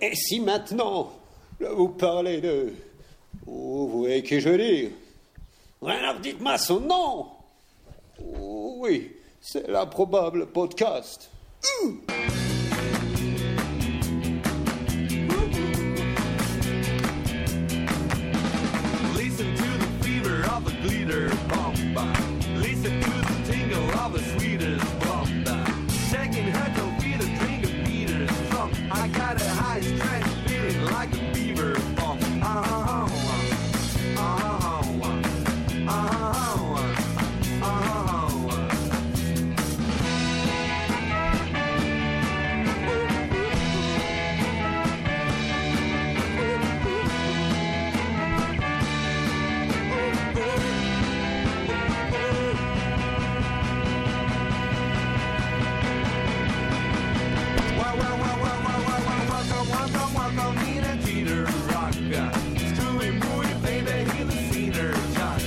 Et si maintenant vous parlez de. Oh, vous voyez qui je dis Alors dites-moi son nom Oh, Oui, c'est l'improbable podcast. Listen to the fever of the glitter bomb. Listen to the tingle of the sweetest bomb. Shaking her to be the drink of Peter's drum. I got a high stress feeling like a beaver bomb. Ah, ah, ah, ah, ah, ah, ah, ah, ah. Wow, wow, wow, wow, wow, wow, wow, welcome, welcome, welcome, Nina Jeter Rock. Screwy moody, baby, he's a senior jock.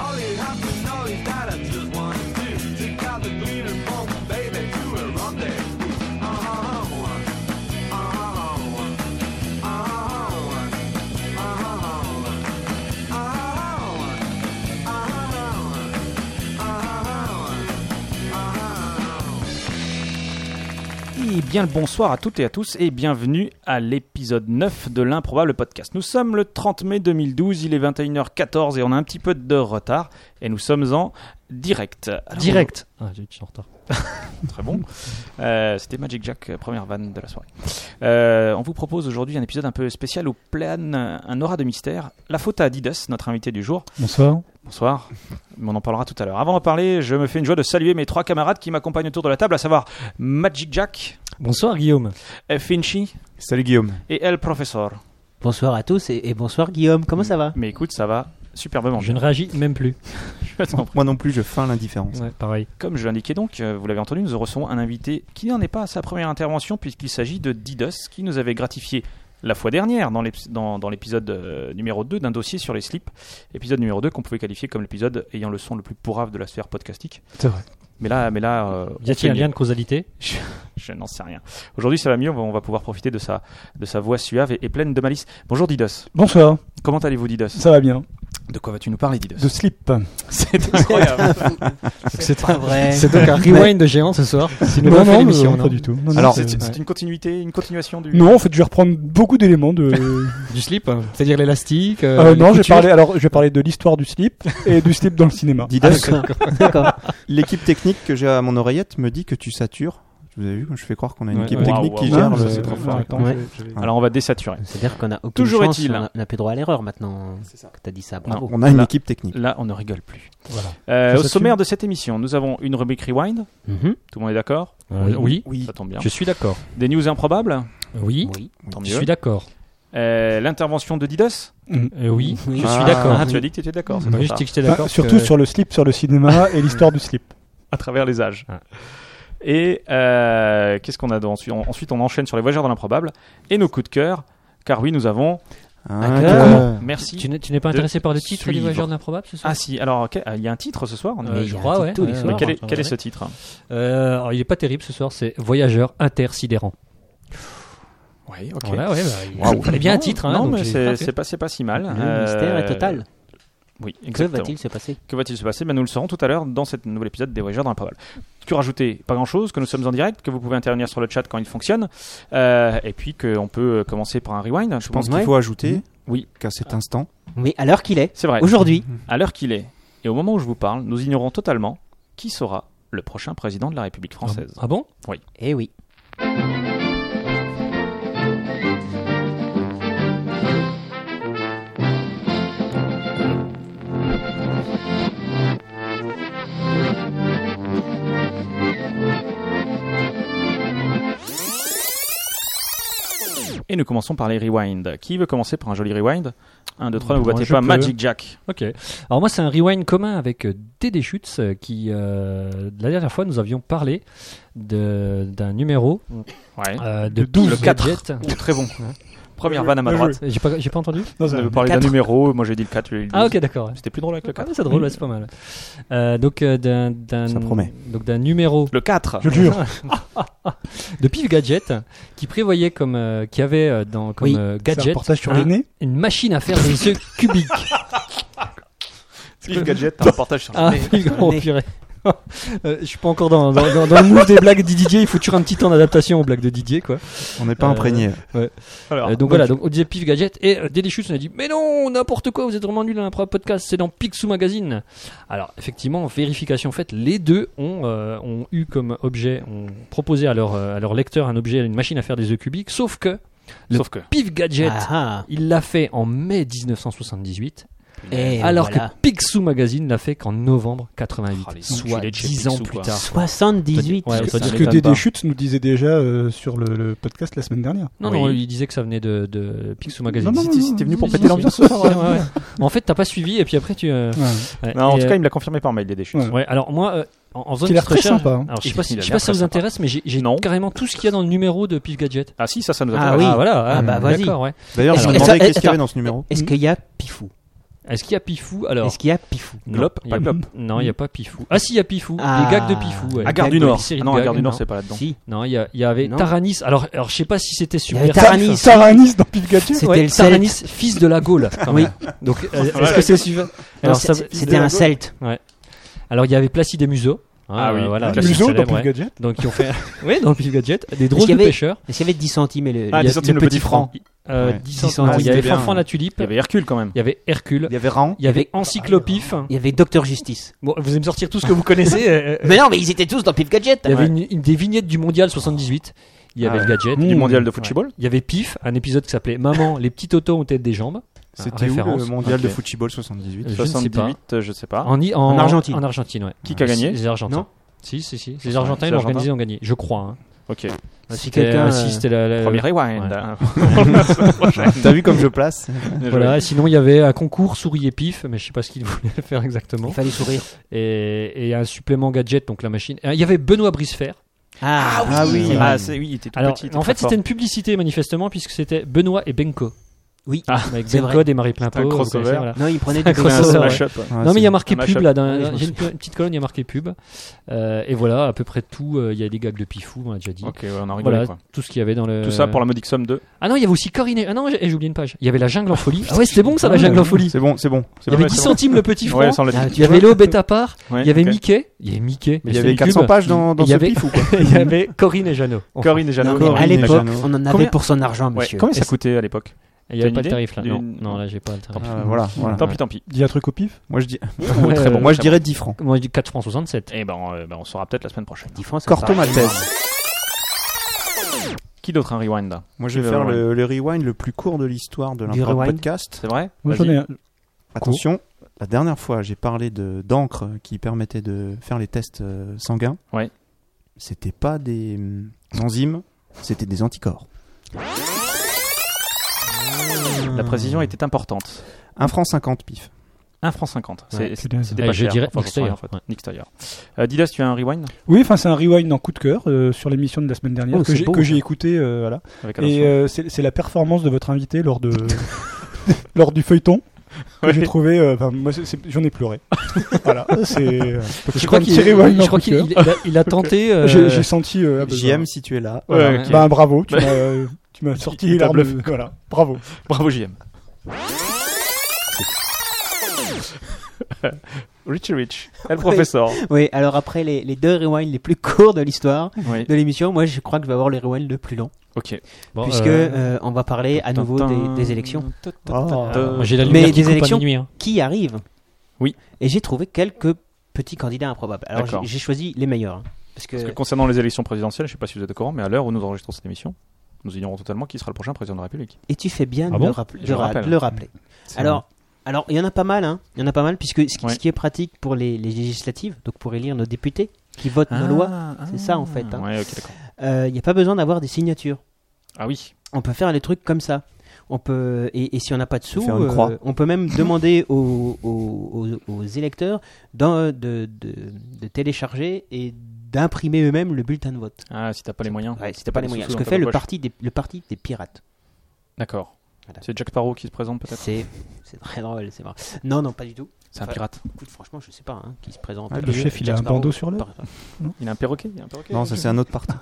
Holly Hopkins knows that I just want to take out the glitter bomb, baby, to a rendezvous. Oh, oh, oh, oh, oh, oh, oh, oh, oh. Eh bien le bonsoir à toutes et à tous et bienvenue à l'épisode 9 de l'improbable podcast. Nous sommes le 30 mai 2012, il est 21h14 et on a un petit peu de retard et nous sommes en direct. Alors, Direct. Ah, j'ai dit, je suis en retard. Très bon. Euh, C'était Magic Jack, euh, première vanne de la soirée. Euh, on vous propose aujourd'hui un épisode un peu spécial où plane euh, un aura de mystère. La faute à Adidas, notre invité du jour. Bonsoir. Bonsoir. Mais on en parlera tout à l'heure. Avant d'en parler, je me fais une joie de saluer mes trois camarades qui m'accompagnent autour de la table, à savoir Magic Jack, Bonsoir Guillaume. Finchi Salut Guillaume. et El Professor. Bonsoir à tous et, et bonsoir Guillaume, comment ça va Mais écoute, ça va superbement Je bien. ne réagis même plus. Je t'en prie. Moi non plus, je feins l'indifférence. Ouais, pareil. Comme je l'indiquais donc, euh, vous l'avez entendu, nous recevons un invité qui n'en est pas à sa première intervention puisqu'il s'agit de Didos qui nous avait gratifié la fois dernière dans l'ép- dans- dans l'épisode euh, numéro 2 d'un dossier sur les slips. Épisode numéro 2 qu'on pouvait qualifier comme l'épisode ayant le son le plus pourrave de la sphère podcastique. C'est vrai. Mais là, mais là euh, on Y a-t-il un fait lien mieux. de causalité Je n'en sais rien. Aujourd'hui, ça va mieux, on va, on va pouvoir profiter de sa, de sa voix suave et, et pleine de malice. Bonjour Didos. Bonsoir, Comment allez-vous Didos ça va bien. De quoi vas-tu nous parler Didos De slip. C'est incroyable. C'est pas vrai. C'est donc un rewind de géant ce soir. Si nous non, refait non, l'émission, non, non pas du tout. Non, non, Alors, c'est- c'est c'est une continuité, une continuation du... non, en fait, je vais reprendre beaucoup d'éléments de. Euh, Du slip, euh, c'est-à-dire l'élastique. non, je vais parler. Alors, je vais parler de l'histoire du slip et du slip dans le cinéma. Didas, D'accord. l'équipe technique que j'ai à mon oreillette me dit que tu satures. Vous avez vu, moi, je fais croire qu'on a une Ouais, équipe ouais. technique Waouh, qui waouh, gère waouh, le- c'est le- trop le- fort. Attends, Ouais. je- je- Alors on va désaturer. C'est-à-dire qu'on a aucune Toujours chance, est-il. on a- on n'a plus droit à l'erreur maintenant C'est ça. que t'as dit ça, Non. bravo. On a une équipe technique. Là, on ne rigole plus. Voilà. Euh, Ça au sature. sommaire de cette émission, nous avons une rubrique Rewind. Mhm. Tout le monde est d'accord Euh, oui, Oui. Ça tombe bien. je suis d'accord. Des news improbables Oui, Oui. Tant je mieux. suis d'accord. Euh, L'intervention de Didos Mm. Euh, oui, Oui. je suis Ah, d'accord. Ah, tu as dit que tu étais d'accord. c'est Oui, pour je ça. dis que j'étais Enfin, d'accord. surtout sur le slip, sur le cinéma et l'histoire du slip. À travers les âges. Ah. Et euh, qu'est-ce qu'on a dans- ensuite on- Ensuite, on enchaîne sur les voyageurs dans l'improbable et nos coups de cœur. Car oui, nous avons. Ah, Un cœur. cœur. Merci. Tu n'es tu n'es pas Bah, de intéressé par le titre du suivre. voyageur de l'improbable ce soir Ah si, alors que- ah, il y a un titre ce soir. on est- Euh, Mais je il y a un crois, titre ouais. tous les Ouais, soirs. Quel est, attends, quel est attendez. ce titre Euh, alors, il est pas terrible ce soir, c'est Voyageur intersidérant. Oui, ok. Voilà, ouais, bah, il Waouh. fallait bien un Non, titre. Hein, non, donc mais j'ai c'est pas c'est fait. pas, c'est pas si mal. Le Euh, mystère est total. Oui, Que exactement. va-t-il se passer Que va-t-il se passer ben, Nous le saurons tout à l'heure dans cette nouvel épisode des Voyageurs dans l'improbable. Tu rajoutais pas grand-chose, que nous sommes en direct, que vous pouvez intervenir sur le chat quand il fonctionne, euh, et puis qu'on peut euh, commencer par un rewind. Je pense Ouais. qu'il faut ajouter Oui. qu'à cet instant, Mais à l'heure qu'il est, C'est vrai. aujourd'hui, À l'heure qu'il est, et au moment où je vous parle, nous ignorons totalement qui sera le prochain président de la République française. Ah bon eh oui. Et nous commençons par les rewind. Qui veut commencer par un joli rewind 1, 2, 3, ne vous Moi, battez je pas. peux. Magic Jack. Ok. Alors moi, c'est un rewind commun avec euh, Dédé Schutz euh, qui, euh, la dernière fois, nous avions parlé de- d'un numéro Ouais. euh, de Le Pif 4. Gadget. Euh, Ouh, très bon. Première vanne à ma Bien droite. J'ai pas, j'ai pas entendu Non, Vous ça- avez parlé d'un Quatre. numéro, moi j'ai dit le 4, lui il a dit le Ah, 12. ok, d'accord. ouais. C'était plus drôle avec le Ah, 4. mais c'est drôle, ouais, c'est pas mal. Euh, donc, euh, d'un, d'un, Ça promet. Donc, d'un numéro Le 4 Je le jure. de Pif Gadget qui prévoyait comme. euh, qui avait euh, dans, comme Oui, euh, C'est un gadget reportage sur hein, les nez. une machine à faire des yeux cubiques. Yves Gadget, un reportage sur le Ah, nez. oui, oh, purée. Euh, je suis pas encore dans, dans, dans- dans le move des blagues de Didier. Il faut toujours un petit temps d'adaptation aux blagues de Didier, quoi. On n'est pas Euh, imprégné. Alors, Euh, donc voilà, donc on disait Pif Gadget et euh, Delicious on a dit mais non n'importe quoi vous êtes vraiment nul dans un podcast c'est dans Picsou Magazine. Alors effectivement vérification faite les deux ont, euh, ont eu comme objet ont proposé à leur euh, à leur lecteur un objet une machine à faire des œufs cubiques sauf que le- Sauf que. Pif Gadget Ah, ah. il l'a fait en mai 1978 Et alors voilà. que Picsou Magazine l'a fait qu'en novembre 88 Oh, les soit enculés de chez 10 ans Picsou, plus quoi. tard. 78. Ouais, C'est ça ce m'étonne que Dédé pas. Chute nous disait déjà euh, sur le, le podcast la semaine dernière. Non, Oui. non, il disait que ça venait de, de Picsou Magazine. Non, non, Si- si t'es venu pour Si, péter si, l'ambiance si. ce soir, Ouais, ouais, ouais. En fait, t'as pas suivi et puis après tu. euh, Ouais. ouais. Non, en Et, tout euh, cas, il me l'a confirmé par mail, les déchus. Ouais. Ouais, alors moi, euh, en, en faisant Qui a une l'air petite très recherche, sympa. hein. alors je sais Il- pas si, il a je sais l'air pas si très ça vous sympa. intéresse, mais j'ai- j'ai Non. carrément tout ce qu'il y a dans le numéro de Pif Gadget. Ah si, ça, ça nous Ah intéresse. oui. voilà. Ah bah, vas-y. D'accord, ouais. D'ailleurs, je Est-ce me que- demandais attends, qu'est-ce qu'il y avait dans ce numéro. Est-ce qu'il y a Pifou Est-ce qu'il y a Pifou Alors, Est-ce qu'il y a Pifou non, Glop, il y pas a- Glop. Non, il n'y a pas Pifou. Ah si, il y a Pifou. Ah. Les gags de Pifou. ouais. À Gare Gag du de Nord. série Ah de non, à Gare gags, du Nord, non. c'est pas là-dedans. Si. Non, il y, a- il y avait Non. Taranis. Alors, alors, je sais pas si c'était y avait super. Taranis. Taranis dans Pif Gadget. C'était Ouais, le Celt. Taranis, fils de la Gaule. quand Oui. même. Donc, euh, Voilà. est-ce que c'est super Non, Alors, ça- c'est- C'était un Celt. Alors, il y avait Placide et Museau. hein, Ah oui. voilà, Ah, le Museau célèbre, dans Pif ouais. Gadget. Donc, ils ont fait. Oui, dans Pif Gadget, des drôles qu'il y de avait- pêcheurs. Est-ce qu'il y avait 10 centimes et le. il y Ah, a- 10 centimes il y a le petit franc. Euh, Ouais. 10 10 centimes. centimes. Il y avait C'était bien. Fanfan la Tulipe, Il y avait Hercule quand même. il y avait Hercule, Il y avait Ran. il y avait Ah, Encyclopif. Il y avait Docteur Justice. Bon, vous allez me sortir tout ce que vous connaissez. euh, euh, Mais non, mais ils étaient tous dans Pif Gadget. il y avait une, une des vignettes du Mondial 78. Il y avait Ah le gadget. Du Mmh. mondial de football. Il y avait Pif, un épisode qui s'appelait Maman, les petits autos ont tête des jambes. C'était où le référence. mondial Ok. de football 78 Je ne sais pas. 78, je sais pas. En, I- En Argentine. En Argentine, ouais. Ah. Qui qui a gagné Les Argentins. Non Si, si, si. Les Argentins, Les ils Argentins. l'ont organisé, ils ont gagné. Je crois. hein. Ok. Si C'était- quelqu'un, ah, si, euh, c'était la, la- Premier rewind. ouais. hein. T'as vu comme je place Bien joué. Voilà, et sinon il y avait un concours souris et pif, mais je sais pas ce qu'ils voulaient faire exactement. Il fallait sourire. Et, et un supplément gadget, donc la machine. Et Il y avait Benoît Brisefer, Ah, Ah oui. c'est vrai. Ah, c'est- oui, il était tout Alors, petit. il était en fait, très fort. c'était une publicité manifestement puisque c'était Benoît et Benko. Oui. avec c'est Benko vrai. et Marie Plainpot. C'est un vous crossover. connaissez, voilà. Non, il prenait Un des crossover, photos. ouais. Mash-up, ouais. non mais il y a marqué un pub mashup. là. dans- Ouais, je me J'ai une pe- une petite colonne, il y a marqué pub. Euh, et voilà, à peu près tout. euh, Il y a des gags de Pifou, on l'a déjà dit. Ok, ouais, on a rigolé Voilà, quoi. tout ce qu'il y avait dans le. Tout ça pour la modique somme de. Ah non, il y avait aussi Corinne. et- Ah non, j'ai eh, j'ai oublié une page. Il y avait la jungle en folie. Ah ouais, c'était bon ça, la jungle en folie. C'est bon, c'est bon. c'est Il y bon. avait 10 c'est centimes le petit franc. Ouais, sans le Ah, Il y avait Léo Beta Part. Ouais, Il y avait ok. Mickey. Il y avait Mickey. Il y c'est avait une 400 pub. pages dans, dans Il y ce avait- pif ou quoi Il y avait Corinne et Jeannot. Enfin, Corinne et Jeannot. Non, mais à Corinne et l'époque, Jeannot. on en avait Combien- pour son argent, Ouais, monsieur. Combien ça coûtait à l'époque Il n'y avait T'as pas une le idée tarif là. du- Non, non, là j'ai pas le tarif. Euh, Voilà, voilà. Tant pis, tant pis. Dis un truc au pif. Moi je dis, Ouais, Très bon. euh, moi, je très dirais 10 francs. Moi, je dis 4 francs 67. Eh ben, euh, ben, on saura peut-être la semaine prochaine. 10 francs, ça me Corto paraît. Maltese. Qui d'autre un rewind là Moi je Qui vais veut faire le, le rewind le plus court de l'histoire de Du l'impro rewind podcast. C'est vrai Moi, Vas-y. j'en ai un. Attention, la dernière fois j'ai parlé de d'encre qui permettait de faire les tests euh, sanguins. Ouais. C'était pas des hum, enzymes, c'était des anticorps. La précision était importante. 1 franc 50 pif. 1 franc 50. C'est- Ah, Ouais, C'était Eh, pas je cher. dirais Enfin, j'en sais rien, en Nixtayer, fait. Nixtayer. Euh, Didas, tu as un rewind Oui, enfin, c'est un rewind en coup de cœur euh, sur l'émission de la semaine dernière Oh, que c'est j'ai- beau, que j'ai ça. écouté. euh, voilà. avec Et attention. euh, c'est c'est la performance de votre invité lors de lors du feuilleton. que Ouais. J'ai trouvé, euh, enfin, moi, c'est- c'est- j'en ai pleuré. voilà, c'est. euh, Je un crois petit qu'il rewind je en crois coup de qu'il- cœur. il a, il a tenté. euh, J'ai j'ai senti. euh, ah, bah, JM si tu es là. voilà. Ouais, ok. Bah, bravo, tu Bah- m'as euh, tu m'as sorti les t'a larmes. bluffé. Voilà, bravo. Bravo JM. Rich Rich, le professeur. Oui, alors après les, les deux rewinds les plus courts de l'histoire Oui, de l'émission, moi je crois que je vais avoir les rewinds le plus long, ok. bon, puisque euh, euh, on va parler à nouveau des, des élections Ah. Ah. euh, moi, j'ai la Mais lumière qui des coupe à élections minuit, hein. qui arrivent. Oui. Et j'ai trouvé quelques petits candidats improbables. Alors D'accord. j'ai- j'ai choisi les meilleurs. hein, parce que, Parce que concernant les élections présidentielles, je ne sais pas si vous êtes au courant, mais à l'heure où nous enregistrons cette émission, nous ignorons totalement qui sera le prochain président de la République. Et tu fais bien de Ah bon le rapp- Je de ra- rappelle. de le rappeler. Alors, alors il y en a pas mal, hein. Il y en a pas mal, puisque ce qui, Ouais. ce qui est pratique pour les, les législatives, donc pour élire nos députés qui votent Ah. nos lois, c'est ça, en fait, hein. Ah, Ouais, ok, d'accord. euh, il n'y a pas besoin d'avoir des signatures. Ah oui, On peut faire des trucs comme ça. On peut et, et si on n'a pas de sous, euh, Faire une croix. on peut même demander aux, aux- aux- aux électeurs d'en- de, de- de télécharger et d'imprimer eux-mêmes le bulletin de vote. ah, si t'as pas les moyens. Ouais, si t'as pas les de moyens. sous Ce dans que ta fait le poche. parti des, le parti des pirates. D'accord. Voilà. C'est Jack Sparrow qui se présente peut-être C'est c'est très drôle, c'est marrant. Non, non, pas du tout. C'est un Enfin, pirate. Écoute, franchement, je sais pas hein, qui se présente. Ah, le chef, il a Jack un bandeau Sparrow, sur l'œil. par- par- Il a un perroquet, il a un perroquet. Non, ça c'est un autre parti.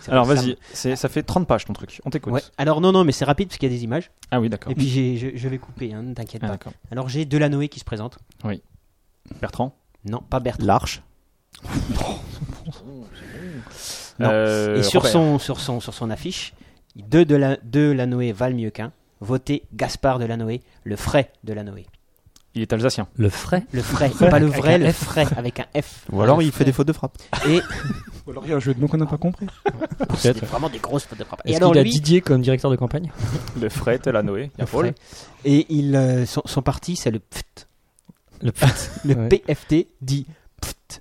c'est- Alors ça- vas-y, c'est- ça fait 30 pages ton truc, on t'écoute. Ouais. Alors non, non, mais c'est rapide parce qu'il y a des images. Ah oui, d'accord. Et puis j'ai- je, je vais couper, hein, ne t'inquiète Ah, pas. d'accord. Alors j'ai Delanoé qui se présente. Bertrand Non, pas Bertrand. L'arche. Non. Euh, Et sur Robert. son, sur, son, sur son affiche, de Dela- Delanoé valent mieux qu'un. Votez Gaspard Delanoé, le frais Delanoé. Il est alsacien. Le frais Le frais, pas le vrai, le frais avec un F. Ou alors il fait des frais. fautes de frappe. Et Ou alors il y a un jeu de mots qu'on n'a pas compris. c'est vraiment des grosses fautes de frappe. Et Est-ce alors qu'il a lui, Didier comme directeur de campagne Le fret, la Noé. Il y a le frais. et il, euh, son, son parti, c'est le PFT. Le pfft. Le Ouais. PFT dit PFT.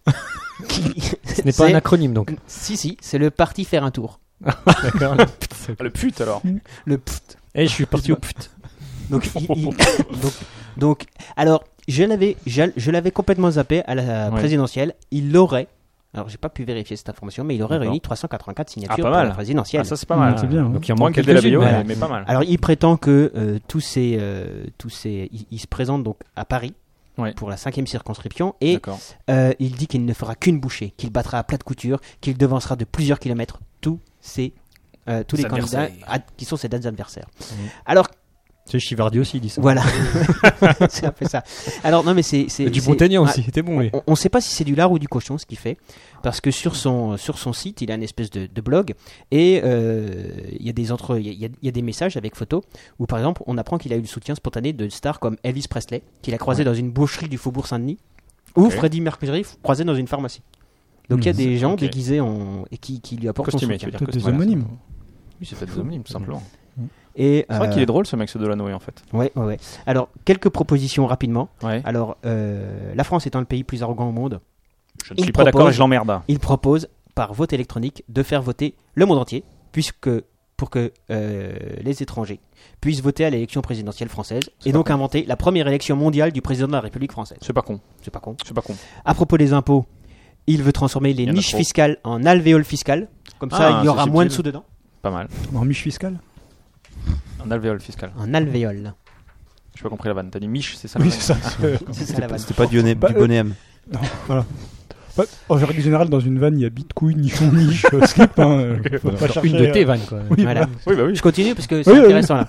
Ce n'est pas un acronyme donc. Si, si, c'est le parti faire un tour. D'accord. Ah, le pute alors. Le PFT. Et Eh, je suis parti au pfft. Donc, il- il- donc, donc, alors, je l'avais, je, je l'avais complètement zappé à la Ouais. présidentielle. Il aurait, alors j'ai pas pu vérifier cette information, mais il aurait D'accord. réuni 384 signatures Ah, pas pour mal. la présidentielle. Ah, ça c'est pas mal. Ah, c'est bien, hein. Donc il en Moins manque qu'elle de la quelques-unes. bio, mais- voilà. mais pas mal. alors, il prétend que euh, tous ces, euh, tous ces, il, il se présente donc à Paris Ouais. pour la cinquième circonscription et D'accord. euh, il dit qu'il ne fera qu'une bouchée, qu'il battra à plat de couture, qu'il devancera de plusieurs kilomètres tous ses, euh, tous les Ses candidats adversaires. Mmh. ad- qui sont ses adversaires. Alors C'est Chivardi aussi, il dit ça. Voilà, c'est un peu ça. Alors non, mais c'est c'est- Et du c'est- Bretagnien ah, aussi, c'était bon lui. on- On ne sait pas si c'est du lard ou du cochon ce qu'il fait, parce que sur son sur son site, il a une espèce de, de blog et euh, il y a des entre il y a- il y, a- il y a des messages avec photos où par exemple on apprend qu'il a eu le soutien spontané de stars comme Elvis Presley, qu'il a croisé dans une boucherie du faubourg Saint-Denis, ou Ok. Hmm. Freddie Mercury f- croisé dans une pharmacie. Donc il y a Mhm. des gens Ok. déguisés en et qui, qui lui apportent Costumé, son tu soutien. veux dire. Peut-être des Voilà, homonymes. Oui, c'est peut-être des homonymes, tout simplement. Et C'est vrai euh, qu'il est drôle ce mec, ce Delanoé en fait. Ah, ouais, ouais, ouais. Alors quelques propositions rapidement. Ouais. Alors, euh, la France étant le pays le plus arrogant au monde, Je ne il suis pas d'accord et propose- je l'emmerde. il propose par vote électronique de faire voter le monde entier, puisque pour que euh, les étrangers puissent voter à l'élection présidentielle française et donc inventer la première élection mondiale du président de la République française. C'est pas con. C'est pas con. C'est pas con. À propos des impôts, il veut transformer les Il y en a niches trop. fiscales en alvéoles fiscales. Comme Ah, ça, il y c'est aura moins de subtil. sous dedans. Pas mal. En miche fiscale Un alvéole fiscal. Un alvéole. J'ai pas compris la vanne. T'as dit miche, Ah c'est ça Oui, la vanne c'est ça. c'est- C'est ça la vanne. C'était pas du, bonnet- Bah, du bonnet M. Non, voilà. Ouais, En règle générale, dans une vanne, il y a Bitcoin, nichon, niche, euh, slip. Hein, euh, faut pas chercher, Une de euh, tes vannes quoi. oui, Voilà. voilà. Oui, bah oui. Je continue parce que c'est Oui, oui, intéressant là.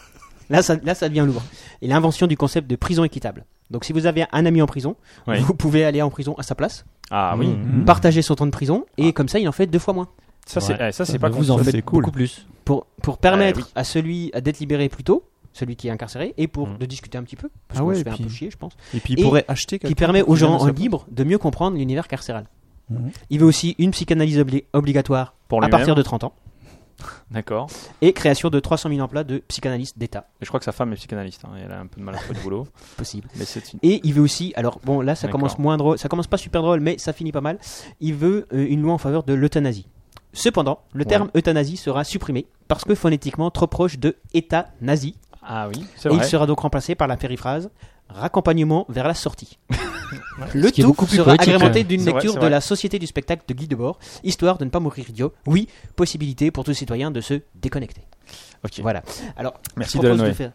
Là ça, là, ça devient lourd. Et l'invention du concept de prison équitable. Donc, si vous avez un ami en prison, Oui. vous pouvez aller en prison à sa place, Ah oui. Mhm. partager son temps de prison, Ah. et comme ça, il en fait deux fois moins. Ça, c'est eh, ça, c'est pas Mais con. Vous en ça, c'est faites cool. beaucoup plus. Pour, pour permettre Euh, oui. à celui à d'être libéré plus tôt, celui qui est incarcéré, et pour Mm. de discuter un petit peu, parce Ah qu'on ouais, se et fait un puis- peu chier, je pense, Et puis il Et pourrait acheter qui quelqu'un permet pour aux qu'il vienne gens à sa en place. Mm. libre de mieux comprendre l'univers carcéral. Mhm. Il veut aussi une psychanalyse obli- obligatoire Pour à lui-même. partir de 30 ans, D'accord. et création de 300 000 emplois de psychanalystes d'État, Mais Je crois que sa femme est psychanalyste. hein, et Elle a un peu de mal à trouver du boulot. possible. Mais c'est une. Et il veut aussi, alors bon là ça D'accord. commence moins drôle, ça commence pas super drôle, mais ça finit pas mal. Il veut euh, une loi en faveur de l'euthanasie. Cependant, le terme euthanasie sera supprimé parce que phonétiquement trop proche de état nazi, Ah oui, c'est et il vrai. sera donc remplacé par la périphrase raccompagnement vers la sortie. le Ce qui est tout beaucoup plus sera poétique, agrémenté hein. d'une C'est vrai, lecture c'est de vrai. la Société du spectacle de Guy Debord, histoire de ne pas mourir idiot. Oui, possibilité pour tout citoyen de se déconnecter. Ok. Voilà. Alors, Merci, je propose Delanoë. de faire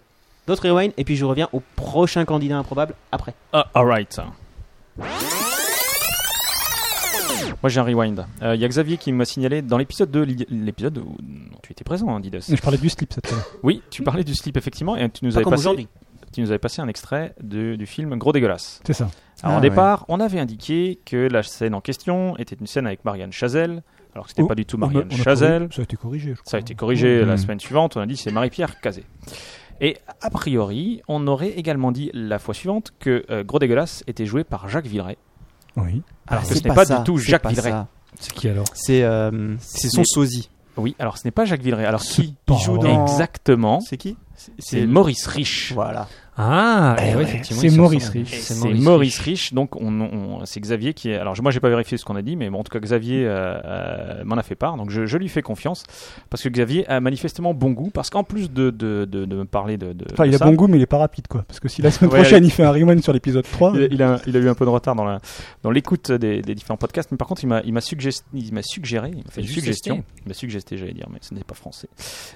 d'autres rewind et puis je reviens au prochain candidat improbable après. Ah, alright. Moi j'ai un rewind. Euh, Il y a Xavier qui m'a signalé dans l'épisode 2, l'id- l'épisode où dont tu étais présent, hein, Didas. Je parlais du slip cette fois. Oui, tu parlais du slip effectivement et tu nous, Pas avais comme passé, aujourd'hui. tu nous avais passé un extrait de- du film Gros dégueulasse. C'est ça. Alors Ah, au ouais. départ, on avait indiqué que la scène en question était une scène avec Marianne Chazelle, alors que c'était Oh, pas du tout On a- Marianne on a Chazelle. corrigé- Ça a été corrigé. je Ça a crois. été corrigé la Mhm. semaine suivante, on a dit c'est Marie-Pierre Cazé. Et a priori, on aurait également dit la fois suivante que euh, Gros dégueulasse était joué par Jacques Villeray. Oui. Alors Ah, que c'est ce n'est pas, ça, du tout c'est Jacques pas Villeray. ça. C'est qui alors C'est euh, c'est son Mais- sosie. Oui, alors ce n'est pas Jacques Villeray. Alors qui Qui joue dans- exactement C'est qui C'est Maurice Rich. Voilà. Ah, et Eh ouais, ouais, effectivement. c'est ils se Maurice ressemblent. Rich. C'est Maurice, Rich, donc on, on- c'est Xavier qui est. Alors moi j'ai pas vérifié ce qu'on a dit, mais bon, en tout cas Xavier euh, euh, m'en a fait part, donc je, je lui fais confiance parce que Xavier a manifestement bon goût, parce qu'en plus de, de, de- de me parler de, de- Enfin, de il a ça, bon goût, mais il est pas rapide, quoi. Parce que si la semaine Ouais, prochaine, il fait un rewind sur l'épisode Oh. 3, il, a- il a, il a eu un peu de retard dans la- dans l'écoute des, des différents podcasts, mais par contre il m'a il m'a suggest- il m'a suggéré, il m'a fait une Juste suggestion, testé. il m'a suggéré, j'allais dire, mais ce n'est pas français.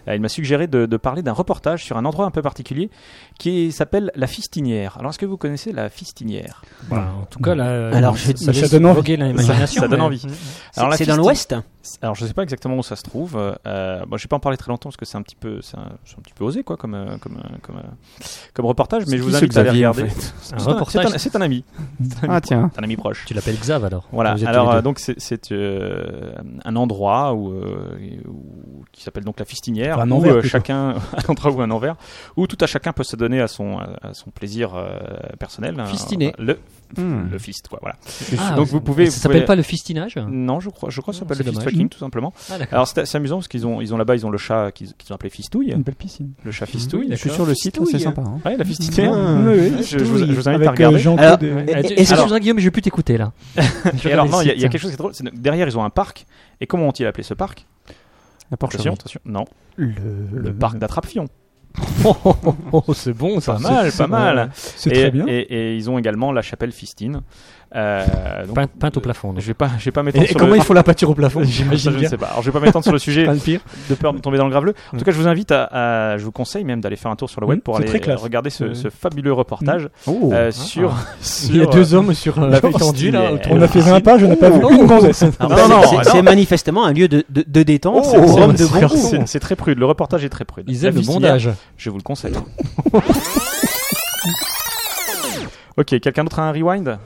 Euh, il m'a suggéré de, de parler d'un reportage sur un endroit un peu particulier qui s'appelle la Fistinière. Alors est-ce que vous connaissez la Fistinière Bah, en tout cas, là, Alors, ça, je- ça donne envie. voguer l'imagination, Ça donne mais- envie. Mhm. C'est- Alors, la C'est dans Fisti- l'Ouest Alors je sais pas exactement où ça se trouve. Euh, euh, bon, je vais pas en parler très longtemps parce que c'est un petit peu, c'est un, c'est un petit peu osé quoi, comme euh, comme euh, comme, euh, comme reportage. Mais C'est je qui vous ce invite à aller Xavier, en regarder. C'est Un un- C'est reportage. un, c'est un ami. C'est un ami Ah, tiens. pro- Un ami proche. Tu l'appelles Xav alors Voilà. Vous êtes tous Alors les deux. euh, donc c'est- c'est euh, un endroit où, euh, où- qui s'appelle donc la fistinière, Un où envers, euh, plutôt. chacun un endroit ou un envers, où tout à chacun peut se donner à son à son plaisir euh, personnel. Fistiner. Euh, Le Hmm. le fist quoi. Voilà. Ah, donc vous pouvez. Ça vous s'appelle pouvez- pas le fistinage Non, je crois, je crois que ça Non, s'appelle c'est le fist dommage. fucking tout simplement. Ah, d'accord. Alors c'est c'est amusant parce qu'ils ont, ils ont là-bas, ils ont le chat qu'ils qu'ils ont appelé Fistouille, une belle piscine. le chat Fistouille. Je suis d'accord. sur le site, là, c'est sympa. hein. Ouais, la Fistinière. Ah, Oui, oui. Je, je vous, je vous invite Avec, à euh, regarder. Jean-Claude Alors, et- Et- Est-ce et- est-ce- que Guillaume, je vais plus t'écouter là Et alors non, il y, a- il y a quelque chose qui est drôle. c'est que derrière, ils ont un parc. Et comment ont-ils appelé ce parc La porcherie. Attention, attention. Non, Le, le parc d'attrape-fion. Oh, c'est bon, ça. Pas mal, pas mal. C'est et, très bien. Et, et ils ont également la chapelle Fistine. Euh, donc, Peinte, peinte au plafond. donc. Je vais pas, je vais pas m'étendre sur comment le. il faut la peinture au plafond Ça, J'imagine je ne bien. sais pas. Alors, je vais pas m'étendre sur le sujet Pas le pire. de peur de tomber dans le grave En tout cas, je vous invite à, à- je vous conseille même d'aller faire un tour sur le web Mhm, pour c'est aller très classe. regarder ce, Ouais. ce fabuleux reportage Oh. euh, sur, sur. Il y a deux hommes sur euh, la étendus là. Fistinière. autour On de a la fait piscine. 20 pages, on n'a pas vu Oh. une gonzesse. Non, Ah, bah, C'est- non, Oh, non, c'est- non. C'est manifestement un lieu de, de, de détente, c'est un homme de bon c'est- goût. c'est- C'est très prude. Le reportage est très prude. Ils La aiment le Fistinière, bondage. Je vous le conseille. ok, quelqu'un d'autre a un rewind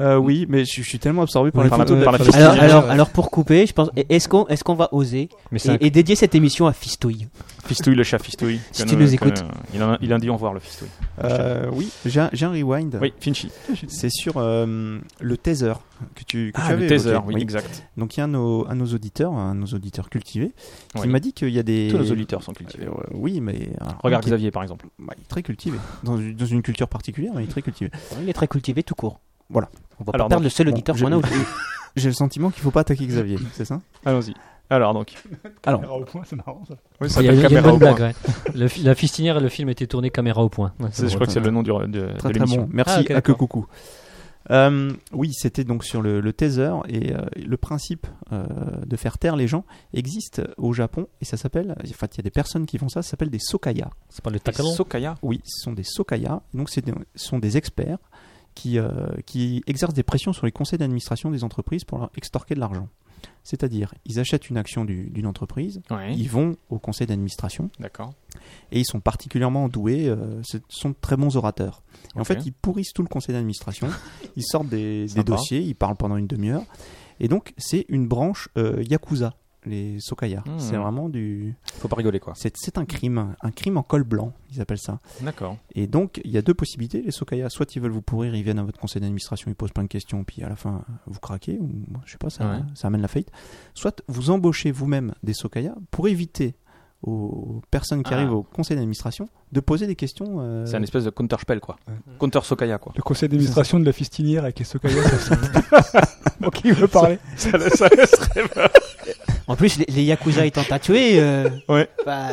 Euh, oui, mais je, je suis tellement absorbé par Oui, les par la- photos. de par la la piscine. piscine. Alors, alors, alors pour couper, je pense, est-ce qu'on est qu'on va oser Mais c'est un- et, et dédier cette émission à Fistouille Fistouille, le chat Fistouille. Si Que tu nous écoutes. que- il, en a, il en dit au revoir, le Fistouille. Euh, oui, j'ai un, j'ai un rewind. Oui, Finchy. C'est sur euh, le taser que tu, que tu Ah, avais le taser, évoqué. oui, exact. Donc il y a un de nos, un de nos auditeurs, un de nos auditeurs cultivés, qui Oui. m'a dit qu'il y a des. Tous nos auditeurs sont cultivés. Euh, oui, mais. alors, Regarde qui- Xavier, par exemple. bah, il est très cultivé. Dans, une- dans une culture particulière, mais il est très cultivé. Il est très cultivé tout court. Voilà. On va Alors, pas perdre le seul bon, auditeur je- qu'on a aujourd'hui. J'ai le sentiment qu'il faut pas attaquer Xavier, c'est ça Allons-y. Alors, donc. Au point, c'est marrant, ça. Oui, Il y a, il y a une bonne blague. ouais. Le fi- la fistinière, le film était tourné caméra au point. Ouais, c'est Je drôle. crois que c'est le nom du, de, Très de très l'émission. bon. Merci Ah, ok, à que d'accord. coucou. Euh, oui, c'était donc sur le, le taser et euh, le principe euh, de faire taire les gens existe au Japon et ça s'appelle, en fait, il y a des personnes qui font ça, ça s'appelle des sokaya. C'est pas le Des tacalon. Sokaya. Oui, ce sont des sokaya, donc c'est des- ce sont des experts qui, euh, qui exercent des pressions sur les conseils d'administration des entreprises pour leur extorquer de l'argent. C'est-à-dire, ils achètent une action du- d'une entreprise, Oui, ils vont au conseil d'administration, d'accord. et ils sont particulièrement doués, euh, ce sont de très bons orateurs. Et en Ok. fait, ils pourrissent tout le conseil d'administration, ils sortent des, des Sympa. dossiers, ils parlent pendant une demi-heure, et donc c'est une branche euh, yakuza, les sokaya. Hmm. Ah. C'est vraiment du... Faut pas rigoler, quoi. C'est c'est un crime, un crime en col blanc, ils appellent ça. D'accord. Et donc, il y a deux possibilités, les sokaya, soit ils veulent vous pourrir, ils viennent à votre conseil d'administration, ils posent plein de questions, puis à la fin, vous craquez, ou je sais pas, ça, Ouais. ça amène la faillite. Soit vous embauchez vous-même des sokaya pour éviter aux personnes qui Ah. arrivent au conseil d'administration de poser des questions. euh, C'est un espèce de counter-spell, quoi. Counter-Sokaya, quoi. Le conseil d'administration de la fistinière avec les Sokaya, ça Moi qui veut parler. En plus, les, les Yakuza étant tatoués, euh, Ouais. bah,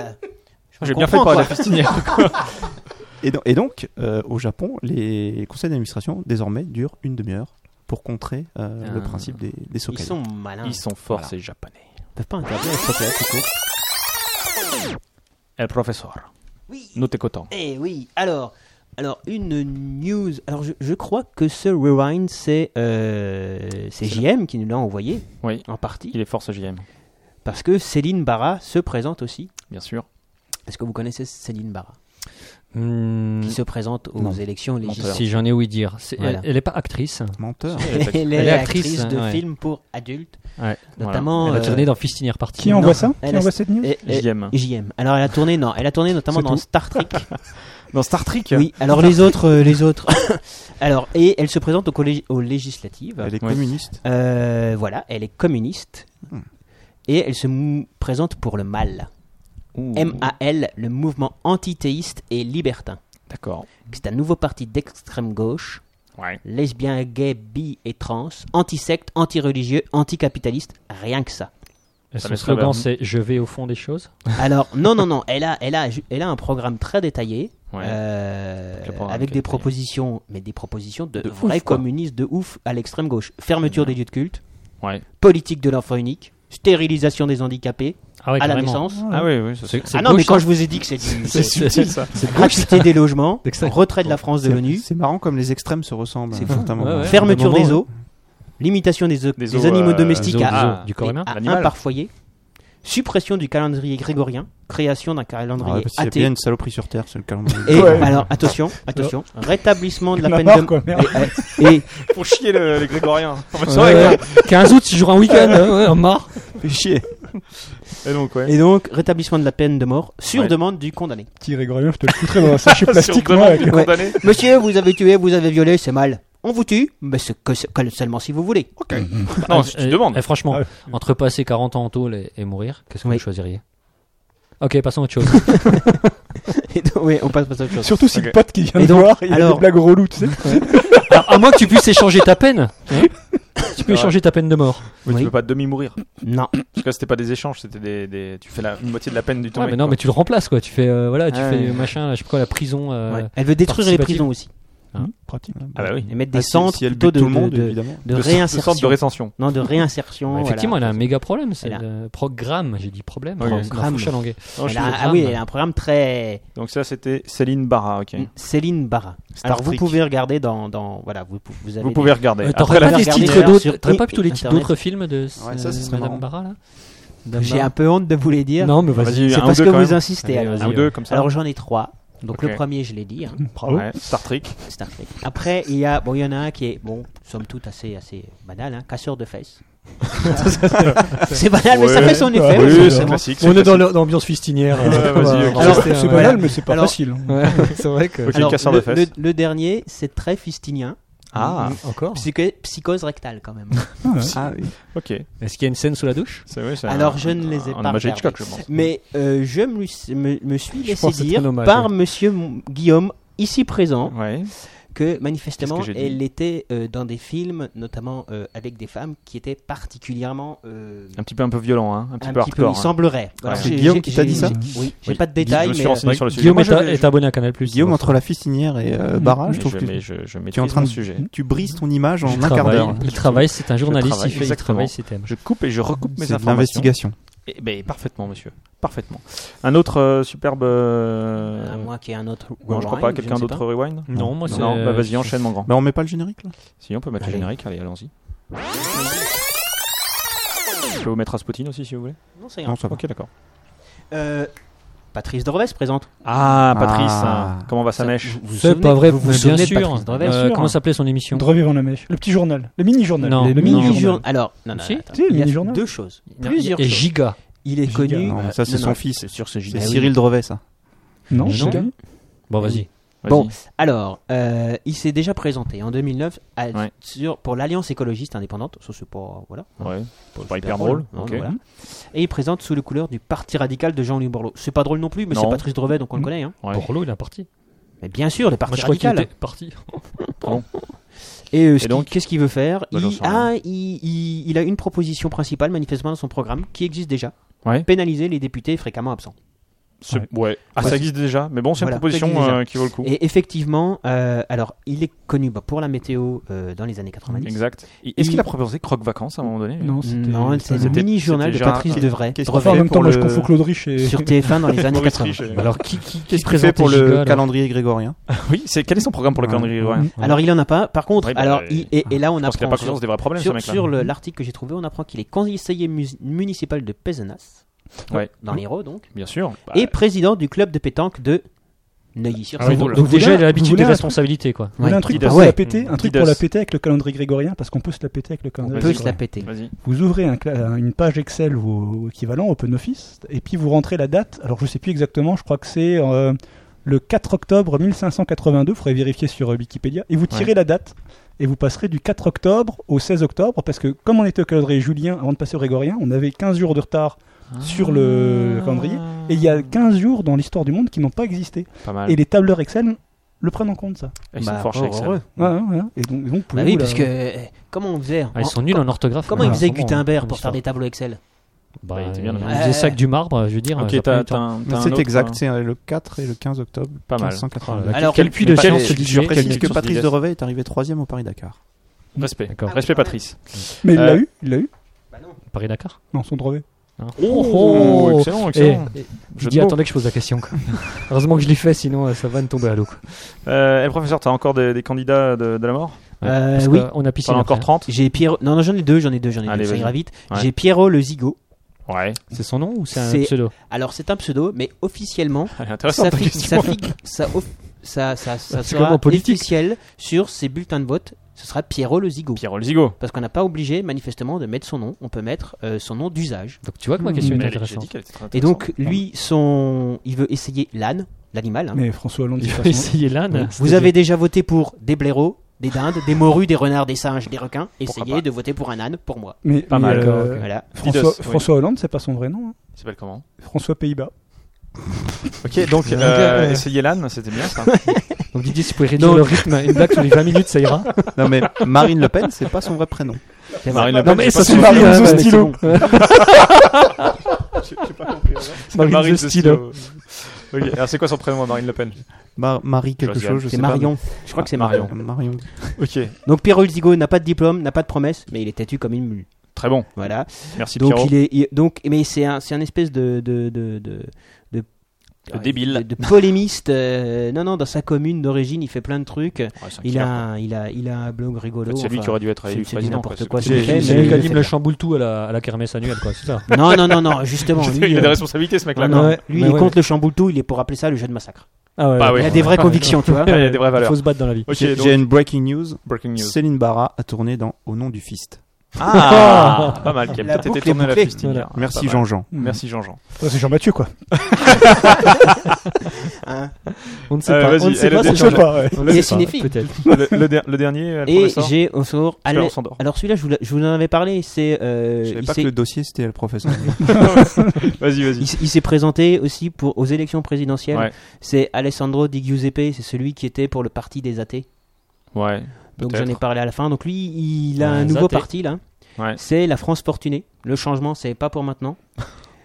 je J'ai comprends, bien fait de parler quoi. à la fistinière. Et, do- et donc, euh, au Japon, les conseils d'administration désormais durent une demi-heure pour contrer euh, Ah. le principe des, des Ils sokaya. sont malins. Ils Ils sont forts, Voilà. ces japonais. peuvent pas interdire les Sokaya tout court. El professeur, Oui. nous t'écoutons. Eh oui. Alors, alors une news. Alors, je, je crois que ce rewind, c'est euh, c'est JM qui nous l'a envoyé Oui, en partie, il est fort ce JM, parce que Céline Barra se présente aussi. bien sûr. Est-ce que vous connaissez Céline Barra Hmm, qui se présente aux Non. élections législatives Si j'en ai ouï dire. C'est- Voilà. Elle n'est pas actrice. Menteur. Elle Elle est est actrice, actrice, de ouais. films pour adultes, Ouais, notamment. Elle a euh, tourné dans Fistinière Party. Qui en- envoie Non. ça Elle Qui a- envoie cette news eh, eh, JM. JM. Alors elle a tourné, non, elle a tourné notamment C'est dans tout. Star Trek. Dans Star Trek oui. Alors les autres, euh, les autres. alors et elle se présente au collège, aux législatives. Elle est Ouais. communiste. Euh, voilà, elle est communiste Hmm. et elle se mou- présente pour le mal. Ouh. MAL, le mouvement antithéiste et libertin. D'accord. C'est un nouveau parti d'extrême gauche, Ouais. lesbien, gay, bi et trans, anti-secte, anti-religieux, anti-capitaliste, rien que ça. Et Ça son me serait bien. slogan, c'est Je vais au fond des choses. Alors, non, non, non, elle a, elle a, elle a un programme très détaillé, Ouais. euh, Donc, le programme avec très des détaillé. propositions, mais des propositions de, De ouf, vrais quoi. communistes de ouf à l'extrême gauche. Fermeture des lieux de culte, Ouais. politique de l'enfant unique, stérilisation des handicapés Ah ouais, à la carrément. naissance. Ah oui, oui, ça c'est. Ah non, mais quand je vous ai dit que c'est du C'est c'est- subtil ça. gratuité des logements, D'extrême. retrait de la France de C'est- l'ONU, C'est marrant comme les extrêmes se ressemblent. C'est à fou. certains moments. Ouais, ouais. fermeture Des des moments, eaux, limitation des, o- Des des eaux, animaux euh, domestiques Des à os- Ah, du corps humain. à L'animal. un par foyer, suppression du calendrier grégorien, création d'un Ah calendrier ouais, parce qu'il y a athée. bien une saloperie sur Terre, c'est le calendrier. Et Ouais. alors, attention, attention, rétablissement de la La peine barre, de quoi, merde. Et, et- Pour chier le- les Grégoriens. En fait, c'est Ouais, vrai, quoi. ouais. 15 août, si je joue un week-end, hein, ouais, on marre. Fais chier. Et donc, ouais. et donc, rétablissement de la peine de mort sur Ouais. demande du condamné. Petit Grégorien, je te le foutrais dans un sachet plastique, Sur demande moi, avec du Ouais. condamné. Monsieur, vous avez tué, vous avez violé, c'est mal. On vous tue, mais c'est que, que seulement si vous voulez. Non, si tu Et- demandes. et eh, franchement, Ah. entre passer 40 ans en tôle et, et mourir, qu'est-ce que Oui. vous choisiriez Ok, passons à autre chose. Et donc, oui, on passe, passe à autre chose. Surtout si Ok. le pote qui vient Et de donc, voir, il a alors- des blagues reloues, tu sais. Alors, à moins que tu puisses échanger ta peine. hein. tu peux échanger ta peine de mort. Tu Oui. peux pas demi-mourir. Non. Parce que là, c'était pas des échanges, c'était des, des- Tu fais la une moitié de la peine du temps. Ouais, mais non, mais tu le remplaces quoi. Tu fais euh, voilà, tu Ah, fais ouais. machin, là, je sais pas quoi, la prison. euh, Ouais. Elle veut détruire les participative. prisons aussi. Hein Pratique. Ah bah oui. Et mettre des Ah, si- centres si elle plutôt bute de, tout le monde, de, de- évidemment. de De ce- ce réinsertion. centre de rétention. Non, de réinsertion. bah, Oh, voilà. effectivement, elle a un méga problème. C'est Elle a- le programme. J'ai dit problème. Oui, non, oui. c'est un Programme. fouche à languet. Non, je Elle suis a- désolé. ah oui, elle a un programme très. Donc, ça, c'était Céline Barra, ok. Céline Barra. Star Alors vous Trek. pouvez regarder dans, dans voilà vous, pou- vous avez Vous des- pouvez regarder. Euh, Après T'aurais la pas, des regardez titres d'ailleurs d'autres- sur- t'aurais pas plutôt les titres Internet. d'autres films de Ouais, ça, ce euh, serait Madame marrant. Barra là Dame J'ai Barra un peu honte de vous les dire. Non, mais vas-y. Vas-y, C'est un ou parce deux, que quand vous même. insistez. Allez, alors. vas-y, Un ou ouais. deux, comme ça. Alors j'en ai trois. Donc Ok. le premier je l'ai dit, hein, bravo, Ouais, Star Trek. Star Trek. Après il y a bon il y en a un qui est bon somme toute assez assez banal, hein, casseur de fesses. c'est banal mais ça Ouais. fait son effet. Bah oui, oui, c'est forcément. classique. On est dans le- l'ambiance fistinière. euh, Ouais, vas-y, ok. Alors, C'est euh, c'est voilà. banal, mais c'est pas Alors- facile. hein. c'est vrai que. Ok, casseur de le, fesses. le- le dernier c'est très fistinien, Ah, Encore Psycho- psychose rectale quand même. Ah oui. ok. Est-ce qu'il y a une scène sous la douche C'est vrai, c'est Alors, un- je ne les ai un pas hommage à regardés. Hitchcock, je pense. Mais euh, je me, lui- me- me suis Je laissé pense que c'est dire très dommage, hein. par oui. Monsieur M- Guillaume, ici présent, Ouais. que manifestement Qu'est-ce que j'ai dit elle était euh, dans des films, notamment euh, avec des femmes qui étaient particulièrement euh, Un petit peu un peu violent, hein. un petit un peu petit peu, hardcore. il semblerait. Alors, Ouais. j'ai- C'est Guillaume j'ai- qui t'a j'ai- dit ça j'ai- Oui, j'ai Oui. pas de hein. détails, Je me suis mais euh, renseigné sur le sujet. Guillaume Moi, est, je vais- est abonné à Canal Plus. Guillaume, entre la fistinière et euh, Barra, Mais je trouve que mais je, je tu es en maîtrise train mon de- sujet. Tu brises ton image en Il un quart travaille, d'heure. il travaille, c'est un journaliste, il travaille, fait, il exactement. travaille ses thèmes. Je coupe et je recoupe mes C'est de informations. l'investigation. Eh ben, parfaitement, monsieur. Parfaitement. Un autre euh, superbe. euh, à moins qu'il y ait un autre. Non, je crois rewind, pas. ne Quelqu'un sais d'autre pas. rewind Non, moi c'est. Non, bah vas-y, enchaîne, mon grand. Bah on met pas le générique là Si on peut mettre le Allez. générique, allez, allons-y. Je peux vous mettre un spotin aussi si vous voulez. Non, c'est Non, grave. ça va. Ok, d'accord. Euh, Patrice Dorvès présente. Ah, Patrice, Ah. hein, comment va sa Ça- mèche vous- vous vous C'est souvenez- pas vrai, vous vous mais bien souvenez de sûr. Patrice Dorvès Euh, sûr, Comment hein. s'appelait son émission De revivre en la mèche. Le petit journal, le mini-journal. Non. le Non. Mini-journal. mini-journal. Alors, non, non, Si. non, attends, Si, le il y a mini-journal. deux choses. Non, Plusieurs Et choses. Giga. Il est Giga. connu. Non, mais ça, c'est son fils. Bah, c'est Sur ce C'est giga. Cyril Drevet ça. Non, Non. j'ai gagné. Bon, vas-y. Vas-y. Bon, alors, euh, il s'est déjà présenté en 2009 à- Ouais. sur, pour l'Alliance écologiste indépendante. Ça, c'est pas. Voilà. Ouais, pas pas super hyper drôle. non, ok. voilà. Et il présente sous les couleurs du Parti radical de Jean-Louis Borloo. C'est pas drôle non plus, mais Non. c'est Patrice Drevet, donc on le connaît. Hein. Ouais. Borloo, il est parti. Mais bien sûr, Moi, le Parti je crois qu'il radical. était parti. Et, euh, ce Et qui- donc qu'est-ce qu'il veut faire Bah, j'en il, sais rien. ah, il, il- il a une proposition principale, manifestement, dans son programme, qui existe déjà. Ouais. Pénaliser les députés fréquemment absents. Ce- Ouais. Ah, ça existe déjà. Mais bon, c'est une Voilà, ça proposition existe déjà. euh, qui vaut le coup. Et effectivement, euh, alors, il est connu bah, pour la météo euh, dans les années 90. Exact. Est-ce Il- qu'il a proposé Croque Vacances à un moment donné lui Non, Non, c'était. c'est le c'était- mini-journal de c'était Gérard- Patrice Devray. Qu'est-ce Enfin, en fait même temps, pour moi je le- confonds Claude Rich et. sur TF1 dans les années Maurice 80. Rich, euh, Alors, qui, qui, qui Qu'est-ce qu'il fait pour Giga, le alors calendrier grégorien Oui, c'est quel est son programme pour le Ouais. calendrier ouais. Mhm. Alors il en a pas. Par contre, Oui, bah, alors euh, il- et, et là on Je pense qu'il a apprend pas conscience des vrais problèmes, ce sur, mec-là. Mm-hmm. sur le- l'article que j'ai trouvé, on apprend qu'il est conseiller mus- municipal de Pézenas, Ouais. dans l'Hérault donc, Bien sûr. Bah, et président du club de pétanque de Neuilly-sur-Seine. donc, Vous donc voulez déjà, un- il a vous l'habitude voulez des un- responsabilités, quoi. Vous voulez un truc Didas. pour Ouais. la péter, un truc Didas. pour la péter avec le calendrier grégorien, parce qu'on peut se la péter avec le on calendrier. peut Vas-y, se grégorien. la péter. Vas-y. Vous ouvrez un cla- une page Excel ou ou équivalent Open Office et puis vous rentrez la date. Alors je sais plus exactement, je crois que c'est euh, le 4 octobre 1582. Il faudrait vérifier sur euh, Wikipédia et vous tirez la date et vous passerez du 4 octobre au 16 octobre parce que comme on était au calendrier julien avant de passer au grégorien, on avait 15 jours de retard sur le calendrier et il y a 15 jours dans l'histoire du monde qui n'ont pas existé. Pas mal. Et les tableurs Excel le prennent en compte, ça. Ils Bah, sont forts chez oh, Excel. heureux. Ouais, ouais, ouais. Et donc, et donc, Bah pouvez-vous, oui, là, parce que euh, comment on faisait Ah, ils En- sont nuls en orthographe. Comment mais ils faisaient vraiment, Gutenberg en pour faire des histoire. tableaux Excel Bah, il était Ouais. bien. Ils faisaient ça avec du marbre, je veux dire. Ok, t'as ça prend du temps. t'as un- t'as un C'est autre, exact, hein. c'est euh, le 4 et le 15 octobre Pas mal. 1580. Ah, Alors, Quel puits de quel- science, quel- Didier. Je précise que Quel- Patrice de Revet est arrivé 3 au Paris-Dakar. Respect. D'accord. Respect, Patrice. Mais il l'a Euh, eu Il l'a eu Paris-Dakar. Non, son brevet. hein. Oh, excellent, excellent. Eh, Je Jeu de dis, mots. attendez que je pose la question. quoi. Heureusement que je l'ai fait, sinon euh, ça va me tomber à l'eau. quoi. Euh, et le professeur, t'as encore des, des candidats de, de la mort Ouais, Euh, parce que oui. On a pissé. T'en as encore 30 J'ai Pierrot. Non, non, j'en ai deux, j'en ai deux, j'en ai Allez, deux. Ça vas-y. ira vite. Ouais. J'ai Pierrot le zigot. Ouais. C'est son nom ou c'est un C'est- pseudo Alors, c'est un pseudo, mais officiellement, Elle est ça, intéressante ta fi- question. ça, fi- ça, off- ça, ça, ça C'est comme en sera politique. officiel sur ses bulletins de vote. Ce sera Pierrot le zigot. Pierrot le Zigo. Parce qu'on n'a pas obligé, manifestement, de mettre son nom. On peut mettre euh, son nom d'usage. Donc tu vois que ma question Mais est Elle- j'ai dit intéressante. qu'elle était très Et donc, intéressante. lui, son... il veut essayer l'âne, l'animal. hein. Euh, Mais François Hollande, de Il toute faut façon, essayer l'âne. Vous avez déjà voté pour des blaireaux, des dindes, des morues, des renards, des singes, des requins. Pourquoi Essayez pas. de voter pour un âne, pour moi. Mais, Pas mais, mal, euh, d'accord, ok. Voilà. François, Didos, oui. François Hollande, c'est pas son vrai nom. hein. Il s'appelle comment François Pays-Bas. Ok, donc euh, essayez l'âne, c'était bien ça. Donc Didier, si vous pouvez réduire Non. le rythme, à une blague sur les 20 minutes, ça ira. Non mais Marine Le Pen, c'est pas son vrai prénom. Marine euh, Le Pen, j'ai pas c'est son- Marine Marine de de stylo. stylo. Marine de stylo. Ok, alors c'est quoi son prénom, Marine Le Pen Mar- Marie quelque Josiane. chose, je sais C'est pas, Marion. Je crois que c'est Marion. mais- Marion. Ok, Donc Pierrot Ulzigo n'a pas de diplôme, n'a pas de promesse, mais il est têtu comme une mule. très bon. Voilà. Merci Donc Pierrot. il est il- donc mais c'est un c'est un espèce de de de, de, de- De débile. de, de polémiste. euh, non non, dans sa commune d'origine, il fait plein de trucs. Ouais, c'est un Il killer, a quoi. un, il a il a un blog En rigolo. fait, C'est lui enfin. qui aurait dû être c'est- élu c'est du président. n'importe quoi. quoi, C'est- j'ai- c'est fait, j'ai- C'est lui il qui a anime fait le ça. chamboule tout à la, à la kermesse annuelle, quoi, c'est ça. Non non non non, justement lui Il a des euh, responsabilités ce mec-là. non, quoi. Ouais, lui, mais il est ouais. contre le chamboule-tout, il est pour appeler ça le jeu de massacre. Ah ouais, Bah ouais. oui. Il a des vraies Ouais. convictions, tu vois. Il y a des vraies valeurs. faut se battre dans la vie. Ok, J'ai donc j'ai une breaking news. breaking news. Céline Barra a tourné dans Au nom du fist. Ah, pas mal. Qui a La peut-être été boucle est tourné à la bouclée. piste hier. Merci Ah, Pas mal. Jean-Jean. Merci Jean-Jean. Ouais, c'est Jean-Mathieu, quoi. Hein. On ne sait Euh, pas. On vas-y, ne sait elle a pas. des c'est Je choses Jean-Jacques. sais pas, ouais. On ne Et sait pas, cinéphile. Peut-être. Le le der- le dernier, elle, pour Et l'instant, j'ai au sort. Parce que là, Allez, on s'endort. alors celui-là, je vous, l'a- je vous en avais parlé. C'est Je euh, savais il pas que s'est- le dossier c'était le professeur. Vas-y, il vas-y. s- il s'est présenté aussi pour aux élections présidentielles. Ouais. C'est Alessandro Di Giuseppe, c'est celui qui était pour le parti des athées. Ouais. Donc Peut-être. j'en ai parlé à la fin. Donc lui, il a Ouais, un les nouveau athées. parti là. Ouais. C'est la France fortunée. Le changement, c'est pas pour maintenant.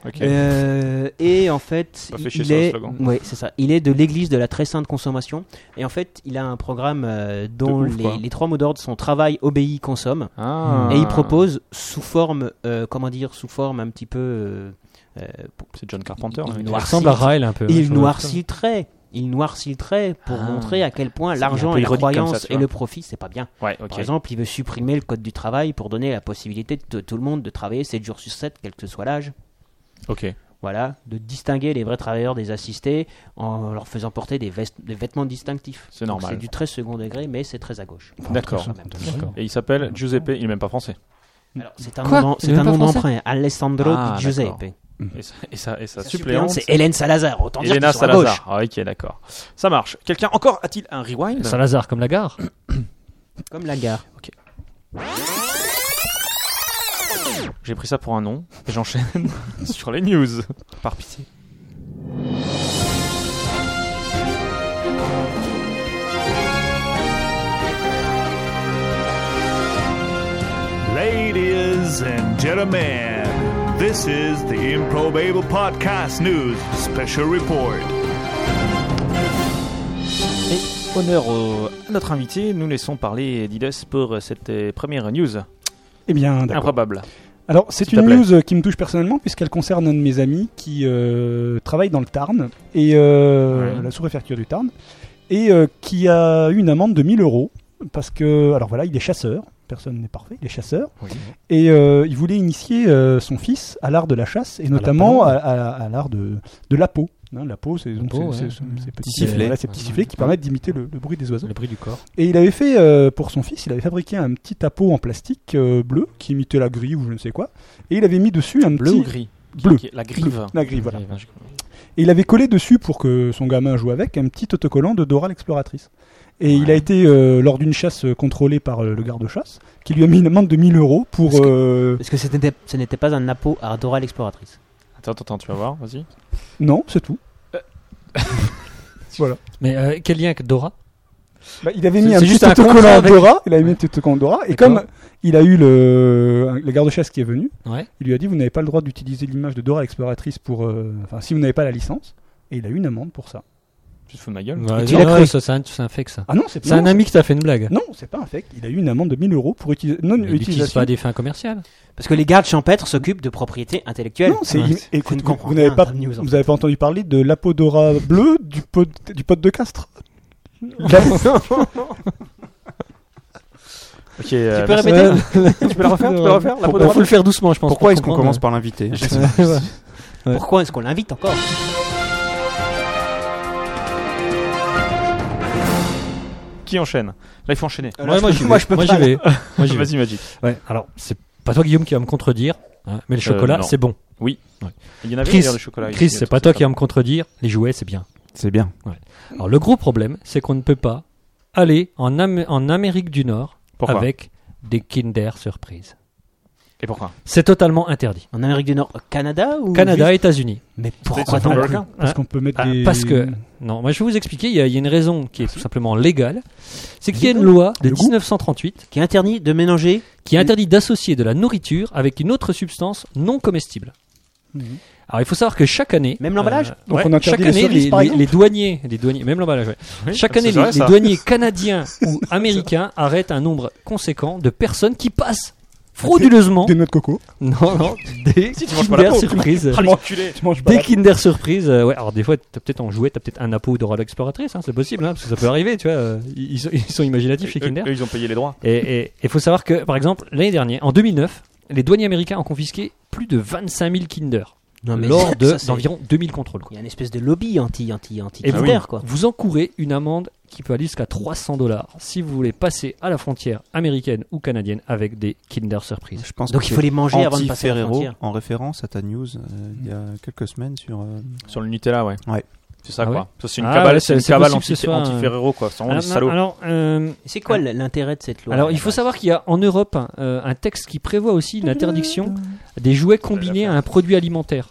Ok. Euh, et en fait, Pas fait chier il sur le est, slogan. ouais, c'est ça. Il est de l'Église de la très sainte consommation. Et en fait, il a un programme euh, dont De ouf, quoi. les, les trois mots d'ordre sont travail, obéit, consomme. Ah. Et il propose sous forme, euh, comment dire, sous forme un petit peu. euh, euh, C'est John Carpenter. Il- hein, il Il noircit. ressemble à Raël un peu. ouais, il Euh, sur le- noircit le trait. Il noircit le trait pour Ah. montrer à quel point C'est un l'argent peu et la ironique comme ça, croyance tu et vois. le profit, c'est pas bien. Ouais, ok. Par exemple, il veut supprimer le code du travail pour donner la possibilité de tout le monde de travailler 7 jours sur 7, quel que soit l'âge. Ok. Voilà, de distinguer les vrais travailleurs des assistés en leur faisant porter des, vestes- des vêtements distinctifs. C'est Donc normal. C'est du très second degré, mais c'est très à gauche. D'accord. En même temps. D'accord. Et il s'appelle Giuseppe. Il est même pas français. Alors, C'est un Quoi nom d'en- C'est c'est même un pas nom français d'emprunt, Alessandro Ah, Di d'accord. Giuseppe. Et ça, et ça, et ça La suppléante. C'est Hélène Salazar, autant dire Elena qu'ils sont à gauche. Salazar. Ah, ok, d'accord. Ça marche. Quelqu'un encore a-t-il un rewind Salazar comme la gare. Comme la gare. J'ai pris ça pour un nom et j'enchaîne sur les news. Par pitié. Ladies and gentlemen, this is the Improbable Podcast News Special Report. Et honneur au- à notre invité, nous laissons parler Didus pour euh, cette euh, première news Eh Ah. bien, d'accord. improbable. Alors, c'est S'il te une plaît. news euh, qui me touche personnellement, puisqu'elle concerne un de mes amis qui euh, travaille dans le Tarn, et euh, Ouais. la sous-préfecture du Tarn, et euh, qui a eu une amende de 1000 euros, parce que, alors voilà, il est chasseur, personne n'est parfait, il est chasseur, Oui. et euh, il voulait initier euh, son fils à l'art de la chasse, et notamment à, palombe. à- à l'art de, de la peau. Hein, la peau, c'est donc, peau, c'est- ouais. c'est- c'est- ces petits sifflet. voilà, ces petits sifflets qui permettent d'imiter le- le bruit des oiseaux. Le prix du corps. Et il avait fait, euh, pour son fils, il avait fabriqué un petit tapot en plastique euh, bleu qui imitait la grille ou je ne sais quoi. Et il avait mis dessus un Bleu petit... ou gris Bleu. Qui- La grive. Bleu. La grille, voilà. Grive, hein, je- Et il avait collé dessus, pour que son gamin joue avec, un petit autocollant de Dora l'exploratrice. Et il Ouais. a été, euh, lors d'une chasse euh, contrôlée par euh, le garde-chasse, qui lui a mis une amende de 1000 euros pour... Parce que- euh, Parce que c'était- ce n'était pas un napo à Dora l'exploratrice. Attends, attends, attends, tu vas voir, vas-y. Non, c'est tout. Mais euh, quel lien avec Dora Bah, il avait C'est- mis un c'est petit juste un contrat autocollant avec- Dora. Il avait mis un petit autocollant Dora. Et D'accord. comme il a eu le, le garde-chasse qui est venu, Ouais. il lui a dit Vous n'avez pas le droit d'utiliser l'image de Dora l'exploratrice pour. euh, Enfin, si vous n'avez pas la licence. Et il a eu une amende pour ça. Tu te fous de ma gueule Ouais, tu non, l'as ouais, cru. ça, c'est un, c'est un fake, ça. Ah non, c'est C'est non, un ami qui t'a fait une blague. Non, c'est pas un fake. Il a eu une amende de 1000 euros pour utiliser non Mais il n'utilise utilisation. pas à des fins commerciales. Parce que les gardes champêtres s'occupent de Ah, propriété intellectuelle. Non, c'est. Ouais. il- Faut écoute, ne vous, comprendre vous n'avez rien, pas, Tom News, en vous avez pas entendu parler de l'apodora bleu du pote, du pote de Castres Ok, euh, tu peux merci. répéter Tu peux la refaire Tu peux la refaire la peau de Il faut roi le faire doucement, je pense. Pourquoi pour est-ce qu'on comprendre. commence par l'invité Ouais. fait. Pourquoi est-ce qu'on l'invite encore Qui enchaîne Là, il faut enchaîner. Ouais, moi, j'y vais. Moi, j'y vais. Moi, j'y vais. Vas-y, Magic. Ouais, alors, c'est pas toi, Guillaume, qui va me contredire, hein, mais le Euh, chocolat, non. c'est bon. Il y en avait Chris, d'ailleurs, le chocolat. Chris, Il y a c'est tout pas ça. toi qui va me contredire, les jouets, c'est bien. C'est bien. Alors, le gros problème, c'est qu'on ne peut pas aller en, Am- en Amérique du Nord Pourquoi avec des Kinder Surprise. Et pourquoi C'est totalement interdit. En Amérique du Nord, au Canada ou Canada, juste- États-Unis. Mais States pourquoi of tant America. plus Parce qu'on peut mettre Ah, des. parce que- Non, moi je vais vous expliquer, il y, a- il y a une raison qui est tout simplement légale. C'est qu'il y a une loi de Le goût 1938 Qui est interdit de mélanger qui interdit d'associer de la nourriture avec une autre substance non comestible. Mhm. Alors il faut savoir que chaque année, euh, Même l'emballage Donc Ouais, on interdit chaque les année, cerises, les, par les- exemple les douaniers, les douaniers, même l'emballage, ouais. chaque année, les, les douaniers canadiens ou américains arrêtent un nombre conséquent de personnes qui passent frauduleusement Des noix de coco. non, non, des tu manges pas la Kinder peau. Surprise. Ah, l'enculé Tu manges pas Des la- Kinder Surprise, euh, ouais. Alors des fois, t'as peut-être en jouet, t'as peut-être un appôt d'Aurora l'exploratrice, hein, c'est possible, hein, parce que ça peut arriver, tu vois. euh, Ils, ils sont, ils sont imaginatifs chez Eux, Kinder. eux, ils ont payé les droits. Et il faut savoir que, par exemple, l'année dernière, en 2009, les douaniers américains ont confisqué plus de 25 000 Kinder Non, mais lors ça, de- ça, c'est- d'environ 2000 contrôles. Il quoi. y a une espèce de lobby anti anti anti Et vous, Kinder, quoi. vous encourez une amende qui peut aller jusqu'à 300 dollars si vous voulez passer à la frontière américaine ou canadienne avec des Kinder Surprise. Je pense Donc que il faut les manger avant de passer à la Anti-Ferrero, frontière. en référence à ta news euh, il y a quelques semaines sur. euh, Sur le Nutella, ouais. Ouais. C'est ça, Ah ouais quoi. Ça, c'est une Ah, cabale, ouais, c'est c'est- une c'est cabale possible que ce anti- soit un- anti-Ferrero, quoi. C'est vraiment des Alors, salauds. alors, euh, Et C'est quoi l'intérêt de cette loi alors, il faut savoir qu'il y a en Europe euh, un texte qui prévoit aussi une interdiction des jouets combinés à un produit alimentaire.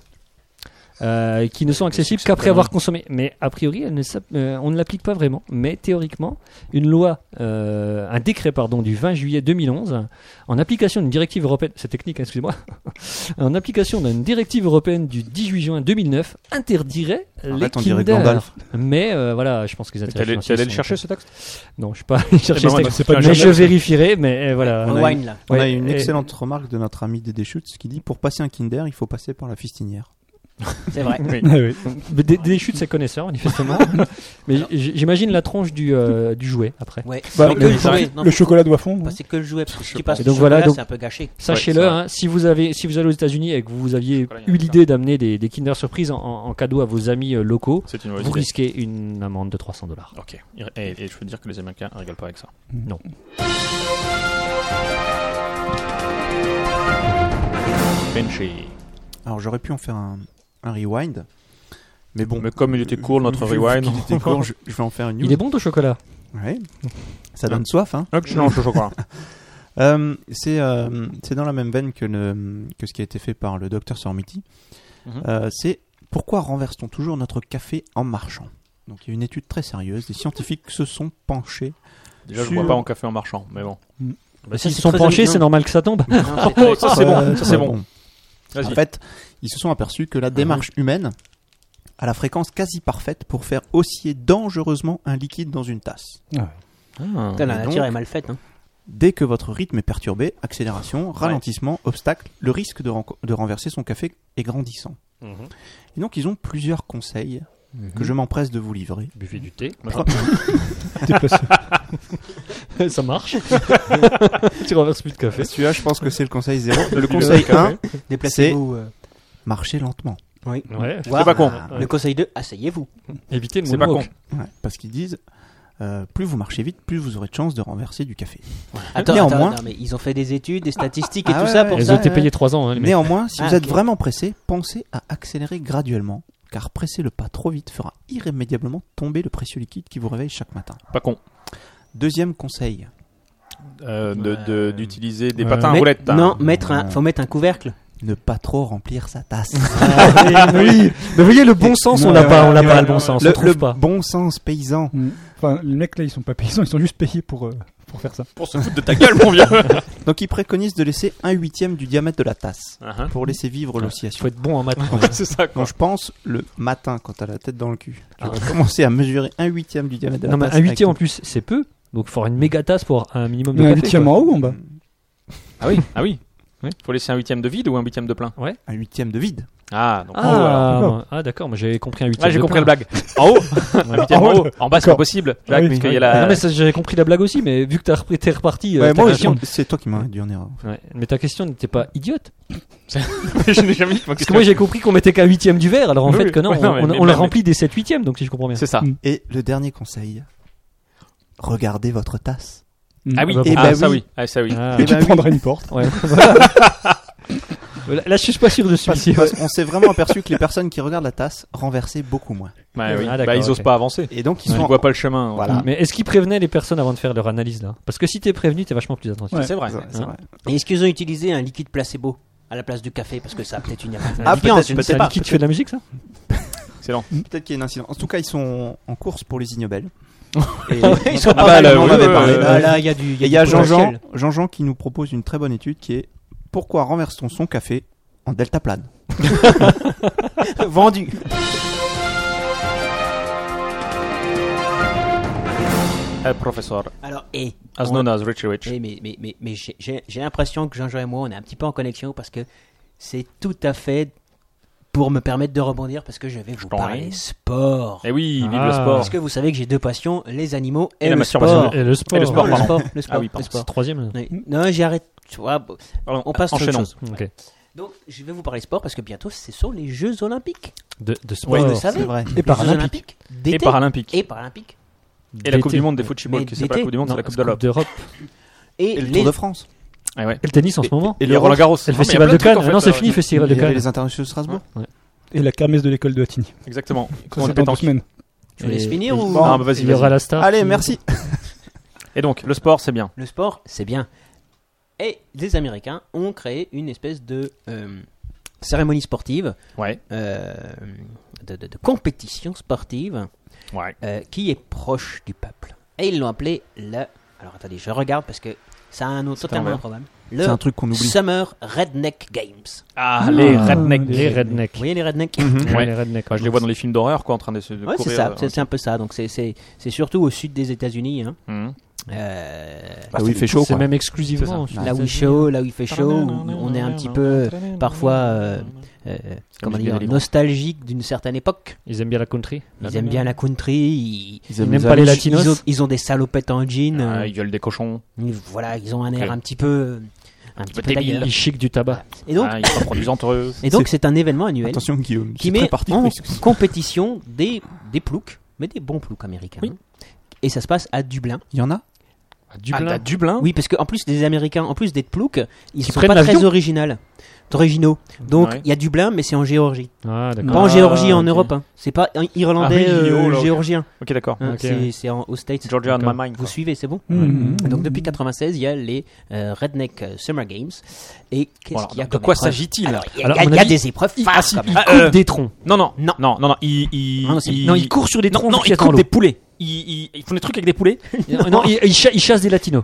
euh, qui ne sont accessibles qu'après avoir consommé. Mais a priori, elle ne s'app- euh, on ne l'applique pas vraiment. Mais théoriquement, une loi, euh, un décret pardon, du 20 juillet 2011, en application d'une directive européenne, c'est technique, hein, excusez-moi, en application d'une directive européenne du 18 juin 2009, interdirait les Arrête, on dirait Kinder. Gandalf. Mais euh, voilà, je pense qu'ils T'es allé interdisent. t'es allé le chercher, ce texte Non, je suis pas allé chercher. Eh ben, ce ouais, texte. c'est pas mais une je journée. vérifierai, mais euh, voilà. On On a wine là. On a Ouais, une et- excellente remarque de notre ami Dédé Schutz qui dit pour passer un Kinder, il faut passer par la fistinière. C'est vrai. Ah oui. Mais Des, des chutes, c'est connaisseur, manifestement. mais j- j'imagine la tronche du, euh, du jouet après. Ouais. Bah, Mais que le- le jouet. non, Le chocolat doit fondre. Bah, C'est que le jouet. Parce que ce qui passe Et donc donc voilà, chocolat, donc- c'est un peu gâché. Sachez-le, Ouais, c'est vrai. hein, si vous avez, si vous allez aux États-Unis et que vous aviez Voilà, il y a eu ça. l'idée d'amener des, des Kinder Surprise en, en- en cadeau à vos amis euh, locaux, C'est une mauvaise vous idée. risquez une amende de 300 dollars. Ok. Et, et je peux te dire que les Américains rigolent pas avec ça. Non. Benchy. Alors j'aurais pu en faire un, un rewind, mais bon. Euh, Mais comme il était court, notre Vu- vu rewind. qu'il était court, je, je vais en faire une news. Il est bon ton chocolat. Ouais. Ça donne soif, hein. Excellent, ce chocolat. Euh, c'est euh, c'est dans la même veine que, le- que ce qui a été fait par le docteur Sormiti. Mhm. Euh, c'est pourquoi renverse-t-on toujours notre café en marchant Donc il y a une étude très sérieuse, des scientifiques se sont penchés. Déjà, je Sur- bois pas en café en marchant, mais bon. Bah, Bah, S'ils c'est sont très penchés, hein. amusant. c'est normal que ça tombe. Non, c'est- Ah, ça c'est bon, Euh, ça c'est ouais, bon. En Vas-y. Mhm. fait, ils se sont aperçus que la démarche humaine a la fréquence quasi parfaite pour faire osciller dangereusement un liquide dans une tasse. hein. Ah. Putain, La Et nature donc- est mal faite. hein. Dès que votre rythme est perturbé, accélération, ralentissement, obstacle, le risque de, ren- de renverser son café est grandissant. Et donc ils ont plusieurs conseils que je m'empresse de vous livrer. Buvez du thé. Moi, Ah, T'es passé. ça marche. tu renverses plus de café. Celui-là, je pense que c'est le conseil 0. Le conseil conseil 1, Déplacez-vous. euh, marchez lentement. Ouais. voir. pas con. Ah, Le conseil 2, asseyez-vous. Évitez le C'est pas con. moonwalk. Ouais, parce qu'ils disent, euh, plus vous marchez vite, plus vous aurez de chances de renverser du café. Ah, Attends, Néanmoins- attends, non, mais ils ont fait des études, des statistiques et Ah tout ouais, ça ouais. pour Les Elles ça. ont été euh, payées 3 ans. hein, les mecs. Néanmoins, si Ah, vous êtes ok. vraiment pressé, pensez à accélérer graduellement, car presser le pas trop vite fera irrémédiablement tomber le précieux liquide qui vous réveille chaque matin. Pas con. Deuxième conseil, Euh, de- de- D'utiliser des Ouais. patins à met- roulettes. hein. Non, mettre un, faut mettre un couvercle. ne pas trop remplir sa tasse. Ah, oui, mais voyez le bon sens, on l'a Non, pas, on l'a non, pas non, le bon non, sens, on le trouve le pas. bon sens paysan. Mm. Enfin, les mecs là, ils sont pas paysans, ils sont juste payés pour, euh, pour faire ça. Pour se foutre de ta gueule, mon vieux. Donc il préconise de laisser un huitième du diamètre de la tasse Uh-huh. pour laisser vivre Ah, Faut l'oscillation. être bon en maths. quand Ouais, même. c'est ça, quoi. Donc je pense le matin quand t'as la tête dans le cul. Tu vas commencer à mesurer un huitième du diamètre de la Ah. non, mais tasse. un avec huitième en ton- plus, c'est peu. Donc, il faut avoir une méga tasse pour avoir un minimum de Mais un café, huitième quoi. en haut ou en bas Ah oui, ah oui. Faut laisser un huitième de vide ou un huitième de plein Un huitième de vide. Ah, donc en haut, alors. Ah, d'accord. ah d'accord, moi j'avais compris un huitième. Ah, j'ai de compris la plein. blague. En haut, un huitième en haut. En bas, c'est pas D'accord. possible. Jacques, Ah oui, parce qu'il y a Non, la. mais ça, j'avais compris la blague aussi, mais vu que t'as repris, t'es reparti. euh, Ouais, ta moi, question- je- c'est toi qui m'as induit en erreur. Ouais, Mais ta question n'était pas idiote. Je n'ai jamais dit ma Parce que moi j'ai compris qu'on mettait qu'un huitième du verre, alors en Oui, fait oui. que non, Ouais, non, mais- on, on mais- le mais- remplit des 7 huitièmes, donc si je comprends bien. C'est ça. Mm. Et le dernier conseil regardez votre tasse. Ah oui, Ah bah, Et ah, bah ça oui. oui. Ah, ça oui. Ah, Et Eh tu ben oui. prendrais une porte. ouais, voilà. Là, là, je suis pas sûr de Parce- celui-ci. parce qu'on s'est vraiment aperçu que les personnes qui regardent la tasse renversaient beaucoup moins. Ouais, oui. Ah, bah, d'accord, ils osent ok. pas avancer. Et donc ils Ils sont ne voient pas le chemin. Voilà. Mais est-ce qu'ils prévenaient les personnes avant de faire leur analyse là Parce que si t'es prévenu, t'es vachement plus attentif. Ouais. C'est vrai. C'est vrai, c'est Hein. vrai. Et est-ce qu'ils ont utilisé un liquide placebo à la place du café Parce que ça a peut-être une Ah, influence, peut-être, je ne sais C'est peut-être un pas. qui fait de la musique ça Peut-être qu'il y a une incidence. En tout cas, ils sont en course pour les ignobels. pas. Ils sont Ah bah, mal, là, on en oui, avait oui, parlé. oui, Là, oui. là, il y a du. Et il y a Jean-Jean Jean-Jean qui nous propose une très bonne étude qui est Pourquoi renverse-t-on son café en deltaplane vendu. Eh, professeur, Alors, et. as on- known as Richie Rich. Eh, mais mais, mais, mais j'ai- j'ai j'ai l'impression que Jean-Jean et moi, on est un petit peu en connexion parce que c'est tout à fait pour me permettre de rebondir parce que je vais vous t'en parler prie. sport. Eh oui, vive Ah. le sport. Parce que vous savez que j'ai deux passions, les animaux et, Et la le, masturbation. sport. Et le sport. Et le sport, Non, Oh, le pardon. sport. Le sport. Ah oui, le pardon. sport. Troisième. Oui. Non, j'arrête. Tu vois, bon. Pardon, on passe sur autre enchaînons. chose. Ok. Donc, je vais vous parler sport parce que bientôt, ce sont les Jeux Olympiques. De, de sport. Vous le savez. C'est vrai. Les Jeux paralympiques. Olympiques. Et d'été. paralympique. Et paralympiques. Et la Coupe D'été. du Monde des football, Mais qui c'est pas la d'été. Coupe du Monde, c'est Non, la Coupe de l'Europe. d'Europe. Et, Et le les- Tour de France. Ah ouais. Et le tennis en ce moment Et le le Roland Garros. C'est le festival de Cannes. non, euh, c'est fini, le Il y festival de avait Cannes. les internationaux de Strasbourg. Et la kermesse de l'école de Attigny. Exactement. Ça, On c'est était dans deux en- semaines. Je vous laisse Et- finir ou Ah, bah, vas-y, Il y aura vas-y. la star. Allez, qui- merci. Et donc, le sport, c'est bien. Le sport, c'est bien. Et les Américains ont créé une espèce de euh, cérémonie sportive, Ouais. euh, de, de- de compétition sportive, Ouais. euh, qui est proche du peuple. Et ils l'ont appelé le... Alors attendez, je regarde parce que ça a un nom totalement envers. improbable. C'est Le un truc qu'on oublie. Summer Redneck Games. Ah, les rednecks. Les rednecks. Vous voyez les rednecks Ouais. les rednecks. Bah, je les vois dans les films d'horreur, quoi, en train de se. de Ouais, c'est courir, ça, euh, c'est c'est un peu ça. Donc c'est- c'est c'est surtout au sud des États-Unis. Hein. Mhm. Euh, Bah oui, il fait chaud. C'est quoi. même exclusivement. C'est ça. là où il chaud, là où il fait chaud, où on est un petit peu parfois euh, euh, comment musique dire, des nostalgique d'une certaine époque. Ils aiment bien la country. Ils aiment bien la country, ils, Ils Ils aiment n'aiment les pas les amis. latinos. ils ont, ils ont des salopettes en jean, Ah, euh, ils gueulent des cochons. ils- voilà, ils ont un air Ok. un petit peu, un petit peu peu débile. d'ailleurs. Ils chiquent du tabac. Et donc, Ah, ils sont produisants entre eux. et donc c'est un événement annuel Attention, Guillaume. qui c'est très met en particulier. compétition des des ploucs, mais des bons ploucs américains. Oui. Et ça se passe à Dublin. Il y en a À Ah, Dublin. t'as Dublin Oui, parce qu'en plus des Américains, en plus d'être ploucs, ils sont prennent pas très l'avion. originales, originaux. Donc il Ouais. y a Dublin, mais c'est en Géorgie. Ah, Pas d'accord. en Géorgie, en ok. Europe. hein. C'est pas en irlandais, Ah oui, euh, oh là, ok. géorgien. Ok, d'accord. Hein, Ok, c'est ouais. c'est en- aux States. Georgia on D'accord. my mind. Vous quoi. suivez, c'est bon Mhm. Donc depuis 96, il y a les euh, Redneck euh, Summer Games. Et qu'est-ce Voilà, qu'il y a de comme quoi épreuve s'agit-il Alors, Il y a, Alors, il y a- à mon il y a avis, des épreuves Ah, phares. si, quand même. ils coupent Des troncs. Non, non, Non. non, non, non, ils, ils, Ah, non, c'est- ils- Non, ils courent sur des non, troncs. non, vu qu'il ils y a tant coupent d'eau. des poulets. Ils, ils- ils font des trucs avec des poulets. Non, ils, ils cha- ils chassent des latinos.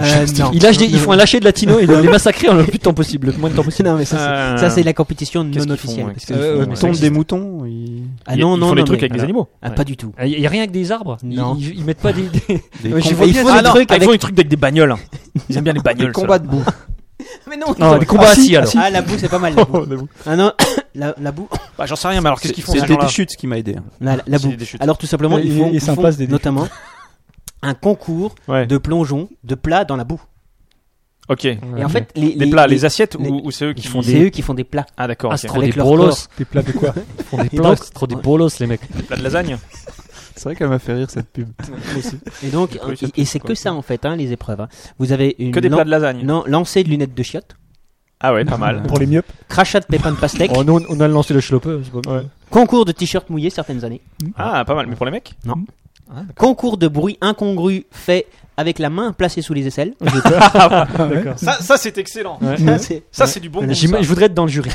Euh, non. Ils, lâchent des- ils font un lâcher de latinos et les massacrer en le plus de temps possible, le moins de temps possible. Non, mais ça, c'est- Euh, ça, c'est la compétition qu'est-ce qu'ils non officielle. font, parce hein, qu'est-ce que- qu'ils font, Euh, mais ouais. tombe Tombe des moutons. ils- Ah non, ils non, font des non, trucs mais- avec des animaux. Ah, pas du tout. Il y a rien que des arbres. Ils- Non. Ils, ils mettent pas des. des- des Ouais, je combats- vois ils bien font Ah des non, trucs ah, ils avec font des trucs avec des bagnoles. Ils aiment bien les bagnoles. des combats de boue. Mais non, Non, des combats Ah, si, assis ah, alors. si. Ah, la boue, c'est pas mal. La boue. Ah non, la, la boue. ceux-là. Bah, J'en sais rien, mais alors qu'est-ce qu'ils font ces C'était gens-là des chutes qui m'a aidé. hein. La, la C'est boue. des chutes. Alors tout simplement, Et- ils et- font, et ils ça font passe des- notamment un concours Ouais. de plongeon de plats dans la boue. Ok. Et en fait, les, Les les- plats, les- les assiettes les- ou ou c'est eux qui ils font c'est eux qui font des plats. Ah d'accord. ok. Astro des Avec leur bourlos. corps. Des plats de quoi Ils font des Et donc- plans, trop des bourlos, les mecs. Plat de lasagne. C'est vrai qu'elle m'a fait rire cette pub. Et donc, Oui, c'est et, et c'est quoi. que ça en fait, hein, les épreuves. hein. Vous avez une Que des lan- plats de lasagne. lan- lancer de lunettes de chiottes, Ah ouais, pas mal. Pour les myopes crachat de pépins de pastèque, Oh, nous, on a lancé le chlopeux. c'est pas- concours de t-shirts mouillés certaines années. Ah, pas mal. Mais pour les mecs Non. Ah, Concours de bruit incongru fait avec la main placée sous les aisselles. Ça, ça c'est excellent. Ça, c'est- Ça, c'est du bon. goût, J'im- ça. Je voudrais être dans le jury.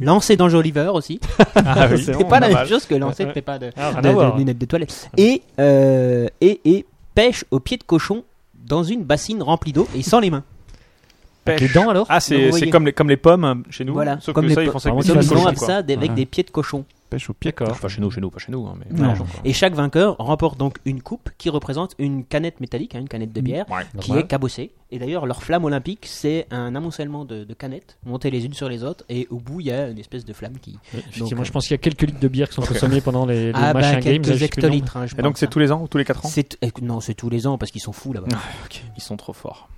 Lancer d'Ange Oliver aussi. Ah oui. C'est pas la même dommage. chose que lancer Ouais, de pas de, Ah, de- de d'accord. lunettes de toilette. Et, euh, et, et pêche au pied de cochon dans une bassine remplie d'eau et sans les mains. Avec les dents alors Ah, Donc, c'est vous c'est voyez. comme les, comme les pommes hein, chez nous. Voilà, Sauf comme que les ça, ils po- font ça avec Vraiment, des Pied Comme de petits ils cochon, ont cochons, appelé quoi. ça des- avec Ouais. des pieds de cochon. Pêche au pied. Enfin, chez nous, chez nous, pas chez nous. hein, mais Non. dans les gens, quoi. Et chaque vainqueur remporte donc une coupe qui représente une canette métallique, hein, une canette de bière, Ouais. qui est cabossée. Et d'ailleurs, leur flamme olympique, c'est un amoncellement de, de canettes montées les unes sur les autres. Et au bout, il y a une espèce de flamme qui. Effectivement, Donc, je pense qu'il y a quelques litres de bière qui sont consommées pendant les, les ah machins games. bah, quelques là, je sais plus le nombre. hectolitres. hein, je Et donc, pense, c'est hein. tous les Ah, ans ou tous les 4 ans C'est- euh, Non, c'est tous les ans parce qu'ils sont fous là-bas. Ok, Ils sont trop forts.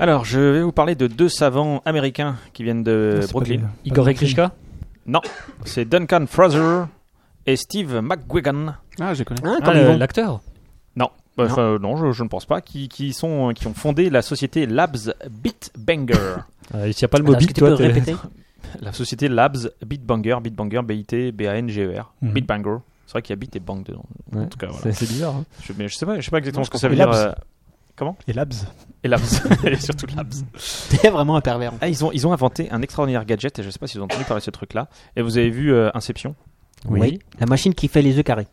Alors, je vais vous parler de deux savants américains qui viennent de Euh, Brooklyn. Igor et Krishka C'est Duncan Fraser et Steve McGuigan. Ah, j'ai connu. Hein, Ah, comme le- ils vont. L'acteur Bah, enfin, euh, non, je, je ne pense pas. Qui, qui, sont, euh, qui ont fondé la société Labs Bitbanger. Euh, S'il n'y a pas le mot Alors, est-ce que beat, tu peux toi, le t'es- répéter la société Labs Bitbanger, Bitbanger, B-I-T, B-A-N-G-E-R. Mhm. E Bitbanger. C'est vrai qu'il y a bit et bang dedans. En Ouais, tout cas, voilà. C'est c'est bizarre. hein. Je, mais je sais pas, je sais pas exactement Non, ce je que ça veut comprends. dire. Et euh, Et Labs. et Labs. et surtout Labs. T'es vraiment un pervers. Ah, ils ont, ils ont inventé un extraordinaire gadget, et je sais pas si vous avez entendu parler de ce truc-là. Et vous avez vu euh, Inception Oui. La machine qui fait les œufs carrés.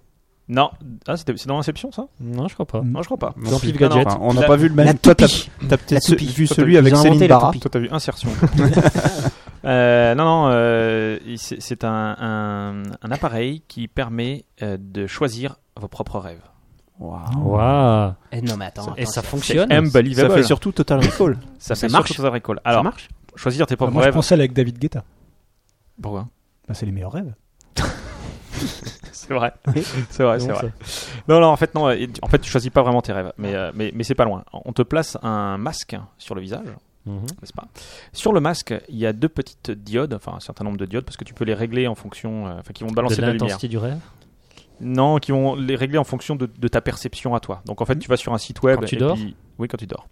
Non. Ah, c'était- c'est dans Inception, ça Non, je crois pas. Non, je crois pas. Dans Pif Gadget. Enfin, on n'a La- pas vu le même. la Bah, Toi, t'as toupie. t'as peut-être ce- toupie. vu Toi, celui t'as- avec ils ont Céline inventé la Barra. toupie. Ah, Toi, t'as vu Insertion. Euh, non, non, euh, il- c'est c'est un, un, un appareil qui permet euh, de choisir vos propres rêves. Waouh. Waouh Eh non, mais attends. Et attends, ça c'est- fonctionne Ça Unbelievable. fait surtout Total Recall. Ça, Ça fait marche surtout Total Recall. Alors, ça marche choisir tes Enfin, propres Ah, moi, je rêves. prends celle avec David Guetta. Pourquoi Bah, c'est les meilleurs rêves. C'est vrai. c'est vrai, c'est vrai. Non, non, en fait, non. euh, En fait, tu choisis pas vraiment tes rêves, mais, euh, mais, mais c'est pas loin. On te place un masque sur le visage, Mhm. n'est-ce pas Sur le masque, il y a deux petites diodes, enfin un certain nombre de diodes, parce que tu peux les régler en fonction, euh, enfin, qui vont balancer De de la lumière. l'intensité du rêve. Non, qui vont les régler en fonction de, de ta perception à toi. Donc en fait, tu vas sur un site web. Mmh. Quand tu et dors Mmh. puis- Oui, quand tu dors.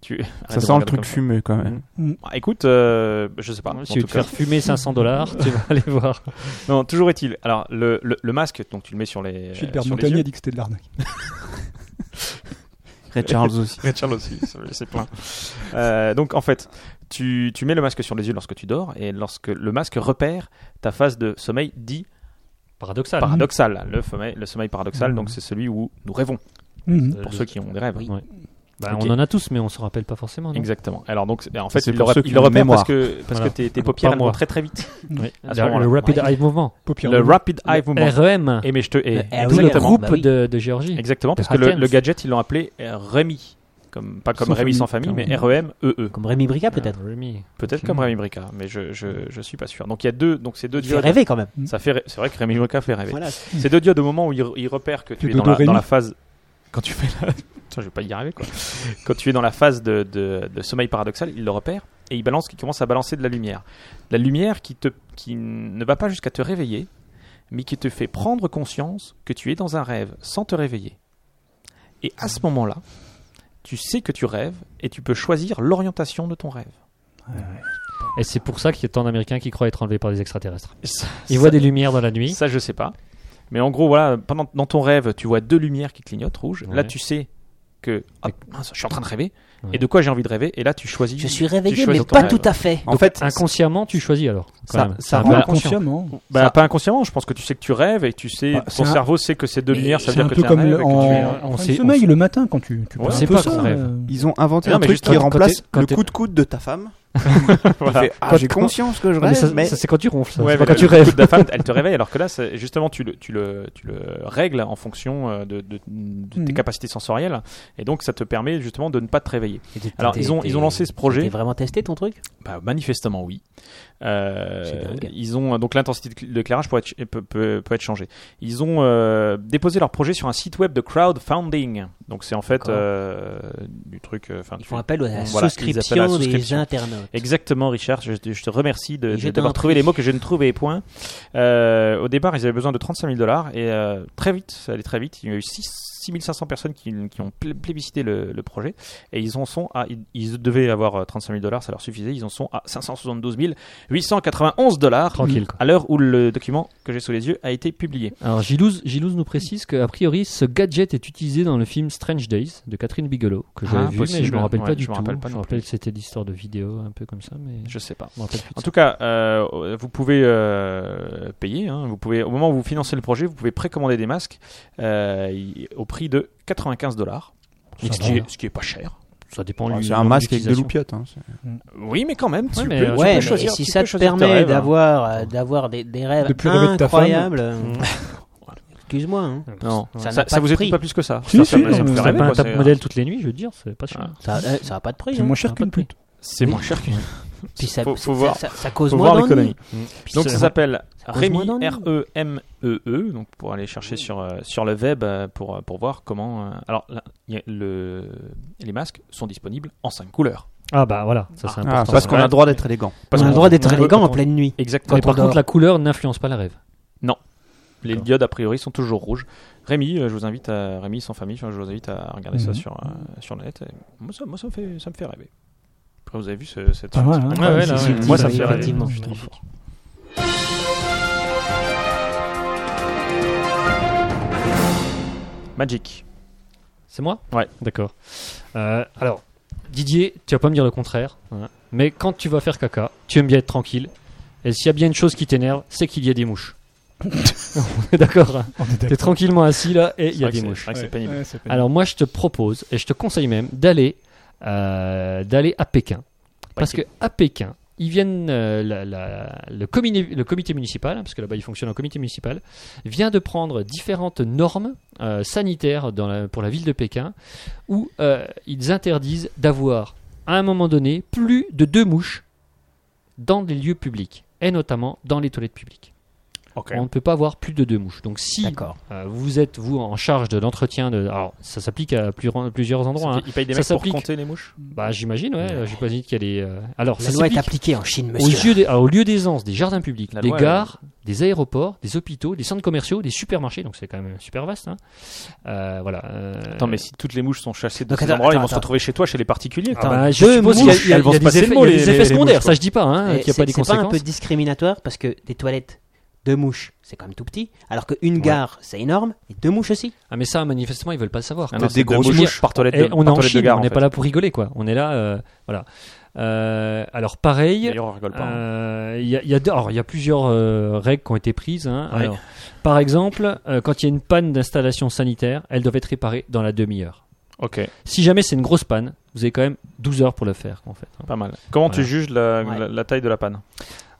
Tu... Arrête Ça de me sent le regarder truc comme ça. fumeux quand même. Ah, écoute, euh, je sais pas. en Si tu tout te cas. faire fumer 500 dollars, tu vas aller voir. Non, toujours est-il. Alors le, le, le masque, donc tu le mets sur les. Gilbert Euh, sur les Montagnier yeux. a dit que c'était de l'arnaque. Ray Charles aussi. Ray Charles aussi, c'est- c'est plein. Euh, donc en fait, tu, tu mets le masque sur les yeux lorsque tu dors et lorsque le masque repère ta phase de sommeil dit Paradoxal. paradoxal. Le sommeil, le sommeil paradoxal, donc c'est celui où nous rêvons, Mhm. pour Le- ceux qui ont des rêves. Oui. Bah, Ok. On en a tous, mais on s'en rappelle pas forcément. non Exactement. Alors donc c'est- en fait, C'est il le, pour rep- ceux qui il le ont une repère parce mémoire. que, parce Voilà. que tes, tes Pas paupières elles moi. vont très très vite. Oui. À ce Le, moment-là. le Rapid Eye Movement. Paupières Le rouges. rapid eye movement. REM. Et mais je te et- Eh D'où oui, le alors, groupe bah oui. de, de Géorgie. exactement parce de que le, Hackens. le gadget ils l'ont appelé euh, Rémi, comme pas comme Sans Rémi famille. sans famille, mais R E M E E. Comme Rémi Brica, peut-être. Ah, Remy. Peut-être comme Rémi Brica, mais je, je, je suis pas sûr. Donc il y a deux, donc ces deux Il fait diodes. rêver quand même. Ça fait, ré- c'est vrai que Rémi Brica fait rêver. Voilà. Ces deux diodes au moment où il, il repère que tu es dodo dans la, dans Rémi. la phase quand tu fais la... Putain, je vais pas y arriver quoi. quand tu es dans la phase de, de, de sommeil paradoxal, il le repère et il balance, il commence à balancer de la lumière. La lumière qui te, qui ne va pas jusqu'à te réveiller, mais qui te fait prendre conscience que tu es dans un rêve sans te réveiller. Et à ce moment-là, tu sais que tu rêves et tu peux choisir l'orientation de ton rêve. Et c'est pour ça qu'il y a tant d'Américains qui croient être enlevés par des extraterrestres. Ça- Ils ça- voient des lumières dans la nuit. Ça, je sais pas. Mais en gros, voilà, pendant, dans ton rêve, tu vois deux lumières qui clignotent rouges. Ouais. Là, tu sais que hop, mince, je suis en train de rêver. Ouais. Et de quoi j'ai envie de rêver Et là, tu choisis. Je suis réveillé, mais choisis ton pas rêve. tout à fait. En fait, Inconsciemment, tu choisis alors. quand Ça- même. ça C'est un rend peu- la- Inconsciemment. Bah, pas inconsciemment. Je pense que tu sais que tu rêves et tu sais. Bah, ton c'est un- cerveau sait que ces deux lumières, ça veut C'est dire un que peu tu comme rêves. le- et que tu es- en on en fin sait- de on sommeil sait- le matin quand tu tu On fais un sait peu pas ça, qu'on rêve. euh, ils ont inventé Non, un mais truc justement, qui quand t'es- remplace quand le t'es- coup de coude de ta femme. Voilà. Tu fais, ah, j'ai conscience que je Ah, mais rêve, ça, mais ça, c'est quand tu ronfles. ça. Ouais, C'est pas mais quand le- tu le rêves. coup de la femme, elle te réveille, alors que là, c'est- justement, tu le, tu, le, tu le règles en fonction euh, de, de- de tes Mhm. capacités sensorielles, et donc ça te permet justement de ne pas te réveiller. Alors, ils ont- ils ont lancé ce projet. T'as vraiment testé ton truc Bah, manifestement, oui. Euh, C'est dingue. ils ont donc l'intensité de- d'éclairage peut être, peut, peut- peut être changée. Ils ont euh, déposé leur projet sur un site web de crowdfunding. Donc c'est en fait D'accord. euh, du truc. euh, enfin, Ils tu- font appel à la Voilà, ils appellent souscription la des souscription. internautes. Exactement, Richard. Je, je te remercie de- Et je de- t'en d'avoir trouvé prie. les mots que je ne trouvais point. Euh, au départ, ils avaient besoin de 35 000 dollars et euh, très vite, ça allait très vite. Il y a eu 6500 personnes qui, qui ont plé- plébiscité le, le projet et ils en sont à. Ils, ils devaient avoir euh, 35 000 dollars, ça leur suffisait. Ils en sont à 572 000 891 dollars Tranquille, quoi. à l'heure où le document que j'ai sous les yeux a été publié. Mm. Alors Gilouz, Gilouz nous précise qu'a priori ce gadget est utilisé dans le film Strange Days de Catherine Bigelow que j'avais Ah, vu possible. mais je me rappelle Ouais, pas du je me tout. rappelle pas je me non rappelle plus. que c'était l'histoire de vidéo un peu comme ça mais je Je sais pas. me rappelle plus. de En ça. tout cas, euh, vous pouvez euh, payer. hein, vous pouvez, au moment où vous financez le projet, vous pouvez précommander des masques euh, y- au prix de 95 dollars, Ça ce, va, qui hein. est- ce qui est pas cher. ça dépend Ouais, du- C'est un masque avec de l'utilisation. loupiotes. hein, c'est- Oui, mais quand même, tu Ouais, peux, mais, tu euh, peux Ouais, mais choisir. si tu ça peux te choisir permet rêve, hein. d'avoir euh, d'avoir des, des rêves De plus rêver de ta femme. incroyables, euh, excuse-moi. hein. Non, ça, Ça n'a pas ça de vous prix. étonne pas plus que ça. Si, Ça, si, ça me- non, ça me mais fait c'est C'est rêver, pas un quoi, top c'est- hein. modèle toutes les nuits, je veux dire, c'est pas cher. Ah. Ça, euh, ça a pas de prix. C'est hein, moins ça cher a pas qu'une de prix. pute. C'est moins cher qu'une Puis ça, Faut- faut ça- voir. ça- ça cause Faut moins voir d'ennuis. l'économie. Puis Donc ça s'appelle ça cause Rémi, E moins d'ennuis. R-E-M-E-E, E, donc pour aller chercher sur, euh, sur le web euh, pour, euh, pour voir comment... euh, alors, là, il y a le, les masques sont disponibles en 5 couleurs. Ah bah voilà, ça c'est Ah, important. parce qu'on a Ouais. le droit d'être élégant. on a le droit d'être on- élégant on- en pleine nuit. Exactement. Mais par contre, la couleur n'influence pas la rêve. Les diodes, a priori, sont toujours rouges. Rémi, euh, je vous invite à... Rémi sans famille, je vous invite à regarder ça Mhm. sur, euh, sur le net. Et moi, ça, moi, ça me fait, ça me fait rêver. Après, vous avez vu ce- cette... Pas mal, cette- hein. Ah, Ouais, ouais, C'est là, ouais. subtil, Moi, ça me oui, fait rêver. effectivement. Je suis trop fort. Magic. C'est moi Ouais. D'accord. Euh, alors, Didier, tu vas pas me dire le contraire, hein, mais quand tu vas faire caca, tu aimes bien être tranquille. Et s'il y a bien une chose qui t'énerve, c'est qu'il y a des mouches. On est d'accord. hein. On est T'es d'accord. tranquillement assis là et il y C'est vrai a que des c'est- mouches. c'est vrai que c'est pénible. Ouais, c'est pénible. Alors moi, je te propose et je te conseille même d'aller euh, d'aller à Pékin, parce que à Pékin, ils viennent euh, la- la- le, comité, le comité municipal, hein, parce que là-bas ils fonctionnent en comité municipal, vient de prendre différentes normes euh, sanitaires dans la- pour la ville de Pékin, où euh, ils interdisent d'avoir à un moment donné plus de deux mouches dans les lieux publics et notamment dans les toilettes publiques. Ok. On ne peut pas avoir plus de deux mouches. Donc si D'accord. euh, vous êtes vous en charge de l'entretien de. Alors ça s'applique à plus- plusieurs endroits. hein. Ils payent des Ça mecs pour s'applique. compter les mouches Bah j'imagine, ouais. J'imagine qu'il y a des. euh, Alors La ça loi est s'applique appliquée en Chine, aux monsieur. yeux des, alors, au lieu d'aisance des jardins publics, La des loi, gares, des aéroports, des hôpitaux, des centres commerciaux, des supermarchés. Donc c'est quand même super vaste. hein. Euh, voilà. euh, Attends, mais si toutes les mouches sont chassées de Donc, ces attends, endroits, ils vont attends, se retrouver chez toi, chez les particuliers. Ah bah, Attends. je Deux suppose qu'il y a- mouches, il y a, elles il y vont a se des passer effets, le mot, il y les- a des effets les- les secondaires, mouches, ça je dis pas, hein, Et qu'il n'y a c'est- pas des C'est pas un conséquences. peu discriminatoire parce que des toilettes, deux mouches, c'est quand même tout petit, alors qu'une gare, c'est énorme, et deux mouches aussi. Ah, mais ça, manifestement, ils veulent pas le savoir. Ah quoi. non, des c'est deux grosses mouches. par toilette Et de, Eh, on est par en toilette de Chine, gare. on en n'est fait. pas là pour rigoler, quoi. On est là, euh, voilà. Euh, alors pareil, D'ailleurs, on rigole pas. hein. Euh, Il y, a- il y a deux- alors, il y a plusieurs euh, règles qui ont été prises. hein. Ouais. Alors, par exemple, euh, quand il y a une panne d'installation sanitaire, elles doivent être réparées dans la demi-heure. Ok, Si jamais c'est une grosse panne, vous avez quand même 12 heures pour le faire. En fait. hein. pas mal. Comment tu Voilà. juges la, Ouais. la- la taille de la panne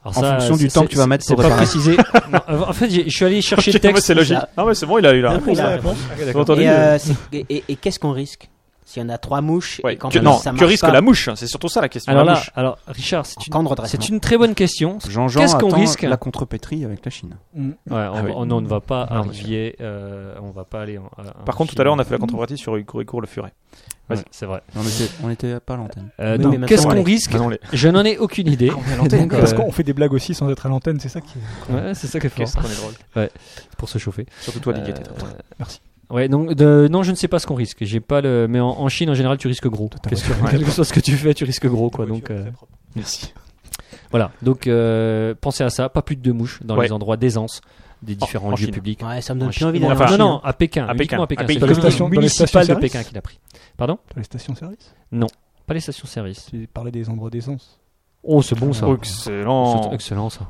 Alors En ça, fonction du c'est- temps que tu vas c'est- mettre c'est pour pas réparer. précisé. Non, euh, en fait, j'ai- je suis allé chercher Ok, le texte. c'est logique. Non, mais c'est bon, il a eu la Non, réponse. il a là. la Vous entendez Et, euh, c'est- et- et- et qu'est-ce qu'on risque S'il y en a trois mouches Ouais. et qu'en Que, plus non, ça que marche risque pas, la mouche C'est surtout ça la question. Ah, Ah, Alors la là, mouche. alors Richard, c'est en une, camp de redressement. c'est une très bonne question. Jean-Jean Qu'est-ce qu'on attend risque La contrepétrie avec la Chine. Ouais, on, Ah va- oui. oh non, on ne va pas Non, arriver, euh, on va pas aller. en- en- Par contre, tout à l'heure, on a fait la contrepartie sur Huricourt le furet. Ouais, vas-y. c'est vrai. On était, on était pas à l'antenne. Euh, Mais donc, oui, mais qu'est-ce maintenant, qu'on on risque Maintenant, les- Je n'en ai aucune idée. Donc, Parce euh, qu'on fait des blagues aussi sans être à l'antenne, c'est ça qui est. Ouais, c'est ça qui est fort. Qu'est-ce qu'on est drôle. Pour se chauffer. Surtout toi, Didier, Euh, t'es drôle. Merci. Ouais, donc de- non, je ne sais pas ce qu'on risque. J'ai pas le, mais en, en Chine en général, tu risques gros. Qu'est-ce que- Quel que soit ce que tu fais, tu risques gros, quoi. Donc euh, Merci. voilà. Donc euh, pensez à ça. Pas plus de deux mouches dans Ouais. les endroits d'aisance des En- différents en lieux Chine. publics. Ouais, ça me donne En plus Chine. envie Bon, d'aller enfin, non, en Chine. non, à Pékin. À uniquement Pékin. à Pékin. À C'est Pékin. le Dans les stations- comité dans les municipal de stations-service Pékin qui l'a pris. Pardon Dans les stations-service Pas les stations-service. Tu parlais des endroits d'essence. Oh, c'est bon ça. Oh, C'est Excellent. excellent ça.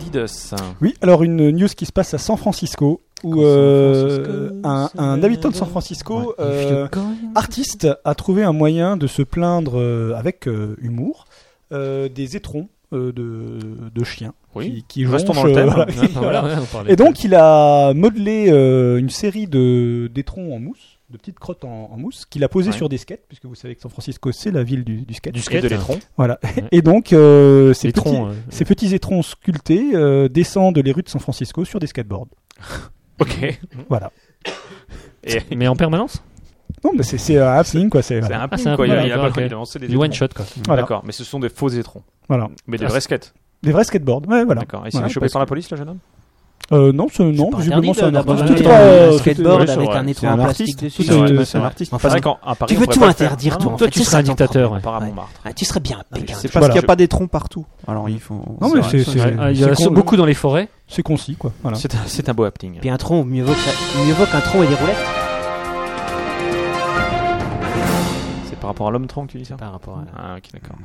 Didus. Oui, alors une news qui se passe à San Francisco où euh, un, un habitant de San Francisco, euh, artiste, a trouvé un moyen de se plaindre euh, avec euh, humour euh, des étrons euh, de, de chiens Oui. qui, qui Restons dans jonchent, le thème. euh, voilà, hein. qui- voilà. Et donc il a modelé euh, une série de d'étrons en mousse, de petites crottes en, en mousse, qu'il a posées Ouais. sur des skates, puisque vous savez que San Francisco c'est la ville du, du skate. du Et skate, de l'étron. Voilà. Ouais. Et donc euh, ces, les petits, troncs. euh, ces petits étrons sculptés euh, descendent les rues de San Francisco sur des skateboards. Ok. Voilà. Mais en permanence. Non, mais c'est- c'est un happening quoi. C'est C'est voilà. un c'est un ping, quoi. Il a- ping, il a pas d'accord, connu ok. de lancer des Du one étrons. shot quoi. Voilà. D'accord, mais ce sont des faux étrons. Voilà. Mais des Ah, vrais skates. Des vrais skateboards. Ouais, voilà. D'accord. Et il s'est Voilà, fait choper parce par la police, le jeune homme Euh, non, c'est- non, pas visiblement, interdit c'est un de- artiste. d'abandonner C'est pas, un euh, c'était- skateboard c'est avec vrai, un C'est étui un en artiste. plastique tout dessus. ça, Ouais, ouais, ouais, c'est un ouais. artiste. Enfin, Parce qu'en- à Paris, tu on veux pourrait tout pas le faire. interdire, Non, toi. non, en toi, fait, tu ça serais serait dictateur, imprenable. ouais, apparemment, Ouais. Marc. Ah, tu serais bien à Pékin. C'est pas parce qu'il n'y voilà. a pas des troncs partout. Alors il faut. Non, mais c'est- c'est- Ah, Il y en a c'est con, beaucoup dans les forêts. C'est concis, quoi. Voilà. C'est un- C'est un beau happening. Puis un tronc, mieux vaut que ça- mieux vaut qu'un tronc et des roulettes. C'est par rapport à l'homme tronc, tu dis ça Par rapport à... Ah, ok, d'accord.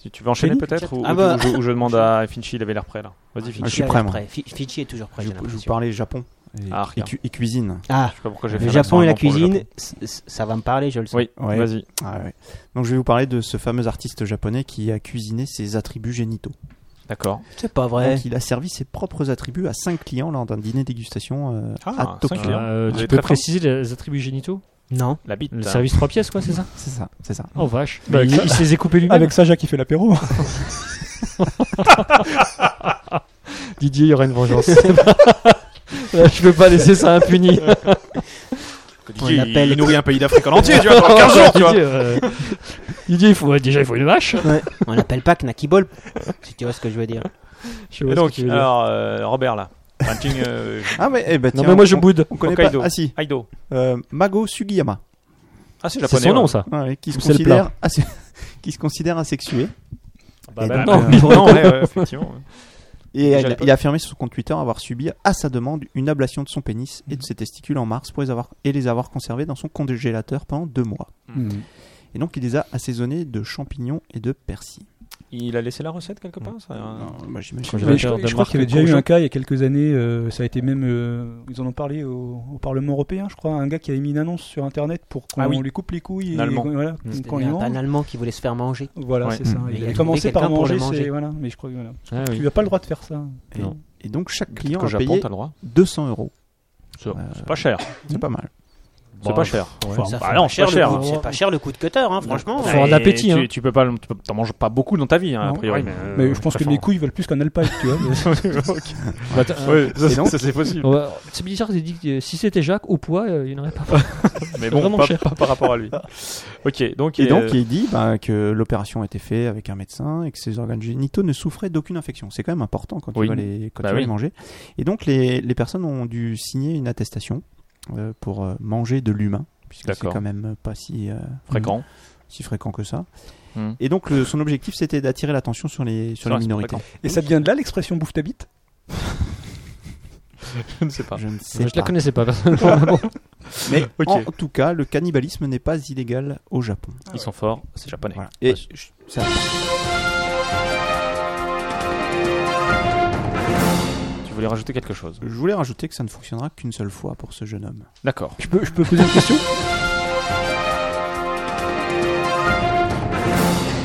Tu, tu veux enchaîner Fini peut-être ou, Ah ou- bah. ou je- ou je demande à Finchi, il avait l'air prêt là. Vas-y, Finchi. je suis prêt, moi. Fiji est toujours prêt, Je j'ai je vous l'impression. parlais Japon et, Ah, et regarde. cu- et cuisine. Ah, Je sais pas pourquoi j'ai fait le l'accent Japon et la allemand pour le cuisine, Japon. c- c- ça va me parler, je le sens. Oui, Ouais. vas-y. Ah ouais. Donc je vais vous parler de ce fameux artiste japonais qui a cuisiné ses attributs génitaux. D'accord. C'est pas vrai. Donc il a servi ses propres attributs à cinq clients lors d'un dîner dégustation euh, Ah, à Tokyo. cinq clients. Euh, Vous tu avez peux très faim préciser les attributs génitaux Non. La bite. Le service 3 pièces, quoi, c'est ça C'est ça, c'est ça. Oh vache. Bah, il, avec ça- il se les est coupés lui-même. Avec ça, Jacques, il fait l'apéro. Didier, il y aura une vengeance. Là, je peux pas laisser ça impuni. On l'appelle- Il nourrit un pays d'Afrique en entier, tu vois, pendant 15 jours, tu vois. Didier, euh, Didier, il faut, euh, déjà, il faut une vache. On l'appelle pas Knacky Ball, si tu vois ce que je veux dire. Je sais pas Et ce que donc, tu veux dire. alors, euh, Robert là. Hunting euh, Ah mais eh ben, non, tiens, mais moi, on- je boude. on connaît Hokkaido. pas. Ah si, Aido. euh, Mago Sugiyama, Ah, c'est C'est japonais. son nom, ouais. ça. ouais, qui se C'est le considère assez- qui se considère asexué. Bah, Et bah, donc, non, euh, oui, non, ouais, ouais, effectivement. Et Déjà à il a, l'époque. il a affirmé sur son compte Twitter avoir subi, à sa demande, une ablation de son pénis et de ses testicules en mars pour les avoir, et les avoir conservés dans son congélateur pendant deux mois. Et donc il les a assaisonnés de champignons et de persil. Il a laissé la recette quelque part, ça. Non, moi, j'imagine- Congélateur. Vainqueur de Mais je, je crois qu'il y avait Marc déjà eu Bourgeon. un cas il y a quelques années, euh, ça a été même, euh, ils en ont parlé au, au Parlement européen, je crois, un gars qui avait mis une annonce sur Internet pour qu'on Ah oui. lui coupe les couilles Un Allemand. et qu'on- voilà, Mm. qu'on Il lui y a un mange. Allemand qui voulait se faire manger. Voilà, Ouais. c'est ça. Mm. Mmh. Il Il a avait trouvé commencé par quelqu'un pour manger, le manger. c'est- voilà, mais je crois que voilà. Ah, Tu oui. n'as pas le droit de faire ça. Euh, Et, Non. et donc chaque client Qu'au a Japon, payé t'as le droit. 200 euros. C'est Euh, c'est pas cher. C'est pas mal. C'est pas cher. Ouais. Ça Bah fait non, pas c'est pas cher le cher, coup- hein. C'est pas cher le coup de cutter, hein, franchement. Faut avoir de Et l'appétit, Tu, hein. tu peux pas, tu peux- t'en manges pas beaucoup dans ta vie, hein, a Non. priori. Mais, Mais je pense que mes couilles veulent plus qu'un alpaï, tu vois. Bah, t'as- Oui, Et donc- ça c'est possible. Ouais, c'est bizarre, j'ai dit que euh, si c'était Jacques au poids, euh, il n'aurait pas. Mais bon, Vraiment pas, cher. pas par rapport à lui. Ok, donc. Et donc euh, il dit bah, que l'opération a été faite avec un médecin et que ses organes génitaux ne souffraient d'aucune infection. C'est quand même important quand Oui. tu vas les, quand Bah tu vas oui. les manger. Et donc les, les personnes ont dû signer une attestation euh, pour euh, manger de l'humain. Puisque c'est D'accord. quand même pas si, euh, Fréquent. si fréquent que ça. Hmm. Ah, Et donc le- son objectif c'était d'attirer l'attention sur les, sur Ça les reste minorités. Et ça devient de là l'expression bouffe ta bite Je ne sais pas. Je ne sais Je la pas. connaissais pas. Mais Ok. en tout cas, le cannibalisme n'est pas illégal au Japon. Ils sont forts, c'est japonais. Voilà. Et Ouais. je- c'est important. Tu voulais rajouter quelque chose je voulais rajouter que ça ne fonctionnera qu'une seule fois pour ce jeune homme. D'accord. je peux, je peux poser une question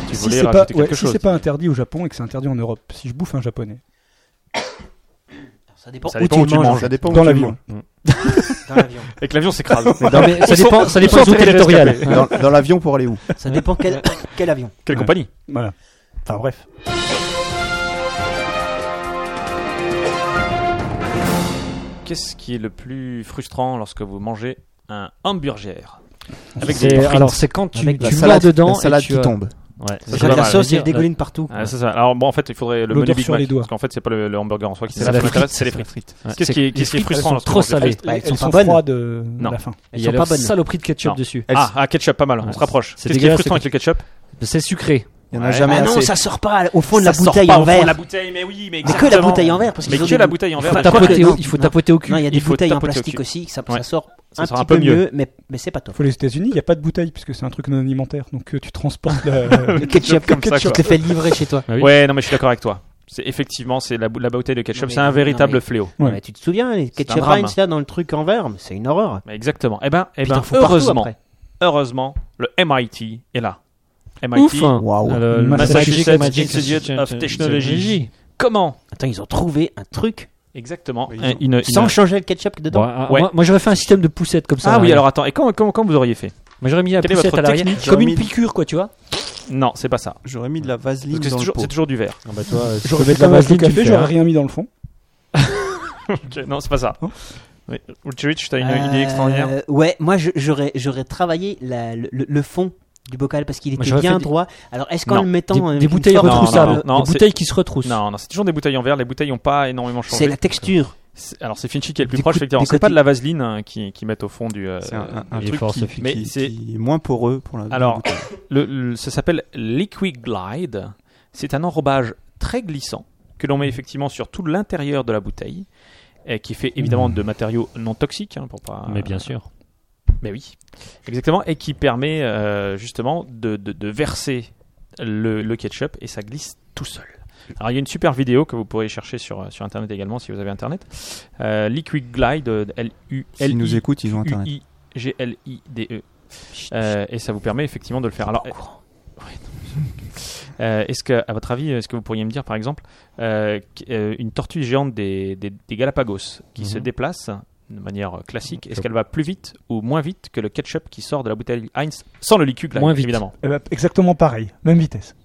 Tu Si voulais c'est pas, rajouter ouais, quelque si chose c'est pas interdit au Japon et que c'est interdit en Europe, si je bouffe un japonais, Ça dépend Ça où dépend tu où tu manges. manges. Ça dépend dans l'avion. Dans l'avion. Et que l'avion s'écrase. ça dépend, ça dépend sont des zones très territoriales. Dans, dans l'avion pour aller où Ça dépend quel, quel avion. Quelle Ouais. compagnie Voilà. Enfin bref. Qu'est-ce qui est le plus frustrant lorsque vous mangez un hamburger Avec C'est- des frites. alors c'est quand tu, Avec tu La mords salade- dedans la salade et tu qui as- tombe. Ouais. Ça, Jacques pas la mal. sauce, Je veux dire, il dégouline partout. Ah, c'est ça. Alors bon, en fait, il faudrait le L'odeur menu Big sur Mac. les doigts. Parce qu'en fait, c'est pas le, le hamburger en soi qui C'est s'intéresse, la ça frite. m'intéresse, c'est les frites. Ouais. Qu'est-ce C'est- qui, qu'est-ce qui est frites, frustrant elles lorsque sont trop vous mangez des salées. Bah, Elles elles sont sont pas bonnes. froides euh, Non. à la fin. Il Elles y a sont leur pas bonnes. saloperie de ketchup Non. dessus. Ah, ah, ketchup, pas mal, on Ouais, se rapproche. Qu'est-ce c'est qui est dégueulasse, frustrant avec c'est- le ketchup C'est sucré. Il n'y en a Ouais. jamais Ah non, assez. ça sort pas au fond de la Ça sort bouteille pas en au fond de la verre. bouteille, mais oui, mais Mais que la exactement. bouteille en verre. Parce Mais qu'ils ont que des- la bouteille en Faut verre. taper d'accord. au- Tapoter au- non, Il faut non. tapoter au cul. Non, il y a des Il faut bouteilles en tapoter au plastique cul. aussi, ça, Ouais. ça sort Ça un sort un petit peu peu mieux. mieux, mais, mais c'est pas top. Faut les États-Unis, il n'y a pas de bouteille puisque c'est un truc non alimentaire. Donc euh, tu transportes la- Le ketchup, comme comme ça, ça, tu quoi. te fais livrer chez toi. Ah oui. Ouais, non, mais je suis d'accord avec toi. C'est effectivement, c'est la, bou- la bouteille de ketchup, mais- c'est un non, véritable mais- fléau. Ouais. Mais tu te souviens, un les ketchup drame. Heinz là dans le truc en verre, mais c'est une horreur. Mais exactement. Eh ben, eh Puis t'en ben fous partout heureusement, après. heureusement, le MIT est là. MIT, Ouf. Waouh. Le Massachusetts Magic Institute of Technology. Comment Attends, ils ont trouvé un truc Exactement. Oui, Un- ils une- sans une- changer le ketchup dedans. Bon, ah, Ouais. Moi, moi, j'aurais fait un système de poussette comme ça. Ah oui, là. alors attends, et comment, comment, comment vous auriez fait Moi j'aurais mis la Quelle est poussette votre à l'arrière. technique Comme J'aurais une mis- piqûre quoi, tu vois. Non, c'est pas ça. J'aurais mis de la vaseline Parce que c'est dans le toujours, pot. c'est toujours du verre. Ah bah toi, J'aurais fait comme un au café, j'aurais rien mis dans le fond. Non, c'est pas ça. Non. Oui. Ultrich, t'as une idée extraordinaire Euh, Ouais, moi je- j'aurais j'aurais travaillé la- le, le- le fond du bocal parce qu'il Moi, était j'aurais fait bien des- droit. Alors est-ce Non. qu'en le mettant Des, avec des une euh, bouteilles sorte de- non, non, retroussables. non, non, des c'est- bouteilles qui se retroussent. Non, non, c'est toujours des bouteilles en verre. Les bouteilles n'ont pas énormément C'est changé. la texture. C'est- Alors c'est Finchy qui est le plus Des proche, coups- effectivement. des C'est pas côtés. de la vaseline hein, qui, qui mettent au fond du. euh, C'est un, un- un il est truc fort, ce qui, flic. Mais qui- c'est- qui est moins poreux pour la. Alors, le, le- ça s'appelle Liquid Glide. C'est un enrobage très glissant que l'on met effectivement sur tout l'intérieur de la bouteille, et qui est fait évidemment de matériaux non toxiques, hein, pour pas. Mais bien sûr. Mais oui, exactement, et qui permet euh, justement de, de- de verser le, le ketchup et ça glisse tout seul. Alors il y a une super vidéo que vous pourrez chercher sur, euh, sur internet également si vous avez internet. Euh, Liquid Glide, euh, L U L S'ils nous écoutent, ils ont internet. G L I D E. Euh, et ça vous permet effectivement de le faire. Alors, euh, ouais, non, mais- Euh, est-ce que, à votre avis, est-ce que vous pourriez me dire, par exemple, euh, qu- euh, une tortue géante des, des- des Galapagos qui Mhm. se déplace de manière euh, classique, est-ce qu'elle va plus vite ou moins vite que le ketchup qui sort de la bouteille Heinz sans le liquide, Moins vite. évidemment Eh ben, exactement pareil, même vitesse.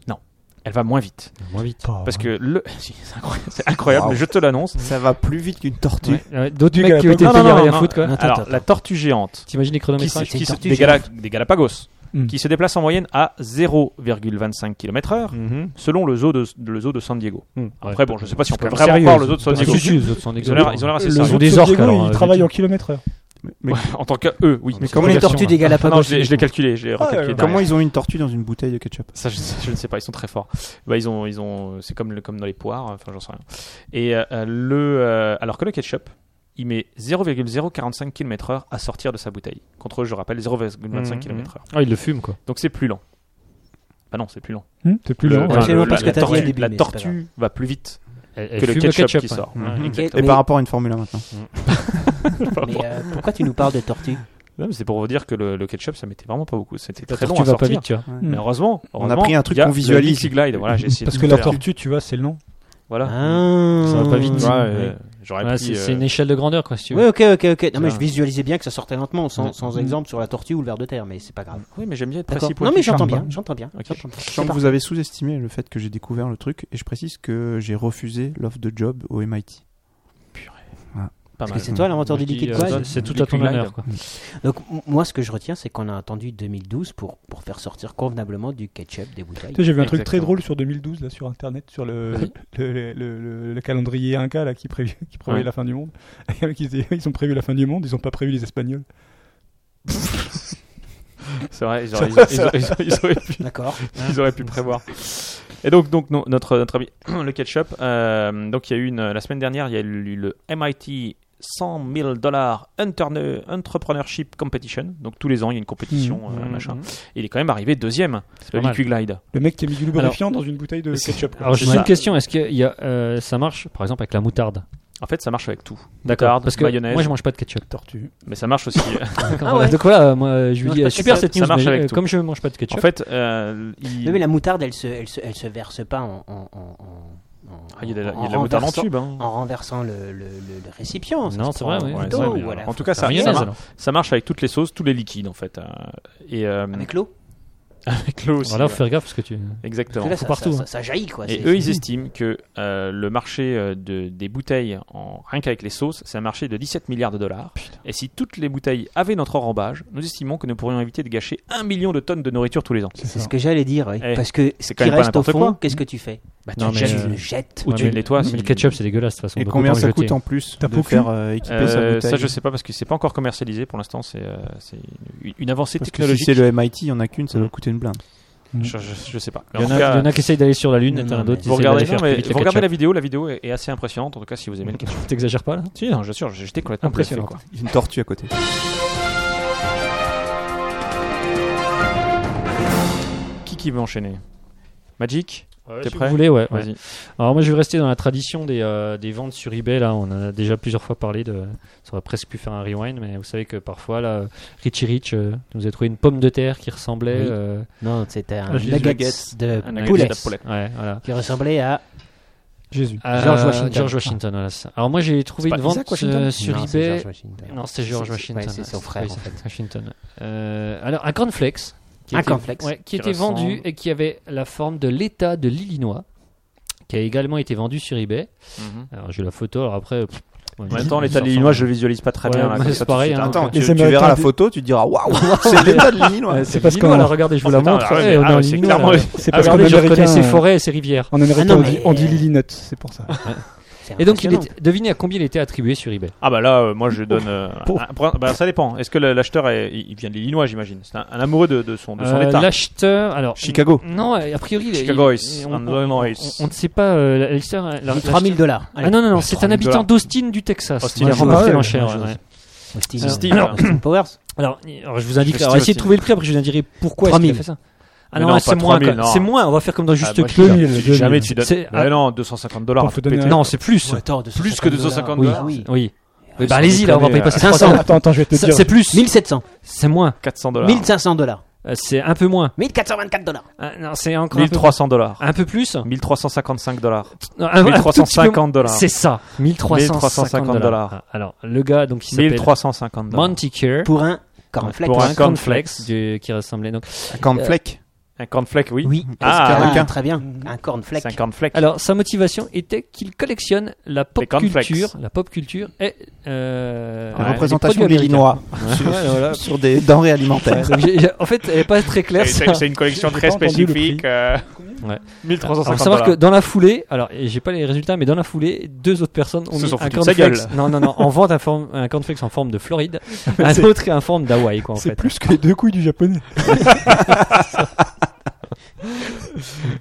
Elle va moins vite. Moins vite. Parce que le. Si, c'est incroyable, c'est incroyable, je te l'annonce. ça va plus vite qu'une tortue. D'autres Du mecs qui ont Galapagos. été Non, non, payés à non, rien non. foutre, quoi. Alors, la tortue géante T'imagines les qui se- chronométrages qui se- des, Gala- des Galapagos, Mm. qui se déplace en moyenne à 0,25 km/h Mhm. selon le zoo de, le zoo de San Diego. Après, bon, je sais pas si on peut Comme vraiment sérieux, voir le zoo de San Ah, Diego. si, si, les autres sont Ils ont l'air ils ont l'air assez Le sérieux. Ils zoo sérieux. ont de des San orques, Diego, alors, euh, Ils travaillent du en kilomètre heure. Mais Ouais, en tant que eux, oui. Mais comment, les ils- tortues des Ah non, Galapagos. je l'ai je l'ai calculé, je l'ai Ah, recalculé. euh, derrière. comment ils ont une tortue dans une bouteille de ketchup Ça, je, ça, je ne sais pas, ils sont très forts. Bah, ils ont, ils ont, c'est comme, le- comme dans les poires, enfin, j'en sais rien. Et euh, le, euh, alors que le ketchup, il met 0,045 km/h à sortir de sa bouteille. Contre, je rappelle, 0,25 Mhm. km/h. Ah, ils le fument, quoi. Donc c'est plus lent. Bah non, c'est plus lent. Hum, C'est plus Le- long. enfin, Absolument le- pas la- ce que la t'as dit au tortue- début, La mais c'est pas tortue va plus vite Elle, que le ketchup, qui sort. Ouais. Ok, Et mais- par rapport à une Formule 1 maintenant. mais, euh, pourquoi tu nous parles de tortue Non, mais C'est pour vous dire que le, le ketchup, ça mettait vraiment pas beaucoup. C'était La très long tortue à va pas sortir. vite, tu vois. Mais heureusement, On a heureusement, pris un truc il y a qu'on le visualise. Liquid Glide, voilà, j'ai essayé Parce de que le la faire. tortue, tu vois, c'est le nom. Ah, Voilà. Ça va pas vite. Ouais, euh, Ouais. J'aurais Ouais, pris. c'est c'est euh, une échelle de grandeur, quoi, si tu veux. Oui, ok, ok, ok. Non, mais Ça- je visualisais bien que ça sortait lentement, sans, sans Mm. exemple sur la tortue ou le ver de terre, mais c'est pas grave. Oui, mais j'aime bien être D'accord. précis pour Non, le mais pitch. j'entends charme, bien, j'entends bien. Ok. j'entends bien. Je sens que vous avez sous-estimé le fait que j'ai découvert le truc et je précise que j'ai refusé l'offre de job au MIT. Pas Parce que mal. c'est toi l'inventeur Moi, du je dis, liquid euh, quoi. c'est- C'est tout à ton Liquid honneur, Light. quoi. Donc m- moi, ce que je retiens, c'est qu'on a attendu 2012 pour, pour faire sortir convenablement du ketchup des bouteilles. Tu sais, j'ai vu un truc très Exactement. drôle sur 2012 là, sur internet, sur le, le, le- le- le calendrier Inca là, qui, prévu- qui prévoyait Ouais. la fin du monde. Et ils, disaient, ils ont prévu la fin du monde, ils n'ont pas prévu les Espagnols. C'est vrai, ils auraient- ils auraient- ils auraient- ils auraient pu D'accord. ils auraient pu prévoir. Et donc, donc no- notre, notre ami, le ketchup, euh, donc il y a eu une, la semaine dernière, il y a eu le MIT 100 000 dollars Entrepreneurship Competition. Donc tous les ans, il y a une compétition, euh, machin. Et il est quand même arrivé deuxième, le Mmh. pas mal. Liquid Glide. Le mec qui a mis du lubrifiant dans une bouteille de C'est- ketchup. quoi. Alors, j'ai Ouais. une question. Est-ce que il y a, euh, ça marche, par exemple, avec la moutarde En fait, ça marche avec tout. D'accord. Moutarde, Parce que mayonnaise. moi, je mange pas de ketchup. tortue. Mais ça marche aussi. Ah D'accord, voilà. Donc voilà, moi, euh, je lui mange dis pas de super ketchup. cette news, Ça marche mais, avec euh, tout. comme je mange pas de en ketchup. fait, euh, il... Mais, mais la moutarde, elle se, elle se, elle se verse pas en. en, en- en- en- Ah, il y a de la, il y a de la en Oh, moutarde en renversant- tube. hein. En renversant le, le, le- le récipient. ça Non, se c'est vrai, prend oui. au Ouais, dos c'est vrai, ou à la- En tout cas, ça, ça, mayonnaise, marche, alors. ça marche avec toutes les sauces, tous les liquides en fait. euh, et euh, Avec l'eau. avec l'eau aussi. Alors là, faut ouais. faire gaffe parce que tu. Parce Exactement. que là, faut ça, partout, ça- hein. ça- ça jaillit quoi. Et Bah, c'est- eux, ils estiment que euh, le marché euh, de, des bouteilles, en, rien qu'avec les sauces, c'est un marché de 17 milliards de dollars. Et si toutes les bouteilles avaient notre enrobage, nous estimons que nous pourrions éviter de gâcher un million de tonnes de nourriture tous les ans. C'est C'est ça. ce que Ah, j'allais dire. oui. Eh, Parce que c'est ce quand qui même pas reste au n'importe fond, quoi. qu'est-ce que tu fais Bah, Non, tu mais, jettes- Tu euh, le jettes. Ou Ouais, tu mais- le nettoies, Mais si- le ketchup, c'est dégueulasse de toute façon. Et donc combien autant ça le jeter. coûte en plus T'as de pas faire euh, équiper sa Euh, bouteille ça, je sais pas parce que c'est pas encore commercialisé pour l'instant. C'est euh, c'est une, une avancée Parce que si technologique. c'est le MIT, il y en a qu'une, ça doit coûter une blinde. je, je- je sais pas. Il y, en En tout cas, Hmm. a, il y en a qui essayent d'aller sur la lune, Non, et t'en as non, d'autres qui mais- vous essayent d'aller regardez, faire non, mais plus vite vous le regardez la ketchup. vidéo. La vidéo est, est assez impressionnante. En tout cas, si vous aimez le ketchup. T'exagères pas là Si, non, je suis sûr, j'étais complètement bluffé, Impressionnant. quoi. Une tortue à côté. Qui qui veut enchaîner Magic, t'es Si prêt vous voulez, ouais. ouais. Vas-y. Alors moi je vais rester dans la tradition des, euh, des ventes sur eBay là, on en a déjà plusieurs fois parlé de ça aurait presque pu faire un rewind mais vous savez que parfois là Richie Rich euh, nous a trouvé une pomme de terre qui ressemblait Oui. euh, Non, c'était un Ah, j'ai- nugget Un de nugget poulet de poulet. ouais, voilà. qui ressemblait à Jésus. Euh, George Washington. George Washington, voilà, c'est ça. Alors moi j'ai trouvé C'est une pas vente Isaac Washington euh, sur Non, c'est eBay. George Washington. Non, c'était George C'est- c'est- Washington. ouais, c'est son Ah, frère, oui, en c'est fait. Washington. Euh, alors un cornflakes. qui Un était- cornflakes. ouais, qui, Qui était ressemble- vendu et qui avait la forme de l'État de l'Illinois, qui a également été vendu sur eBay. Mhm. Alors j'ai la photo. Alors après. pff, En même temps, l'état de l'Illinois, je le visualise pas très Ouais, bien. là, mais comme c'est ça, tout de pareil, suite. hein. Attends, tu, Les tu Américains verras la des- photo, tu te diras waouh, c'est l'état de l'Illinois. Ouais, c'est parce l'Illinois, qu'on- là, regardez, je vous la Putain, montre. ah ouais, Eh, on ah est en ouais, c'est Illinois, clairement- là. C'est Ah, parce qu'en regardez, je Américain, reconnais ses forêts et ses rivières. En Américain, Ah non, on, dit, mais- on dit les lunettes, c'est pour ça. C'est Et donc, il impressionnant. était- devinez à combien il était attribué sur eBay. Ah bah là, euh, moi je donne. euh, Pour- un- un- bah, ça dépend. Est-ce que le- l'acheteur est- il il vient de l'Illinois, j'imagine C'est un, un amoureux de, de son, de son Euh, état. L'acheteur, alors. Chicago. Non, a priori. il- Chicago il- is on- and on- Illinois. on- on ne sait pas. euh, la- l'acheteur- la- Il dit l'acheteur- 3000 dollars. Ah non, non, non, c'est un 3000 habitant dollars. d'Austin, du Texas. Austin, il a ouais, remporté ouais, l'enchère. ouais, ouais. Austin, Alors, Austin, alors- Austin Powers. Alors, alors, je vous indique, Justin alors, essayez de Austin. trouver le prix, après je vous dirai pourquoi est-ce qu'il a 3000. fait ça. Ah Mais non, non, c'est pas moins, 3000, quoi. non. c'est moins, on va faire comme dans Juste moi, je Clé. dis 2000, Tu- Jamais 2000. tu donnes. C'est- Bah non, 250 dollars. Faut donner un- Non, c'est plus. Attends, Plus que 250 Oui, dollars. oui. Oui. Eh ben, allez-y, sans là, on va déconner, pas y passer 500. 300. Attends, attends, je vais te Ça, dire. C'est plus, 1700. c'est moins, 400 dollars. 1500 dollars. Euh, c'est un peu moins. 1424 dollars. Ah, non, c'est encore un peu, 1300 dollars. un peu plus. 1355 dollars. Non, un- un tout petit peu- 1350 dollars. C'est ça, 1350 1350 dollars. Ah, Alors, le gars, donc, il s'appelle 1350 dollars. Monty Kerr. Pour un cornflake. Pour un cornflakes cornflakes. du- qui ressemblait donc. Un cornflake. Un cornflake, oui. Oui. Ah, avec un- très bien. Un cornflake. C'est un cornflake. Alors sa motivation était qu'il collectionne la pop Les cornflakes. culture, la pop culture et euh, La Ouais, représentation des des produits Linois américains. Ouais, voilà. sur des denrées alimentaires. Donc, j'ai- j'ai- en fait, elle n'est pas très claire. Et ça. C'est c'est une collection J'ai très pas entendu le prix. spécifique. euh, Ouais. Alors, 1350 faut savoir que dollars. dans la foulée, alors et j'ai pas les résultats, mais dans la foulée, deux autres personnes ont Se mis sont un foutus de sa cornflakes. Non, non, non, en vente un, forme, un cornflakes en forme de Floride, un c'est- autre en forme d'Hawaï, quoi, en C'est fait. plus que les deux couilles du japonais.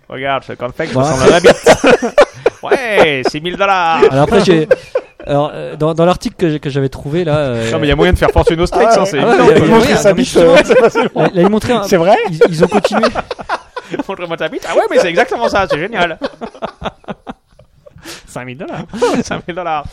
Regarde, ce cornflake Voilà. ressemble à la bite. Ouais, 6000 dollars. Alors après, j'ai, alors euh, dans, dans l'article que j'ai- que j'avais trouvé là, euh, Non, mais il y a moyen de faire fortune aux steaks, hein, c'est Ah ouais, évident. il y a- Montre- oui, sa non, mais bite, justement, euh, là, il montrait un- C'est vrai ils, ils ont continué. Montre-moi ta bite. Ah ouais, mais c'est exactement ça, c'est génial. 5000 dollars. 5000 dollars.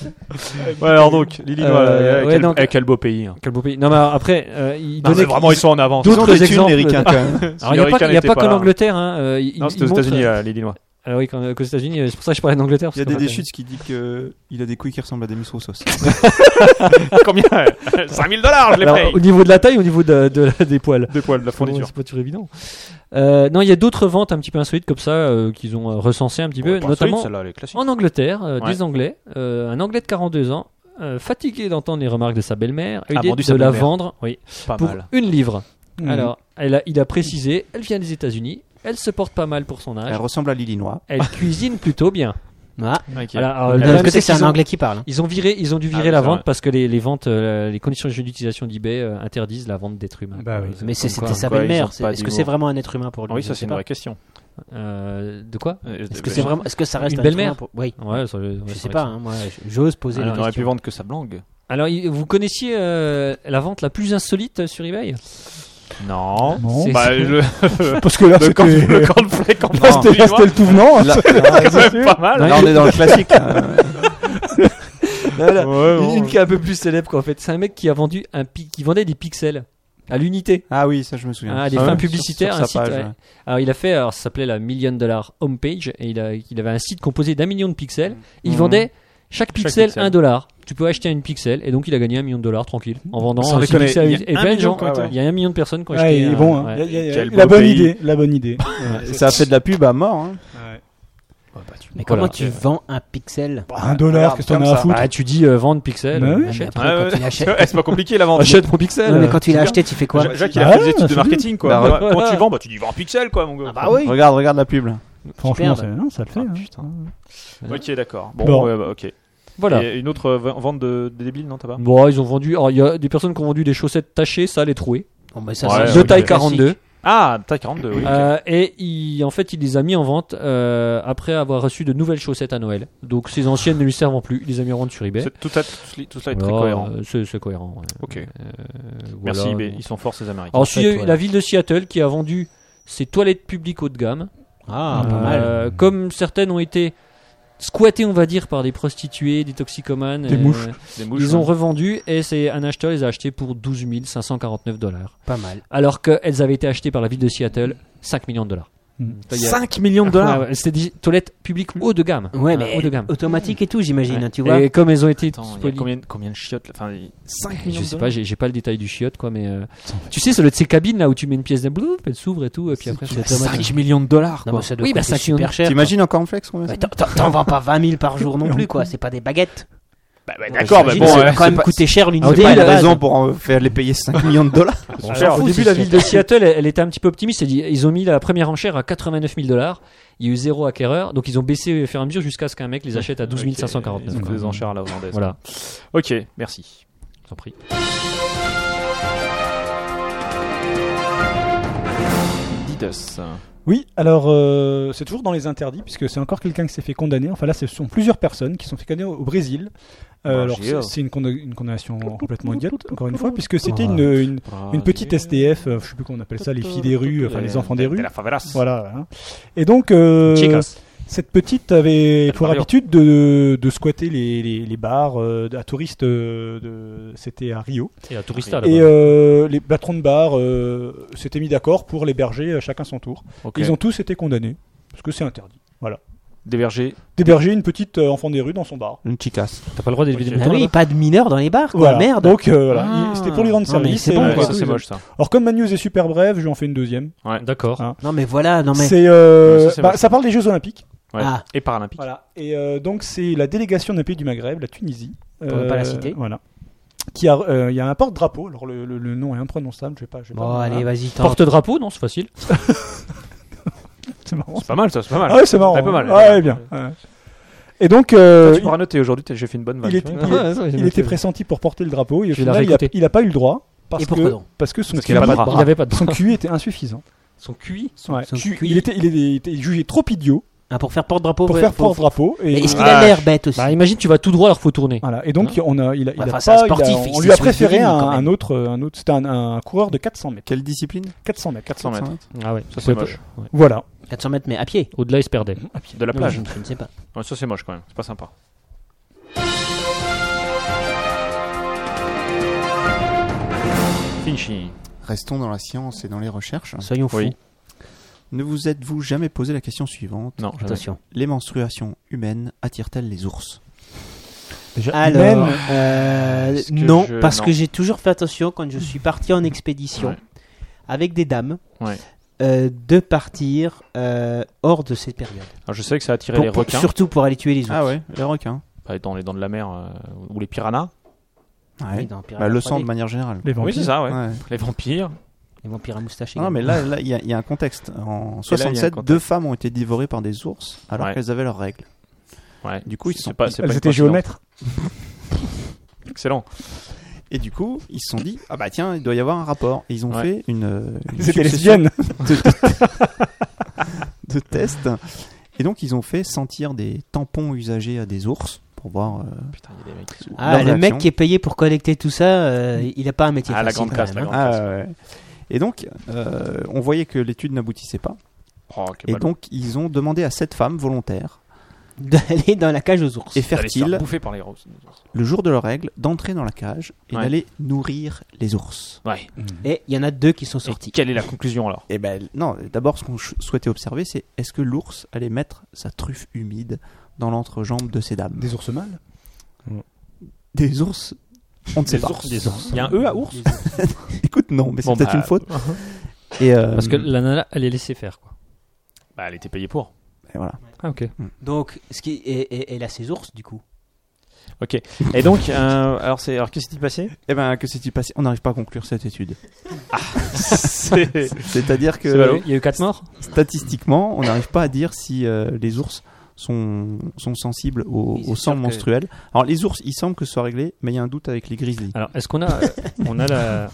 Ouais, alors donc, l'Illinois, Euh, euh, ouais, quel, donc- eh, quel beau pays. hein. Quel beau pays. Non, mais alors, après, euh, il Non, mais donnait vraiment, ils sont en avance. Ils ont d'autres des thunes, exemples. les Ricains, quand même. Alors, il n'y a pas, il y a pas qu'en Angleterre. Angleterre. Hein, euh, il- Non, il- c'était il aux montre- États-Unis, euh, l'Illinois. Ah oui, qu'en- qu'aux États-Unis. euh, C'est pour ça que je parlais d'Angleterre. Il y a parce des que- déchutes qui dit que il a des couilles qui ressemblent à des miso sauce. Combien 5000 dollars, je les Ah, Alors, paye. au niveau de la taille, au niveau de, de- des poils. Deux poils de la fourniture. C'est pas toujours évident. Euh, non, il y a d'autres ventes un petit peu insolites comme ça euh, qu'ils ont euh, recensées un petit peu, notamment là les classiques. en Angleterre, euh, Ouais. des Anglais, euh, un Anglais de 42 ans, euh, fatigué d'entendre les remarques de sa belle-mère, a eu A l'idée vendu de sa la belle-mère. vendre, oui, Pas pour mal. une livre. Mhm. Alors, elle a- il a précisé, elle vient des États-Unis, elle se porte pas mal pour son Elle âge, ressemble à l'Illinois. elle cuisine plutôt bien. Ah, Voilà, alors, Elle le a problème, d'un autre côté, c'est qu'ils un ont- anglais qui parle. Ils ont viré, ils ont dû Ah virer oui, la c'est vente vrai. parce que les, les ventes, euh, les conditions d'utilisation d'eBay euh, interdisent la vente d'êtres humains. Bah oui. Euh, Mais c'est- comme quoi, c'était sa quoi, ils ont belle-mère. c'est- pas Est-ce que d'humour. c'est vraiment un être humain pour lui Oui, Je ça sais c'est une pas. vraie question. bah, euh, de quoi Est-ce Est-ce que c'est vraiment, est-ce que ça reste Une un être belle-mère humain pour- Oui. Ouais, ça- ouais, Je ça sais va pas. être- hein, Moi, j'ose poser On la aurait pu question. vendre que sa langue. Alors, il- vous connaissiez euh, la vente la plus insolite sur eBay Non. Non. C'est- Bah, le, Parce que là, le, corn- c'était. le cornflake en Là, c'était là, Illinois, c'était le tout venant. hein. c'est pas mal. Ah, Là, on est dans le classique. Bah, Voilà. Ouais, Une- bon. Une qui est un peu plus célèbre qu'en fait. C'est un mec qui a vendu un pi- qui vendait des pixels à l'unité. Ah oui, ça je me souviens. hein, à des Ah fins ouais, publicitaires, sur- sur un sa site, page, ouais. ouais. Alors il a fait, alors ça s'appelait la Million Dollar Homepage, et il, a- il avait un site composé d'un million de pixels. Et il Mhm. vendait chaque pixel, pixel. un dollar. Tu peux acheter une pixel, et donc il a gagné un million de dollars tranquille en vendant. Sans euh, six déconner, pixels à il y a une- et un plein de million gens. qui ont été- Il y a un million de personnes qui ont Ouais, acheté. il est un- bon, hein. ouais. Il y a- il y a- Quel la beau bonne pays. idée, la bonne idée. Et Ça a fait de la pub à mort. hein. Bah, Mais comment Voilà. tu vends un pixel Bah, Un dollar, Voilà, qu'est-ce qu'on comme a ça. à foutre Ah, tu dis euh, vendre pixel. Bah oui. euh, achète. Après, Ouais, quand il achète- C'est pas compliqué la vente. Achète mon pixel. Non, mais quand tu l'as bien. acheté, tu fais quoi Ja- Jacques, il a Ah, fait des études de c'est marketing, quoi. Bah, Ouais, Quand tu vends, bah, tu dis vends en pixel, quoi, mon gars. Ah bah oui. Regarde, regarde la pub. là. Franchement, Superbe. ça, non, ça le fait. hein. Ok, d'accord. Bon, Bon. ouais, bah, ok. Voilà. Et une autre euh, v- vente de, des débiles, non, t'as pas Bon, ils ont vendu. Alors, il y a des personnes qui ont vendu des chaussettes tachées, sales et trouées, Bon, bah, ça, Ouais, c'est- de ok. taille 42. Ah, taille 42, oui. ok. Euh, et il, en fait, il les a mis en vente euh, après avoir reçu de nouvelles chaussettes à Noël. Donc ses anciennes ne lui servent plus. Il les a mis en vente sur eBay. C'est- tout, ça- tout cela- tout cela est très Voilà, cohérent. euh, C'est c'est cohérent. ouais. Ok. Euh, Merci, voilà, eBay. donc. Ils sont forts, ces Américains. Alors, si, fait, euh, voilà. la ville de Seattle qui a vendu ses toilettes publiques haut de gamme, Ah, euh, pas mal. comme certaines ont été squattées, on va dire, par des prostituées, des toxicomanes, euh, Des mouches. Des mouches, Oh, Ils ont hein. revendu et c'est un acheteur les a achetées pour 12 549 dollars, Pas mal. alors qu'elles avaient été achetées par la ville de Seattle 5 millions de dollars. Hmm. Mm. Il y a- 5 millions de dollars. Ouais, ouais, c'est des toilettes publiques haut de gamme. Ouais, Hein, mais haut de gamme. automatique et tout, j'imagine, hein, tu vois. Et comme elles ont été Attends, il y a polies- combien, combien de chiottes là enfin, il- 5 millions je de sais dollars. pas, j'ai j'ai pas le détail du chiotte quoi, mais euh, tu sais, c'est le de ces cabines là où tu mets une pièce d'un blou, elle s'ouvre et tout, et puis après c'est automatique. 5 millions de dollars, Non, quoi. mais ça doit Oui, bah, coûter ça, c'est super une- cher. T'imagines encore en flex combien Ouais, ça t'en- T'en t'en vends pas 20 000 par jour non plus, quoi. C'est pas des baguettes. Bah, bah, d'accord, mais J'imagine bon, que ça euh, a quand même c'est pas- coûté cher C'est l'université. pas Ah à une la base. raison pour en faire les payer 5 millions de dollars. Alors, au fous, début, si la c'est ville de Seattle, elle, elle était un petit peu optimiste. Elle dit, ils ont mis la première enchère à 89 000 dollars. Il y a eu zéro acquéreur, donc ils ont baissé au fur et à mesure jusqu'à ce qu'un mec les achète à 12 Ok, 549. ils ont fait quoi. des enchères à la hollandaise. Voilà, Ok, merci. sans prix. Didas. Oui, alors euh, c'est toujours dans les interdits, puisque c'est encore quelqu'un qui s'est fait condamner. Enfin là, ce sont plusieurs personnes qui sont fait condamner au, au Brésil. Euh, alors c'est- c'est une, condam- une condamnation complètement idiote, encore une fois, puisque c'était une, une, Bah, une petite SDF, euh, je sais plus comment on appelle ça, les filles des rues, enfin Euh, les enfants des de rues. la favelas. Voilà. hein. Et donc, euh, Chicas. cette petite avait pour Mario. habitude de, de squatter les, les, les bars euh, à touristes. euh, de- C'était à Rio. Et la tourista Ah bah. Et là-bas. euh, les patrons de bar euh, s'étaient mis d'accord pour l'héberger euh, chacun son tour. Ok. Ils ont tous été condamnés, parce que c'est interdit. Des vergers. D'héberger une petite euh, enfant des rues dans son bar. Une chicasse. T'as pas le droit d'élever des Ah moutons oui, là-bas pas de mineurs dans les bars, quoi, Voilà. merde. Donc euh, voilà, Ah. Il- c'était pour lui rendre Non, mais service. c'est et bon, voilà, Ouais, quoi. ça tout, c'est ils- moche ça. Alors comme ma news est super brève, je lui en fais une deuxième. D'accord. Ah. Non mais voilà, non mais. C'est, euh, Ouais, ça, c'est bah, moche. ça parle des Jeux Olympiques. Ouais. Ah. Et paralympique. Voilà. Et euh, donc, c'est la délégation d'un pays du Maghreb, la Tunisie. Euh, Pour ne pas la citer. Voilà. Qui a, euh, il y a un porte-drapeau. Alors, le, le- le nom est imprononçable. Je vais pas. Je vais Bon, pas allez, vas-y, tente. Porte-drapeau, non, c'est facile. C'est marrant. C'est pas mal ça, c'est pas Ah mal. ouais, c'est marrant. T'as pas mal. Ah ouais, bien. Ouais. Et donc, euh, Tu pourras noter aujourd'hui, t'as- j'ai fait une bonne vanne. il, tu était, vois. il- il était pressenti pour porter le drapeau. Et au Je vais la final, il a- réécouter. il n'a pas eu le droit. Parce Et pourquoi que, donc Parce que son Parce qu'il a pas de QI bras. Il avait pas de son QI était insuffisant. Son QI Ouais. son Tu- QI. Il, était, il était- il était jugé trop idiot Ah, pour faire porte-drapeau. pour ouais, faire faut- porte-drapeau. Mais Et, Est-ce qu'il a Ah, l'air bête aussi Bah imagine, tu vas tout droit alors faut tourner. Voilà. Et donc, on a, il a, il a Hein Bah, enfin, pas, c'est un il a- sportif, on il lui a sait se préféré débrouiller, un, quand même. un autre, euh, un autre, c'était un, un coureur de 400 mètres. Quelle discipline 400 mètres. 400 mètres. Ah ouais, ça c'est pouvait moche. pas- ouais. Voilà. 400 mètres, mais à pied. Au-delà, il se perdait. De la Non, plage. je, je ne sais pas. Ouais, ça c'est moche quand même, c'est pas sympa. Finchi. Restons dans la science et dans les recherches. Soyons fous. Oui. Ne vous êtes-vous jamais posé la question suivante Non, jamais. Attention. Les menstruations humaines attirent-elles les ours Alors, euh, Est-ce que non, je- parce non. que j'ai toujours fait attention quand je suis parti en expédition Ouais. avec des dames Ouais. euh, de partir euh, hors de cette période. Alors, Ah, je sais que ça a attiré Pour- les pour- requins, surtout pour aller tuer les ours. Ah ouais, les requins. pas dans les dents de la mer euh, ou les piranhas. Ouais. Oui, dans Pirates Bah, le 3D. sang de manière générale. Les Oui, vampires. c'est ça, ouais. Ouais. Les vampires. Les vampires à moustache. Non, également. mais là, là, il y, a- il y a un contexte. En il y a un 67, contexte. deux femmes ont été dévorées par des ours alors Ouais. qu'elles avaient leurs règles. Ouais. Du coup, ils C'est sont- pas, c'est pas Elles une étaient coïncidence. géomètres. Excellent. Et du coup, ils se sont dit ah bah tiens, il doit y avoir un rapport. Et ils ont Ouais. fait une, euh, une Elles étaient succession lesbiennes. de tests. Et donc, ils ont fait sentir des tampons usagés à des ours pour voir. euh, Putain, il y a des mecs. Ah, leur le réaction. mec qui est payé pour collecter tout ça, euh, il a pas un métier Ah, la facile, grande quand classe, même, la hein. grande Ah, classe. ouais. Et donc, euh, on voyait que l'étude n'aboutissait pas. Oh, que Et ballon. donc, ils ont demandé à sept femmes volontaires hein. D'aller dans la cage aux ours. et Allez, se faire fertiles, bouffer par les roses. le jour de leurs règles, d'entrer dans la cage et Ouais. d'aller nourrir les ours. Ouais. Et il y en a deux qui sont Et sortis. quelle est la conclusion alors Et ben non, d'abord ce qu'on ch- souhaitait observer, c'est est-ce que l'ours allait mettre sa truffe humide dans l'entrejambe de ces dames Des ours mâles. Des ours On ne sait Des pas. ours, des ours. Il y a un E à ours Écoute, non, mais c'est Bon, peut-être bah, une faute. Et euh, Parce que la nana, elle est laissée faire quoi. Bah, elle était payée pour. et voilà. Ah ok. Euh, Donc, ce qui et, et- elle a ses ours du coup. Ok. Et donc, euh, alors, c'est- alors qu'est-ce qui s'est passé Et ben que s'est-il passé On n'arrive pas à conclure cette étude. C'est- C'est-à-dire que C'est ballot. Il y a eu 4 morts statistiquement, on n'arrive pas à dire si euh, les ours sont, sont sensibles au, Oui, c'est au sang sûr que- menstruel. Alors les ours, il semble que ce soit réglé, mais il y a un doute avec les grizzlies. Alors est-ce qu'on a, on a la,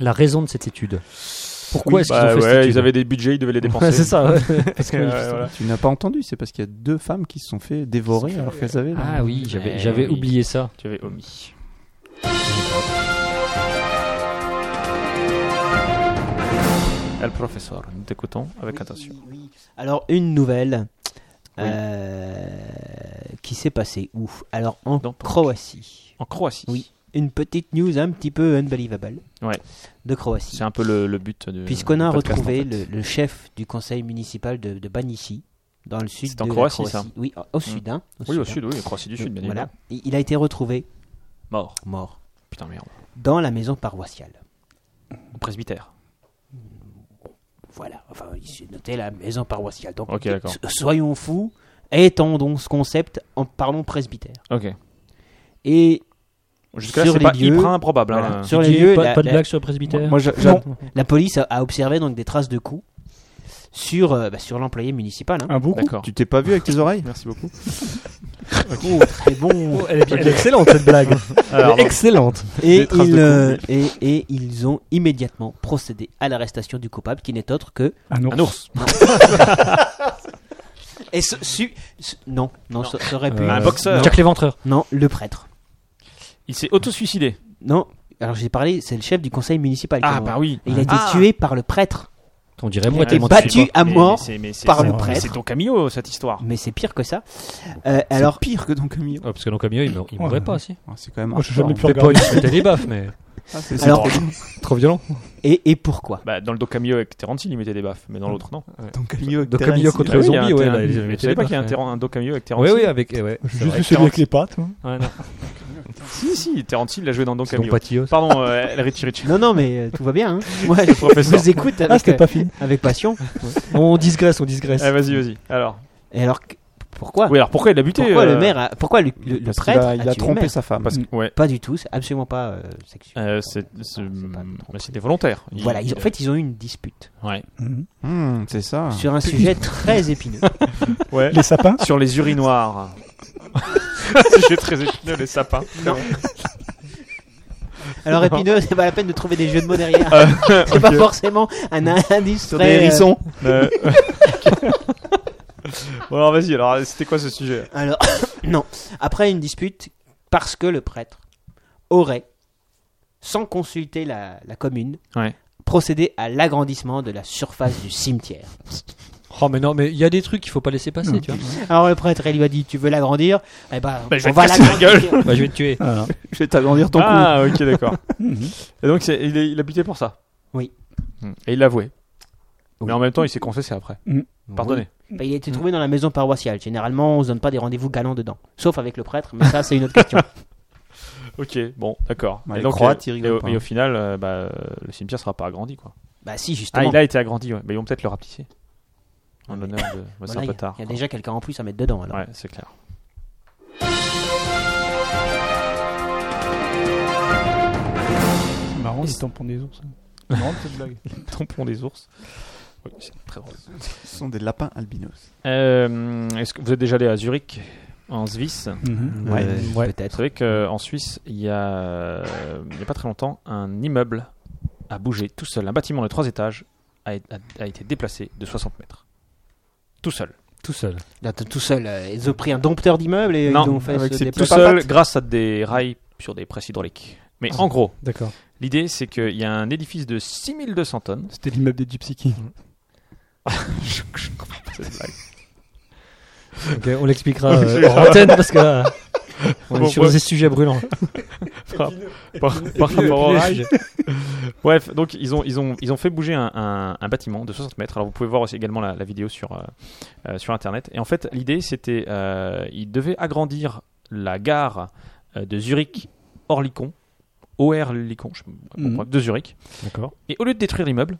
la raison de cette étude Pourquoi est-ce qu'ils Bah ont fait cette ouais, étude ils avaient des budgets, ils devaient les dépenser. Ouais, c'est ça. ouais. Parce que, Ouais, justement. voilà. Tu n'as pas entendu, c'est parce qu'il y a deux femmes qui se sont fait dévorer alors qu'elles avaient. leur- Ah oui, j'avais Eh j'avais oui. oublié ça. Tu avais omis. El professeur, nous t'écoutons avec attention. Oui, oui. Alors, une nouvelle euh, qui s'est passée où Alors, en Dans ton- Croatie. En Croatie, Oui. Une petite news un petit peu unbelievable Ouais. de Croatie. c'est un peu le, le but de. Puisqu'on a du podcast, retrouvé en fait. le, le chef du conseil municipal de, de Banici, dans le sud C'est de en la Croatie, ça Mm. Oui, au- au sud. hein, Oui, au hein. sud, oui, la Croatie du Sud, bien Voilà. évidemment. Il il a été retrouvé Mort. mort Putain, merde. dans la maison paroissiale. Au presbytère. Voilà, enfin, il s'est noté la maison paroissiale. Donc, Ok, d'accord. so- soyons fous, étendons ce concept en parlant presbytère. Ok. Et Jusque-là, Sur c'est les pas lieux. hyper improbable. hein. Voilà. Sur Didier, les lieux, pas, la- pas de la- blague sur le presbytère. Moi, je- je- Non. la police a, a observé donc des traces de coups sur, euh, bah, sur l'employé municipal. hein. Un beaucoup. D'accord. Tu t'es pas vu avec tes oreilles Merci beaucoup. Oh, très bon. elle, est, bien- elle est excellente cette blague. Elle est excellente. Et, Des traces de ils, coups, euh, et, et ils ont immédiatement procédé à l'arrestation du coupable, qui n'est autre que. Un ours. Un ours. Et ce- su- ce- non, non, ça ça aurait pu. Euh, euh, Un boxeur. Jack Euh, l'éventreur. Non, le prêtre. Il s'est autosuicidé. Non. Alors j'ai parlé, c'est le chef du conseil municipal. Ah, quand même. bah oui. Et il a été Ah. tué par le prêtre. On dirait a moi été tellement. battu tu sais à Mais- mort mais c'est- mais c'est- par c'est- le c'est- prêtre. C'est ton cameo, cette histoire. Mais c'est pire que ça. Euh, alors, pire que donc Camille. pas. Ouais, Oh, parce que dans Camille, il, meur- il Ouais. mourrait pas, si. Ah, c'est quand même. Moi, j'ai jamais hardcore. pu Il pas, regarder. il se mettait des baffes, mais Ah, c'est- Alors- c'est trop- trop violent. et, et pourquoi Bah, dans le doc cameo avec Tarantino, il mettait des baffes, mais dans l'autre, non. donc Camille avec Donc, Terence. Camille contre- Bah les oui, il y a zombies, un ouais, Terran- là, ils avaient Vous fait savez des pas qu'il y a un, baffes, Terran- un doc cameo avec Oui, Tarantino oui, avec. eh Ouais, J'ai juste vrai, vu celui quarante. avec les pattes. hein. moi. Ouais, non. Si, si, Tarantino l'a joué dans le doc C'est donc cameo. pas Tios. Pardon, euh, Richie Richie. Non, non, mais euh, tout va bien. hein. Moi, je professeur. vous écoute Ah, avec, c'était euh, pas fini. avec passion. On digresse, on digresse. Ah, vas-y, vas-y. Alors, Et alors, que- pourquoi oui, alors pourquoi il l'a buté Pourquoi euh, le maire a- Pourquoi le, le- le Parce qu'il prêtre Ah, a, il a tué le trompé maire sa femme. Parce que, ouais. Pas du tout, c'est absolument pas euh, sexuel. Euh, c'est- mm, c'est- Non, c'est pas- mais C'était volontaire. Il- Voilà, ils- il- en fait, ils ont eu une dispute ouais. Mhm. Hmm, c'est ça. sur un sujet très épineux. Ouais. Les sapins. Sur les urinoirs. J'ai très épineux les sapins. Alors épineux, c'est pas la peine de trouver des jeux de mots derrière. Ah, c'est pas forcément un indice Sur très, euh, Euh, bon alors vas-y, alors c'était quoi ce sujet Alors, non. Après une dispute, parce que le prêtre aurait, sans consulter la, la commune, Ouais. procédé à l'agrandissement de la surface du cimetière. Oh, mais non, mais il y a des trucs qu'il faut pas laisser passer, tu vois. Alors le prêtre, il lui a dit Tu veux l'agrandir Eh ben, Bah, je vais on te va casser la l'agrandir. Bah, je vais te tuer. Voilà. Je vais t'agrandir ton cou. Ah ok d'accord. Mhm. Et donc c'est- il, est- il a buté pour ça Oui. Hmm. Et il l'a avoué. Oui. Mais en même temps il s'est confessé après. Pardonnez. Bah, il a été trouvé dans la maison paroissiale. Généralement, on se donne pas des rendez-vous galants dedans. Sauf avec le prêtre, mais ça, c'est une autre question. Ok, bon d'accord. Bah, et, les donc, Croates, euh, ils et, rigolent au, pas. et au final euh, bah, euh, le cimetière sera pas agrandi quoi. bah, si, Ah justement. il a été agrandi, ouais. Bah, ils vont peut-être le rapetisser. En Ouais, l'honneur de... Bah, Bon, c'est là, un il y peu a- tard. Il y a quoi. déjà quelqu'un en plus à mettre dedans. Alors. Ouais c'est clair. C'est marrant, les tampons des ours. hein. Tampon des ours. Oui, c'est très drôle. Ce sont des lapins albinos. Euh, Est-ce que vous êtes déjà allé à Zurich en Suisse Mhm. Ouais, Euh, ouais. Vous peut-être. savez qu'en Suisse, il y a, euh, il n'y a pas très longtemps, un immeuble a bougé tout seul. Un bâtiment de trois étages a, a- a été déplacé de 60 mètres. Tout seul. Tout seul. Là, t'es tout seul, euh, ils ont pris un dompteur d'immeuble et Non, ils ont fait avec se ses Tout déplacer. seul grâce à des rails sur des presses hydrauliques. Mais Ah. en gros, D'accord. l'idée c'est qu'il y a un édifice de 6200 tonnes. C'était l'immeuble des Gypsy Kings. Je- je comprends pas cette blague. Ok, on l'expliquera euh, hors antenne parce que là, on Bon, est sur bref. des sujets brûlants. Par- par rapport au rail, Bref, donc ils ont, ils ont, ils ont fait bouger un, un- un bâtiment de 60 mètres. Alors vous pouvez voir aussi également la, la vidéo sur, euh, euh, sur Internet. Et en fait, l'idée, c'était euh, ils devaient agrandir la gare euh, de Zurich Orlicon, OR-Licon, je sais pas, Mhm. bref, de Zurich. D'accord. Et au lieu de détruire l'immeuble,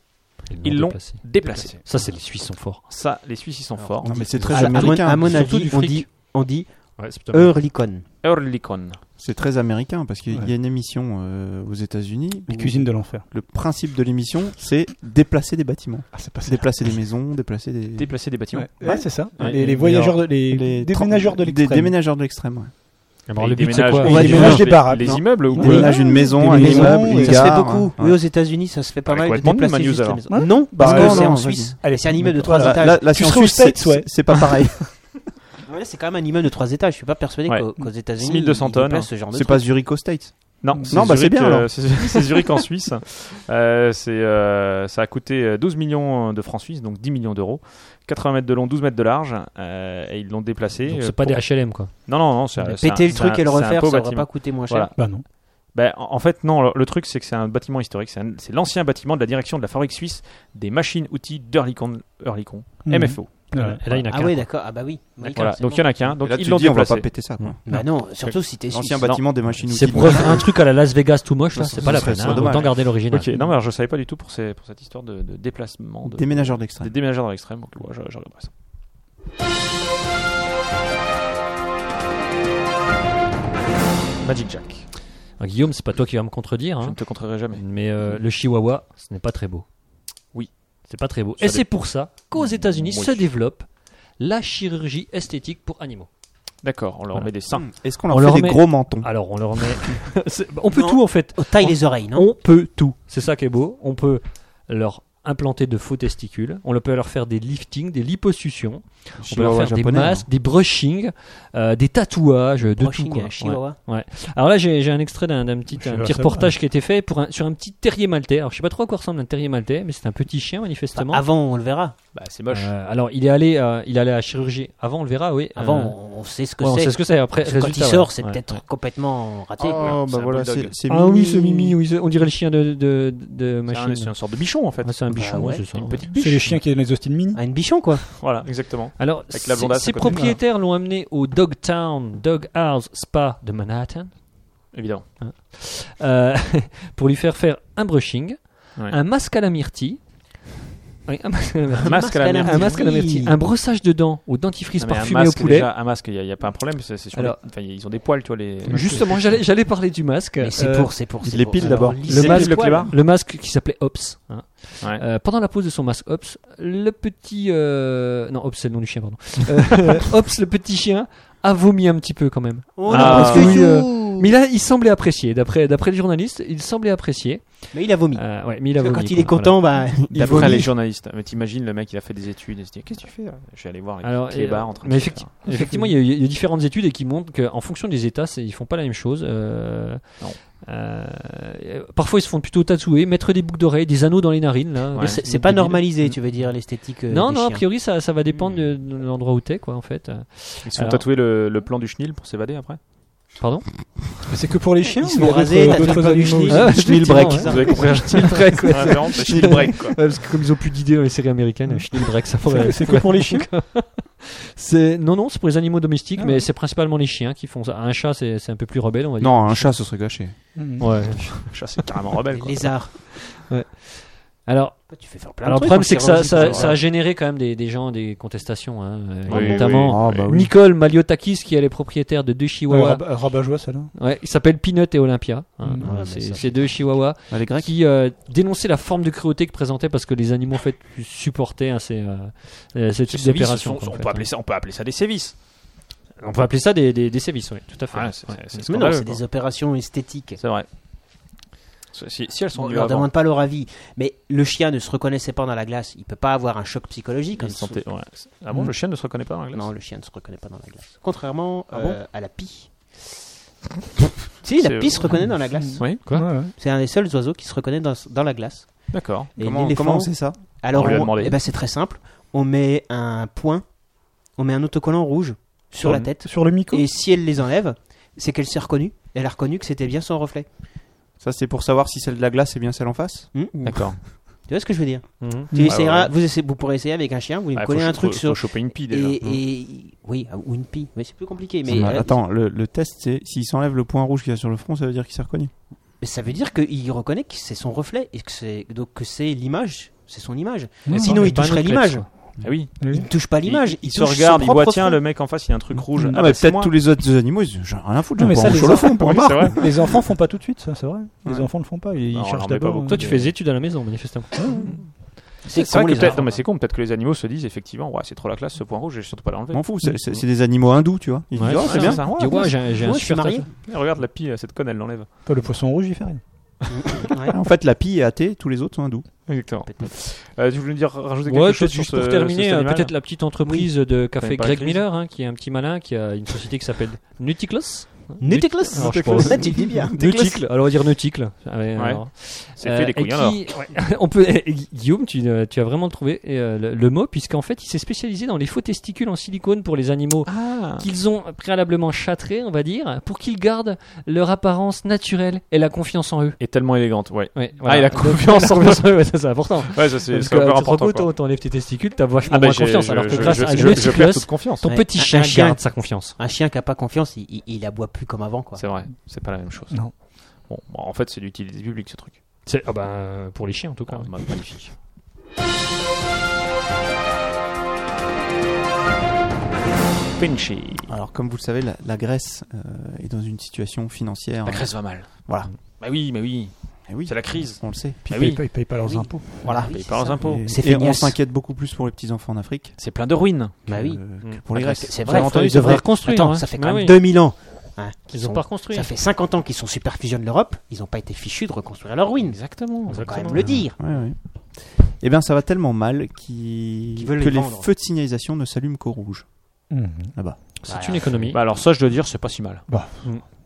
Ils l'ont déplacé. déplacer. Ça, c'est les Suisses sont forts. Ça, les Suisses, ils sont forts. Non, mais c'est très À, à mon, américain. à mon Surtout avis, du on fric. dit, on dit Ouais, c'est Eurlicon. Orlicon. C'est très américain parce qu'il y Ouais. a une émission euh, aux États-Unis. Les où cuisines de l'enfer. Le principe de l'émission, c'est déplacer des bâtiments, Ah, c'est pas ça. déplacer des maisons, déplacer des. Déplacer des bâtiments. Ouais, ouais, c'est ça. Ouais, les, les les voyageurs, de- les, les tra- déménageurs de Des l'extrême. déménageurs de l'extrême. ouais. Alors, Ils le but, c'est déménagent- quoi On ils va déménager déménagent des les- baraques, Les, non immeubles ou On Ouais. quoi déménage une maison, un Des maisons, immeuble, une ouais. Ça se fait gare. beaucoup. Ouais. Oui, aux États-Unis, ça se fait pas Avec mal de Edmond déplacer Manuse, juste alors. les maisons. Non, parce Bah, que non, c'est non, en vas-y. Suisse. Allez, C'est un immeuble de trois Voilà. Là, étages. là, là, Tu c'est en serais aux Suisse, c'est- States, ouais. c'est pas pareil. Ouais, c'est quand même un immeuble de trois étages. Je suis pas persuadé Ouais. qu'aux qu'aux États-Unis, 6200 ils déplacent tonnes. ce genre de C'est truc. pas Zurich aux States. Non, Non, c'est bah, c'est Zurich, bien, euh, alors. c'est c'est Zurich en Suisse. Euh, c'est, euh, ça a coûté euh, 12 millions de francs suisses, donc 10 millions d'euros. 80 mètres de long, 12 mètres de large. euh, et ils l'ont déplacé. Donc, euh, c'est pas pour- des HLM, quoi. Non, non, non. c'est- Mais c'est un- Péter le c'est truc un- et le c'est un refaire, beau ça aurait bâtiment. pas coûté moins cher. Voilà. Bah non. Ben, en en fait, non, le, le truc, c'est que c'est un bâtiment historique. C'est un- C'est l'ancien bâtiment de la direction de la fabrique suisse des machines-outils d'Eurlicon, Eurlicon, Mhm. MFO. Ouais. Et là, il y en a Ah qu'un. oui, d'accord. Ah bah oui. Oui, Voilà. forcément. Donc il y en a qu'un. Donc Et là, ils tu l'ont dis, on va pas déplacé. péter ça. quoi. Bah non, surtout si t'es L'ancien suisse. bâtiment des machines C'est outils. pour un truc à la Las Vegas tout moche, là, Ça, c'est pas la ça serait peine. hein. dommage. Autant garder l'original. Ok. Non, mais alors je savais pas du tout pour, ces- pour cette histoire de, de déplacement de, Déménageurs des d'extrême. déménageurs dans l'extrême. Donc ouais, je, je regarderai ça. Magic Jack. Alors, Guillaume, c'est pas toi qui vas me contredire, Je hein, ne te contrerai jamais. mais euh, le chihuahua, ce n'est pas très beau. Oui. C'est pas très beau. Ça Et dé- c'est pour ça qu'aux États-Unis Oui. se développe la chirurgie esthétique pour animaux. D'accord, on leur Voilà. met des seins. Est-ce qu'on On leur leur Ah, fait met- des gros Mmh. mentons Alors on leur met. C'est- on peut Non. tout en fait. On taille les oreilles, non On peut tout. C'est ça qui est beau. On peut leur implanter de faux testicules. On peut leur faire des liftings, des liposuctions. On peut leur faire des masques, des brushings, euh, des tatouages, de tout. Brushing quoi. à Chihuahua. Alors là, j'ai j'ai un extrait d'un d'un petit, Je un suis petit là, ça reportage qui a été fait pour un- sur un petit terrier maltais. Alors je sais pas trop à quoi ressemble un terrier maltais, mais c'est un petit chien Enfin, manifestement. avant, on le verra. Bah, c'est moche. Euh, alors il est allé, euh, il est allé à la chirurgie. Avant, on le verra, oui. Avant, Euh, on- on sait ce que ouais, on c'est. sait ce que c'est. Après, Parce que quand il résultat, sort, ouais. c'est Ouais. peut-être complètement raté. quoi. Oh, c'est bah un voilà, bulldog. c'est c'est Ah oui, ce Mimi, oui, c'est- on dirait le chien de, de, C'est de machine. un, c'est une sorte de bichon en fait. Ah, c'est un bichon, Bah ouais. c'est ça. Une petite biche. C'est les chiens qui aiment les Austin Mini. Ah, une bichon, quoi. Voilà, exactement. Alors, Avec la ses- blondasse à ses côté. propriétaires l'ont amené au Dogtown Dog House Spa de Manhattan Évidemment. euh, pour lui faire faire un brushing, Ouais. un masque à la myrtille. Oui, un masque à la myrtille. Un masque à la merde. Un masque à la myrtille, un brossage de dents au dentifrice Non, mais parfumé au masque, poulet. déjà, un masque, il n'y a, pas un problème. c'est- c'est sur Alors- les- enfin, ils ont des poils, tu vois. Les... Justement, j'allais j'allais parler du masque. Mais c'est Euh, pour, c'est pour. c'est les pour. pile Alors, d'abord. lisez- le C'est masque, le clébard le masque qui s'appelait Ops. hein. Ouais. Euh, pendant la pose de son masque Ops, le petit euh, non Ops c'est le nom du chien pardon. Euh, Ops le petit chien a vomi un petit peu quand même. Oh, Ah, parce que oui, you- Mais là il semblait apprécier d'après d'après les journalistes il semblait apprécier. Mais il a vomi. Euh, ouais, mais il a vomi, Quand Ah, il quoi, est content, bah, il D'après vomit. les journalistes. Mais t'imagines, le mec, il a fait des études. Il se dit Qu'est-ce que tu fais là Je vais aller voir les Voilà. Alors, petits clébards euh, en train mais de- effecti- effectivement, il y, a, il y a différentes études et qui montrent qu'en fonction des États, c'est- ils font pas la même chose. euh, Non. euh, euh, parfois, ils se font plutôt tatouer, mettre des boucles d'oreilles, des anneaux dans les narines. Là, Ouais. Mais c'est c'est pas Débile. normalisé, tu veux dire, l'esthétique. euh, Non, des non, a chiens. Hmm. priori, ça, ça va dépendre de, de l'endroit où t'es, quoi, en fait. Euh, Ils se sont Alors- tatoués le, le plan du chenil pour s'évader après Pardon Mais Ah, c'est que pour les chiens Ils se font ou il y a raser, d'autres- t'as d'autres fait animaux du aussi Ah, Schneelbreak. effectivement, Vous avez compris Schneelbreak, ouais, Ah, vraiment, c'est Schneelbreak, quoi. Ouais, parce que comme ils ont plus d'idées dans les séries américaines, euh, Schneelbreak, ça pourrait. C'est que pour les chiens. C'est non, non, c'est pour les animaux domestiques, Ah mais ouais. c'est principalement les chiens qui font ça. Un chat, c'est c'est un peu plus rebelle, on va dire. Non, un chat, ce serait gâché. Mm. Ouais. Le chat, c'est carrément rebelle, quoi. Les lézards. Alors, Tu fais faire plein alors de le trucs en problème, c'est que ça, chirurgie, ça, quoi. ça a généré quand même des, des gens, des contestations, hein, euh, Oui, notamment. Ah, bah oui. Nicole Maliotakis, qui est les propriétaires de deux Ouais, chihuahuas, rabat- Rabat joie, celle-là. ouais, il s'appelle Peanut et Olympia. hein, hein, Mm. Ouais, c'est mais ça, c'est deux chihuahuas Ah, les Grecs. qui euh, dénonçaient la forme de cruauté que présentaient parce que les animaux en fait supportaient hein, ces, euh, euh, ce type Ces sévices, d'opération. sont- quoi, en on, fait, peut hein. appeler ça, on peut appeler ça des sévices. On peut appeler ça des, des, des sévices, oui, tout à fait. Ah, c'est Ouais. c'est- c'est Mais non, scandaleux, c'est quoi. des opérations esthétiques. C'est vrai. Si, si elles sont On ne venues leur avant, demande pas leur avis. Mais le chien ne se reconnaissait pas dans la glace. Il peut pas avoir un choc psychologique. ils hein, sont- ouais. Ah bon, le chien ne se reconnaît pas dans la glace Non, le chien ne se reconnaît pas dans la glace. Contrairement Ah bon euh, à la pie. si, la C'est- pie se reconnaît dans la glace. Oui, Ouais, quoi ouais. C'est un des seuls oiseaux qui se reconnaît dans, dans la glace. D'accord. Et Comment, l'éléphant- comment on sait ça Alors, On lui a demandé. eh ben, c'est très simple. On met un point, on met un autocollant rouge sur la tête. Sur le micro. Et si elle les enlève, c'est qu'elle s'est reconnue. Elle a reconnu que c'était bien son reflet. Ça, c'est pour savoir si celle de la glace est bien celle en face D'accord. Tu vois ce que je veux dire Mhm. Hmm. Tu essayeras, Vous, essayez- vous pourrez essayer avec un chien, vous lui Ah, collez faut un cho- truc faut- sur. Faut choper une pie Et, déjà. Hmm. et- oui, ah, ou une pie. Mais c'est plus compliqué. Mais, Mais euh, Attends, le, le test, c'est s'il s'enlève le point rouge qu'il y a sur le front, ça veut dire qu'il s'est reconnu. mais ça veut dire qu'il reconnaît que c'est son reflet et que c'est donc que c'est l'image, c'est son image. Ouais. Sinon, il pas un toucherait autre l'image. clip, Ah oui. Il touche pas l'image. il, il se touche son regarde, il voit propre tiens reflet. le mec en face, il y a un truc rouge. Ah, Ah, mais bah, c'est peut-être moi. tous les autres animaux, ils- j'en ai rien à foutre. Non, j'en mais prends ça, un les, sur le enfants, front, pour Oui, moi. c'est vrai. les enfants font pas tout de suite, ça, c'est vrai. Les enfants le font pas, ils Non, on cherchent en met pas d'abord. hein. beaucoup. Toi, tu fais des études à la maison, manifestement. C'est C'est vrai con, que les peut-être, arbres. non mais c'est con, peut-être que les animaux se disent effectivement, ouais, c'est trop la classe ce point rouge, je vais surtout pas Je l'enlever. m'en fous, c'est- c'est c'est des animaux hindous, tu vois. Ils disent, Ouais, oh, c'est c'est bien. ça. Tu Ouais, vois, j'ai un, j'ai un Moi, je suis super marié. tatouage. ouais, Ah, regarde la pie, euh, cette conne, elle l'enlève. Toi, le poisson rouge, il fait rien. Ouais. oh, En fait, la pie est athée, tous les autres sont hindous. Exactement. Euh, tu voulais me dire rajouter quelque Ouais, chose peut-être sur juste ce- pour terminer, cet euh, animal peut-être la petite entreprise de café connais pas la Greg crise. Miller, hein, qui est un petit malin, qui a une société qui s'appelle Nuticlos. Nuticlus. Alors, je pense. Là, tu le dis bien. Nuticle, alors on va dire Nuticle. Ah ouais, alors. C'est Euh, fait les et couilles qui- alors. ouais, on peut, et Gu- Guillaume, tu, euh, tu as vraiment trouvé euh, le, le mot, puisqu'en fait, il s'est spécialisé dans les faux testicules en silicone pour les animaux Ah. qu'ils ont préalablement châtrés, on va dire, pour qu'ils gardent leur apparence naturelle et la confiance en eux. Est tellement élégante, ouais. Ouais, Ah, et la Donc, confiance en eux. confiance en eux, ouais, ça, c'est important. Ouais, ça c'est Parce c'est encore que trop important. beau, quoi. t'en- t'enlèves tes testicules, t'as vachement Ah bah, moins j'ai- confiance. je- alors que je- grâce je- à je- une je perds toute Nuticlus, confiance. ton Ouais, petit un- un chien chien. garde sa confiance. Un chien qui a pas confiance, il, il, il aboie plus comme avant, quoi. C'est vrai, c'est pas la même chose. Non. Bon, bon, en fait, c'est d'utilité publique ce truc. C'est ah bah, pour les chiens en tout cas. Ah, ma- magnifique. Finchy. Alors, comme vous le savez, la, la Grèce euh, est dans une situation financière. La Grèce va mal. Voilà. Bah oui, mais oui, Eh oui, c'est la crise. on le sait. Puis Ah ils, payent, oui. pas- ils payent pas leurs impôts. Voilà. Ah Paye pas leurs impôts. Et, C'est et on feignasse. s'inquiète beaucoup plus pour les petits enfants en Afrique C'est plein de ruines. que, Bah oui. que Mm. pour les Après, Grecs. c'est- C'est Vous vrai, avez entendu ils de devraient Grecs reconstruire. Attends, hein. ça ça fait fait Ah quand même oui. 2000 ans. hein, qu'ils Ils ont sont- pas reconstruit. Ça fait 50 ans qu'ils sont superfusionnés de l'Europe. Ils n'ont pas été fichus de reconstruire leurs ruines. Exactement. On va quand même le dire. Ouais, ouais. Eh bien, ça va tellement mal qu'ils- Ils que veulent les les, vendre. feux de signalisation ne s'allument qu'au rouge. C'est Voilà. une économie. Bah alors ça, je dois dire, c'est pas si mal.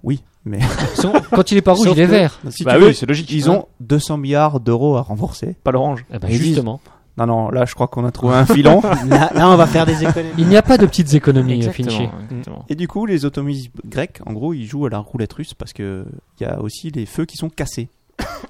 Oui, mais Son- quand il est pas rouge, Sauf il est que- vert. si bah tu oui, veux, c'est logique. Hein ils hein. ont 200 milliards d'euros à rembourser. pas l'orange. Eh ben, Ils disent- justement. Non, non, là, je crois qu'on a trouvé un filon. Là, là, on va faire des économies. Il n'y a pas de petites économies, euh, Finchy. Exactement. exactement. Et du coup, les automobilistes grecs, en gros, ils jouent à la roulette russe parce que il y a aussi les feux qui sont cassés.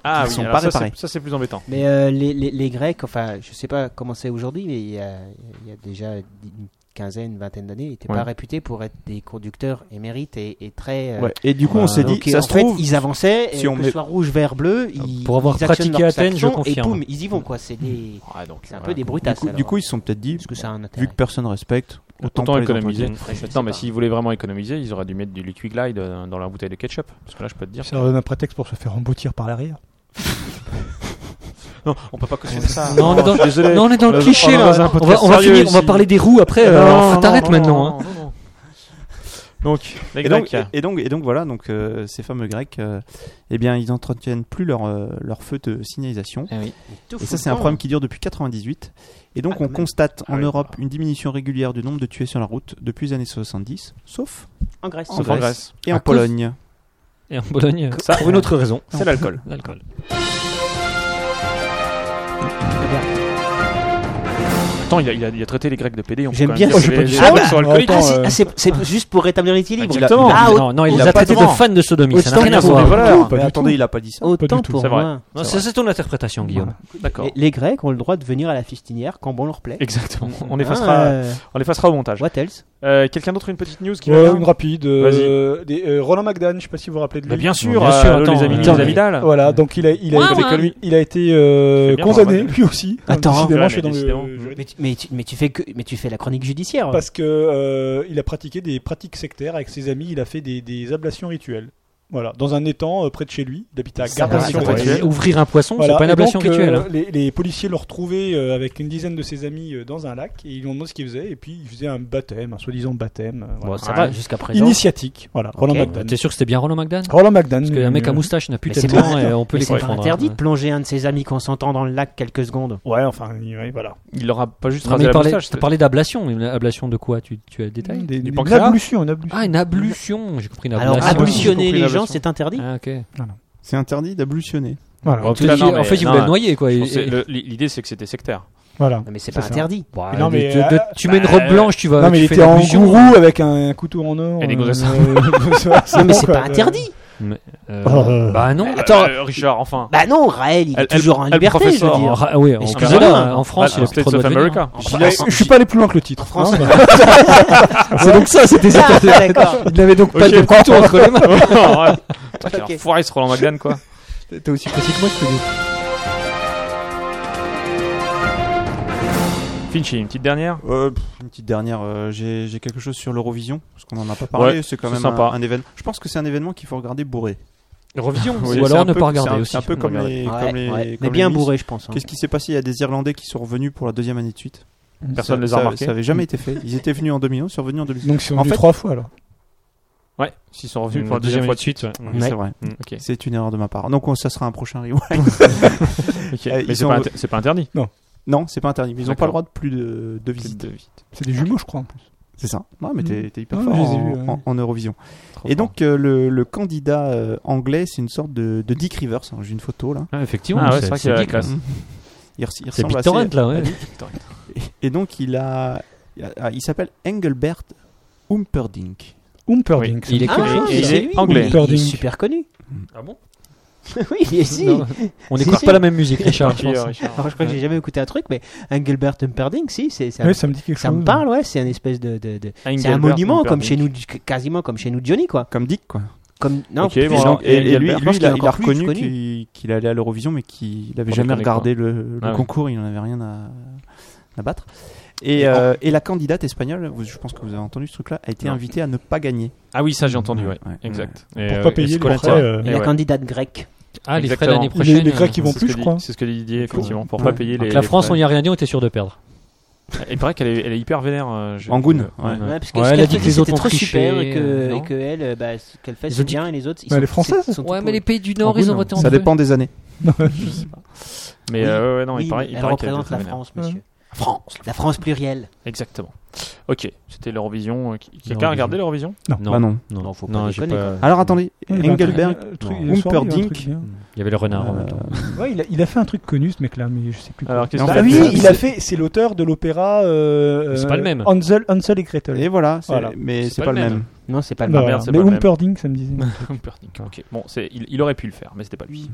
Ah Ils oui, sont alors pas ça, c'est- réparés. ça c'est plus embêtant. Mais euh, les, les- les Grecs, enfin, je sais pas comment c'est aujourd'hui, mais il y a, il y a déjà une quinzaine, vingtaine d'années, ils n'étaient Ouais. pas réputés pour être des conducteurs émérites et, et très. euh, Ouais. Et du coup, on s'est dit, donc, ça en se fait, trouve, ils avançaient, et si on que met- ce soit rouge, vert, bleu, ils, Pour avoir ils actionnent pratiqué leurs Athènes, je actions, confirme. Et boum, ils y vont quoi. C'est des, Ah, donc, c'est un ouais. peu des du brutasses. coup, du coup, ils se sont peut-être dit, est-ce que ça a un intérêt vu que personne respecte, autant, Autant, pas les économiser. entretenir. Après, je sais Non, mais pas. s'ils voulaient vraiment économiser, ils auraient dû mettre du liquid glide euh, dans leur bouteille de ketchup. Parce que là, je peux te dire. Ça leur donne un prétexte pour se faire emboutir par l'arrière. Non, on peut pas cautionner ça. Non, on est dans, non, on est dans le Euh, cliché on est là. dans un On podcast va, on va sérieux finir, on va ici. parler des roues après. euh, alors, faut- t'arrêtes maintenant. hein. Donc, les Et donc, Grecs. hein. et, et donc, et donc voilà, donc euh, ces fameux Grecs, euh, eh bien, ils n'entretiennent plus leur, euh, leur feu de signalisation. Et ça, c'est un hein. problème qui dure depuis 98. Et donc, on constate Ah, en oui. Europe une diminution régulière du nombre de tués sur la route depuis les années 70, sauf En Grèce. en Sauf en Grèce, Grèce. et À en cause- Pologne. Et en Bologne, Ça, pour une autre raison, c'est l'alcool. l'alcool. Attends, il a, il a- il a traité les Grecs de PD. on peut J'aime quand bien même ce dire que petit les- les chat, Grecs là. sont alcooliques. Attends, Ah, c'est- euh, ah, c'est c'est juste pour rétablir l'équilibre. Exactement. Ah, au- non, non, il au- l'a traité de Exactement. fan de sodomie. Ça n'a Autant rien à pour voir. les voleurs. Pas hein. Mais du attendez, tout. il a pas dit ça. Pas Autant du tout, pour c'est vrai. moi. Non, C'est c'est ton interprétation, Guillaume. D'accord. Les, les Grecs ont le droit de venir à la fistinière quand bon leur plaît. Exactement. On Hein, effacera, euh, on effacera au montage. what else Euh, Quelqu'un d'autre une petite news qui Ouais, va une bien rapide. euh, des, euh, Roland McDan, je sais pas si vous vous rappelez de lui. Mais bien sûr, Bien sûr, euh, attends, les amis, attends, les amis mais- Dal. Voilà, donc il a, il a, Ouais, il a- ouais. l'économie- il a été euh, C'est bien, condamné Roland McDan. lui aussi. Attends. décidément, je suis dans Décidément. le. mais tu, mais tu- mais tu fais que, mais tu fais la chronique judiciaire. Parce que euh, il a pratiqué des pratiques sectaires avec ses amis. Il a fait des, des ablations rituelles. Voilà, dans un étang euh, près de chez lui. Il habitait à Ça va, Gardation. attends, rituelle. Ouvrir un poisson, Voilà, c'est pas une et ablation donc, euh, rituelle. hein. les, les policiers l'ont retrouvé euh, avec une dizaine de ses amis euh, dans un lac et ils lui ont demandé ce qu'il faisait. Et puis il faisait un baptême, un soi-disant baptême. euh, Bon, voilà. ça Ouais. va jusqu'à présent. Initiatique, voilà, Roland Ok. McDan. Bah, T'es sûr que c'était bien Roland McDan Roland Euh, McDan. Parce qu'un mec à moustache n'a plus Mais c'est tellement pas- et on peut Mais les c'est pas comprendre. interdit hein. de plonger un de ses amis consentant dans le lac quelques secondes. Ouais, enfin, ouais, voilà. Il aura pas juste Non, mais rasé il la parlait- moustache. t'as parlé d'ablation, mais une ablation de quoi tu, tu as le détail Des- une pancréas ablution, une ablution. Ah, une ablution J'ai compris une Alors ablation. ablutionner Compris les l'ablution. gens, c'est interdit. Ah, ok. C'est interdit d'ablutionner. Voilà. Oh, Te putain, dis- non, mais- en fait, il non, voulait le noyer, quoi. je Et- pense que c'est- et- le- L'idée, c'est que c'était sectaire. voilà. Non, mais c'est C'est pas ça. interdit. Bah, Mais non, de- mais, de- euh, de- tu mets une robe blanche, tu vas. non, mais il Euh, tu fais était en l'ablution. gourou avec un, un couteau en or. Et des euh, gosses. Non, non, mais c'est pas interdit. Euh, Euh, Bah non. Attends, Richard, enfin. Bah non, Raël, il est Elle- toujours en elle- elle liberté, je veux professeur, dire. Ah oui, en- Excusez-moi. voilà, en France, il a Bah, plus trop States le of droit de venir. America. Je suis pas allé plus loin que le titre. hein, voilà. C'est donc ça, c'était hein. ça. Ah, d'accord. Il n'avait donc pas Ok. de couteau entre les mains. Putain, quel Ok. enfoiré, ce Roland McDan, quoi. T'es aussi précis que moi, je te Finchy, une petite dernière Une petite dernière, euh, j'ai j'ai quelque chose sur l'Eurovision, parce qu'on en a pas parlé, Ouais, c'est quand c'est même sympa. Un, un événement. Je pense que c'est un événement qu'il faut regarder bourré. Revision. C'est- Ou c'est un alors ne peu- pas c'est regarder un- aussi. C'est un peu comme regarder. les. Ouais, comme les- ouais. comme Mais les bien Miss. bourré, je pense. hein. Qu'est-ce qui s'est passé Il y a des Irlandais qui sont revenus pour la deuxième année de suite. Personne Ça- ne les a ça- remarqués. Ça avait jamais été fait. Ils étaient venus en 2011, ils sont revenus en 2012. Donc c'est En fait- trois fois alors. Ouais, s'ils sont revenus pour la deuxième fois de suite. Oui, Ouais. C'est vrai. Mm, ok. C'est une erreur de ma part. Donc on- ça sera un prochain rewind. Ok, Euh, Mais ils c'est ont- pas inter- c'est pas interdit. non, c'est pas interdit. Ils n'ont D'accord. pas le droit de plus de, de Petite visites. de Hmm. visite. C'est des jumeaux, je crois en plus. C'est ça. Ouais, mais t'es t'es hyper Ouais, fort je les ai en, vus, ouais. en- en Eurovision. Trop Et fort. donc euh, le, le candidat euh, anglais, c'est une sorte de, de Dick Rivers. hein. J'ai une photo là. Ah, effectivement, Ah ouais, c'est c'est vrai c'est qu'il y a dit, la quoi. classe. Il, res- il C'est ressemble BitTorrent, assez. là, ouais. Et donc il a, il a- il s'appelle Engelbert Humperdinck. Humperdinck. Il est Ah, connu. Et il c'est est lui. anglais. Il est- Il est Humperdinck. super connu. Ah bon Oui, il est si. Non, On Si, n'écoute si. pas la même musique, Richard. je Qui, euh, pense. Richard Alors, je crois que j'ai jamais écouté un truc, mais Engelbert Humperdinck, si, c'est ça. Oui, ça me dit quelque Ça chose. me parle, ouais, c'est un espèce de. de- de- C'est un Engelbert monument, comme Humperdinck. chez nous, quasiment comme chez nous Johnny, quoi. Comme Dick quoi. Comme, non, Ok, plus- bon, Et, alors, donc- et- et lui, Engelbert, lui, je pense il, a, qu'il il a encore plus reconnu connu. qu'il qu'il allait à l'Eurovision, mais qu'il n'avait Pour jamais déconner, regardé le, le Ah ouais. concours, il n'en avait rien à, à battre. Et, Et en- euh, et la candidate espagnole, vous- je pense que vous avez entendu ce truc-là, a été Non. invitée à ne pas gagner. Ah oui, ça j'ai entendu, ouais. Ouais, ouais. Exact. Pour pas payer les frais, euh, Eh Et la candidate grecque. Ah, les frais Exactement. l'année Les- les, prochaine. les Grecs qui euh, vont plus, je crois. C'est ce que dit Didier, effectivement, pour Ouais. pas payer les. donc la les France, on frais. n'y a rien dit, on était sûr de perdre. Il paraît qu'elle est, elle est hyper vénère. euh, j'ai- Angoune, euh, ouais. Ouais, parce que Ouais, ce elle a qu'elle dit que faisait, les autres c'était ont trop triché, super et que, non et que elle, euh, bah, ce qu'elle fait, Ils c'est ont dit- bien et les autres, ils Mais sont elle est française. c'est- sont tout pourris. pays du Nord, ils ont voté Ça dépend des années. Mais Oui. euh, ouais, ouais, non, il Oui, paraît, il elle paraît qu'elle est représente très la vénère. France, monsieur. France, la France plurielle. Exactement. Ok, c'était l'Eurovision. euh, qui- Quelqu'un L'Eurovision. a regardé l'Eurovision Non, Bah non. non, Non, faut pas non, j'ai déconner. pas- Alors attendez, Oui, bah, Engelberg, un truc- non. une soirée, un Humperdinck. truc bien. Il y avait le renard. en euh, même temps. Ouais, il a, il a fait un truc connu ce mec-là, mais je sais plus. quoi. Alors, qu'est-ce en qu'il ah fait, oui, euh, il a fait. C'est l'auteur de l'opéra. euh, C'est pas le même. Hansel, Hansel et Gretel. et voilà, c'est- Voilà. mais c'est pas, le même. Non, c'est pas Ah, le bah, même. merde, c'est mais pas le même. Humperdinck, ça me disait. Humperdinck, Ok, bon, c'est- il, il aurait pu le faire, mais c'était pas lui.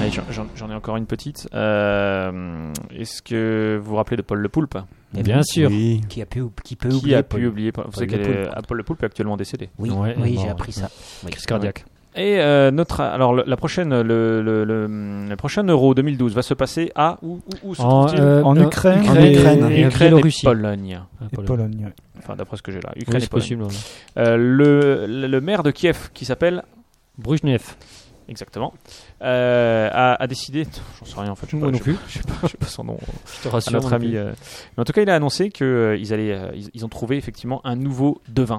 Allez, j'en- j'en j'en ai encore une petite. Euh, Est-ce que vous vous rappelez de Paul Le Poulpe Bien sûr. Oui. Qui, a pu, qui peut Qui oublier a Paul. pu oublier Paul- Vous savez Paul Le qu'elle est- ah, Paul Le Poulpe est actuellement décédé. Oui, Ouais, oui bon, j'ai ouais. appris ça. Oui. Crise cardiaque. Et euh, notre alors le- la prochaine le, le, le- le prochain Euro 2012 va se passer à où, où, où se trouve-t-il euh, En euh, Ukraine. En Ukraine. et, Ukraine et et Biélorussie. Pologne. Et Pologne. ouais. Enfin d'après ce que j'ai là, Oui, Ukraine et c'est Pologne. possible. ouais. Euh, le, le, le maire de Kiev qui s'appelle Brujnev. exactement euh, a, a décidé j'en sais rien en fait je sais Moi pas, non je- plus. je sais pas, je sais pas son nom Je te à rassure. notre non ami plus. euh. Mais en tout cas il a annoncé que euh, ils allaient euh, ils, ils ont trouvé effectivement un nouveau devin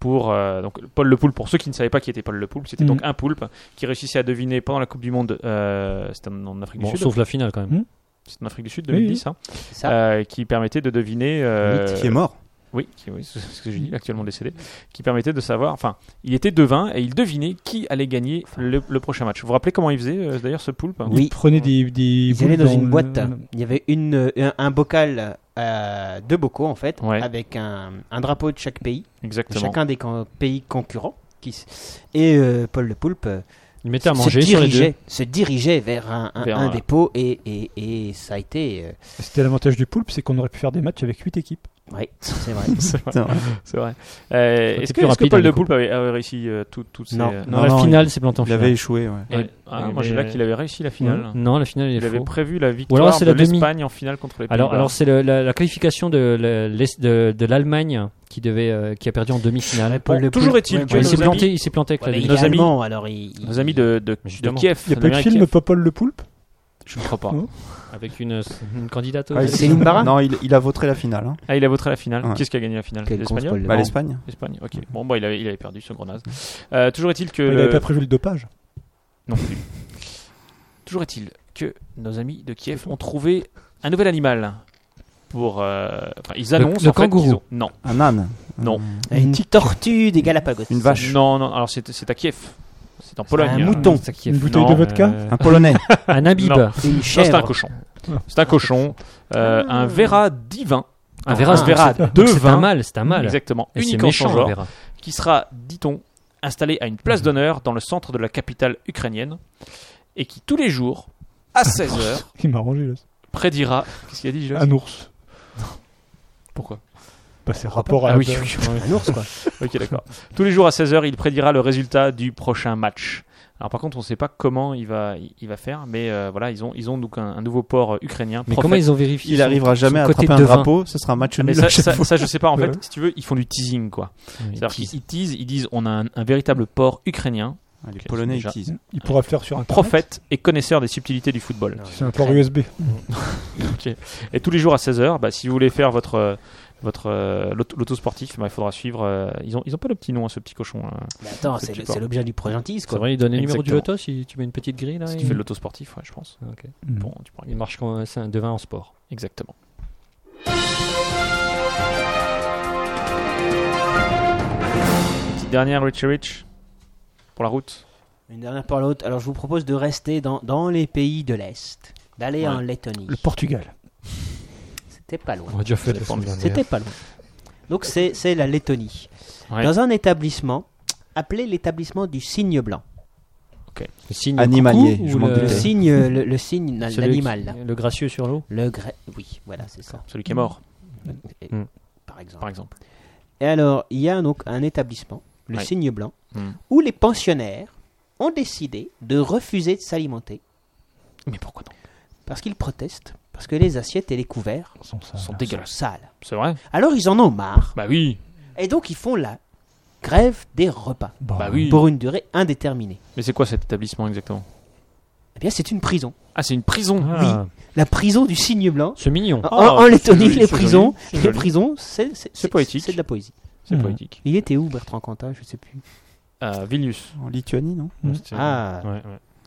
pour euh, donc Paul Le Poulpe pour ceux qui ne savaient pas qui était Paul Le Poulpe c'était Mhm. donc un poulpe qui réussissait à deviner pendant la Coupe du monde euh, c'était en, en Afrique Bon, du Sud sauf la finale quand même. c'est en Afrique du Sud Oui, oui. 2010 hein, Ça, euh, qui permettait de deviner euh, Qui est mort. oui, qui- oui, c'est ce que j'ai dit, actuellement décédé, qui permettait de savoir, enfin, il était devin et il devinait qui allait gagner le, le prochain match. Vous vous rappelez comment il faisait euh, d'ailleurs ce poulpe hein Oui. Il prenait des. des ils boules allaient dans une le- boîte. Il y avait une, euh, un, un bocal euh, de bocaux, en fait, Ouais. avec un, un drapeau de chaque pays, de Exactement. chacun des con- pays concurrents. Qui, s- et euh, Paul Le Poulpe euh, Il mettait à se, manger sur les deux. dirigeait, se dirigeait vers un, un, Vers un un- des pots et, et, et ça a été. euh, C'était l'avantage du poulpe, c'est qu'on aurait pu faire des matchs avec 8 équipes. ouais, c'est vrai. C'est vrai. C'est vrai. c'est vrai. Euh, C'était Est-ce que, est-ce que plus rapide, hein, Paul de du coup. Poulpe avait, avait réussi euh, tout- toutes ces. Non. euh, Non, Non, la non, finale, c'est planté en Il finale. avait échoué, ouais. et- Ouais. ah, Ouais, moi j'ai là mais- qu'il avait réussi la finale. Non, la finale, il est Il avait faux. prévu la Ou victoire alors c'est de la demi. l'Espagne en finale contre les Pays-Bas. Alors, alors c'est le- la, la qualification de, la- l'Est- de, de l'Allemagne qui devait euh, qui a perdu en demi-finale. Paul Le toujours Poulpe, est-il ouais, que Ouais, ouais, il nos s'est ouais, amis- planté, il s'est planté avec la mais il demi. nos est amis- allemand, alors il, il- nos amis de, de, de Mais justement. Kiev. Il n'y a pas eu de film Popol le poulpe Je ne crois pas. Non. avec une, euh, une candidate. Ah, il- Céline Barra Non, il, il a voté la finale. hein. Ah, il a voté la finale. Ouais. Qui est-ce qui a gagné la finale Quel con, L'Espagnol Paul Le Bah, Bon. l'Espagne. Espagne, ok. Bon, bah, il avait, il avait perdu ce gros naze. Euh, toujours est-il que. Il le- n'avait pas prévu le dopage. Non plus. toujours est-il que nos amis de Kiev ont trouvé un nouvel animal. Pour. euh, Enfin, ils annoncent. le en fait, kangourou. qu'ils ont- Non. Un âne. Non. Ah, une tortue des Galapagos. Une vache. Non, non, alors c'est c'est à Kiev. C'est en Pologne. un mouton. Une bouteille Non, de vodka euh, Un polonais. un habib. Non. Une Non, c'est un chèvre. cochon. C'est un cochon. Euh, un Vera divin. Ah, Un verra, un Vera de de C'est un vin. mâle, c'est un mâle. Exactement. Et c'est unique en son méchant, un genre. verra. qui sera, dit-on, installé à une place d'honneur dans le centre de la capitale ukrainienne et qui, tous les jours, à 16h, Il m'a rangé là. prédira. Qu'est-ce qu'il a dit, Gilles Un ours. Pourquoi Bah, c'est rapport à. Ah oui, la- oui, Un ours, quoi. ok, d'accord. Tous les jours à 16h, il prédira le résultat du prochain match. Alors, par contre, on ne sait pas comment il va, il va faire, mais euh, voilà, ils ont, ils ont donc un, un nouveau port euh, ukrainien. Mais prophète. comment ils ont vérifié Il son- arrivera son jamais à côté attraper un devin drapeau. Ce sera un match Ah, mais nul. ça, ça, ça, je sais pas. En fait, Ouais. si tu veux, ils font du teasing, quoi. Oui, C'est-à-dire qui- qu'ils teasent, ils disent on a un, un véritable port ukrainien, Ah, Les Ok, polonais, ils déjà. teasent. Il pourra le faire sur un prophète et connaisseur des subtilités du football. C'est un port USB. Et tous les jours à 16h, bah, si vous voulez faire votre, euh, votre euh, l'auto- l'autosportif, bah, il faudra suivre. euh, ils n'ont ils ont pas le petit nom, à ce petit cochon. hein. Mais attends, Ce c'est petit le- porc. c'est l'objet du progentis, C'est quoi. vrai, il donne le numéro du Exactement. loto si tu mets une petite grille là. Si et- tu fais de l'autosportif, ouais, je pense. Ok. Bon, tu pourras Il gagner. marche quand c'est un devin en sport. Exactement. Petite dernière, Richie Rich, pour la route. Une dernière par l'autre. Alors, je vous propose de rester dans, dans les pays de l'Est, d'aller en Lettonie. Le Portugal. C'était pas loin. a déjà fait la dépend semaine C'était dernière. pas loin. Donc, c'est c'est la Lettonie. Ouais. Dans un établissement appelé l'établissement du cygne blanc. Le signe Animalier, coucou je ou m'en le- Le doutais. Euh. cygne, le, le cygne, celui qui- l'animal. là. Le gracieux sur l'eau. Le grès. Oui, voilà, c'est ça. Celui qui est mort, Et- Mm. Par exemple. par exemple. Et alors, il y a donc un établissement, le Ouais. Cygne Blanc, Mm. où les pensionnaires ont décidé de refuser de s'alimenter Mais pourquoi non Parce qu'ils protestent, parce que les assiettes et les couverts Sont ça. Sont sont dégueulasses. sales. C'est vrai Alors ils en ont marre, Bah oui. et donc ils font la grève des repas, Bon. Bah oui. pour une durée indéterminée. Mais c'est quoi cet établissement exactement Eh bien, c'est une prison. Ah, c'est une prison. Ah, La prison du cygne blanc. C'est mignon. En, Ah, en Lettonie, c'est joli, les c'est prisons, Hmm. joli, c'est les joli. prisons, c'est c'est- c'est- poétique. C'est de la poésie. C'est Mhm. poétique. Il était où Bertrand Cantat Je sais plus. Euh, Vilnius. En Lituanie, non C'était- Ah. Ouais, ouais.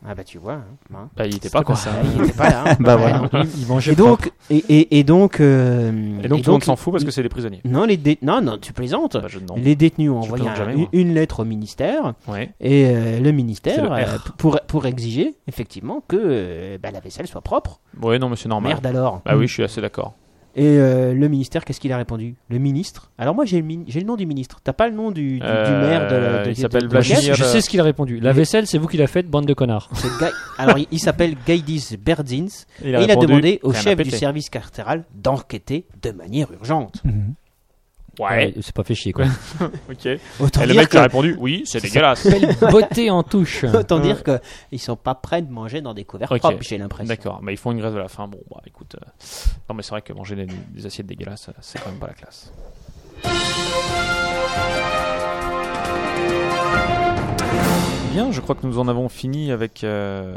Ah bah tu vois. hein, hein. Bah, il était pas quoi. Ah, il était pas là. Bah hein. Ouais, voilà. non. Ils mangeaient Et donc, et, et- et donc, euh, Et donc, tout le monde s'en fout parce que c'est des prisonniers. non, les dé- non, non, tu plaisantes. Bah, je non. Les détenus ont Je envoyé plaisante un- jamais, une, moi. une lettre au ministère Ouais. et euh, le C'est ministère le euh, R. p- pour, pour exiger effectivement que euh, bah, la vaisselle soit propre. Ouais, non, mais c'est normal. Merde alors. Bah oui, je suis assez d'accord. Et euh, le ministère, qu'est-ce qu'il a répondu Le ministre Alors moi j'ai le, min- j'ai le nom du ministre. T'as pas le nom du, du- du Euh, maire de, de- il de- s'appelle de- de- Vladimir. Kiev Je sais ce qu'il a répondu. La vaisselle, c'est vous qui la faites, bande de connards. C'est Guy- Alors il, il s'appelle Gaidis Berdins et il a répondu, demandé au rien à chef du péter. service carcéral d'enquêter de manière urgente. Mhm. Ouais, C'est pas fait chier quoi. ok. Et Autant le dire mec qui a que- répondu Oui, c'est dégueulasse. Beauté en touche. Autant dire que ils sont pas prêts de manger dans des couverts Ok. propres, j'ai l'impression. D'accord, mais ils font une grève de la faim. Bon, bah écoute. euh, Non, mais c'est vrai que manger des, des assiettes dégueulasses, euh, c'est quand même pas la classe. Bien, je crois que nous en avons fini avec euh,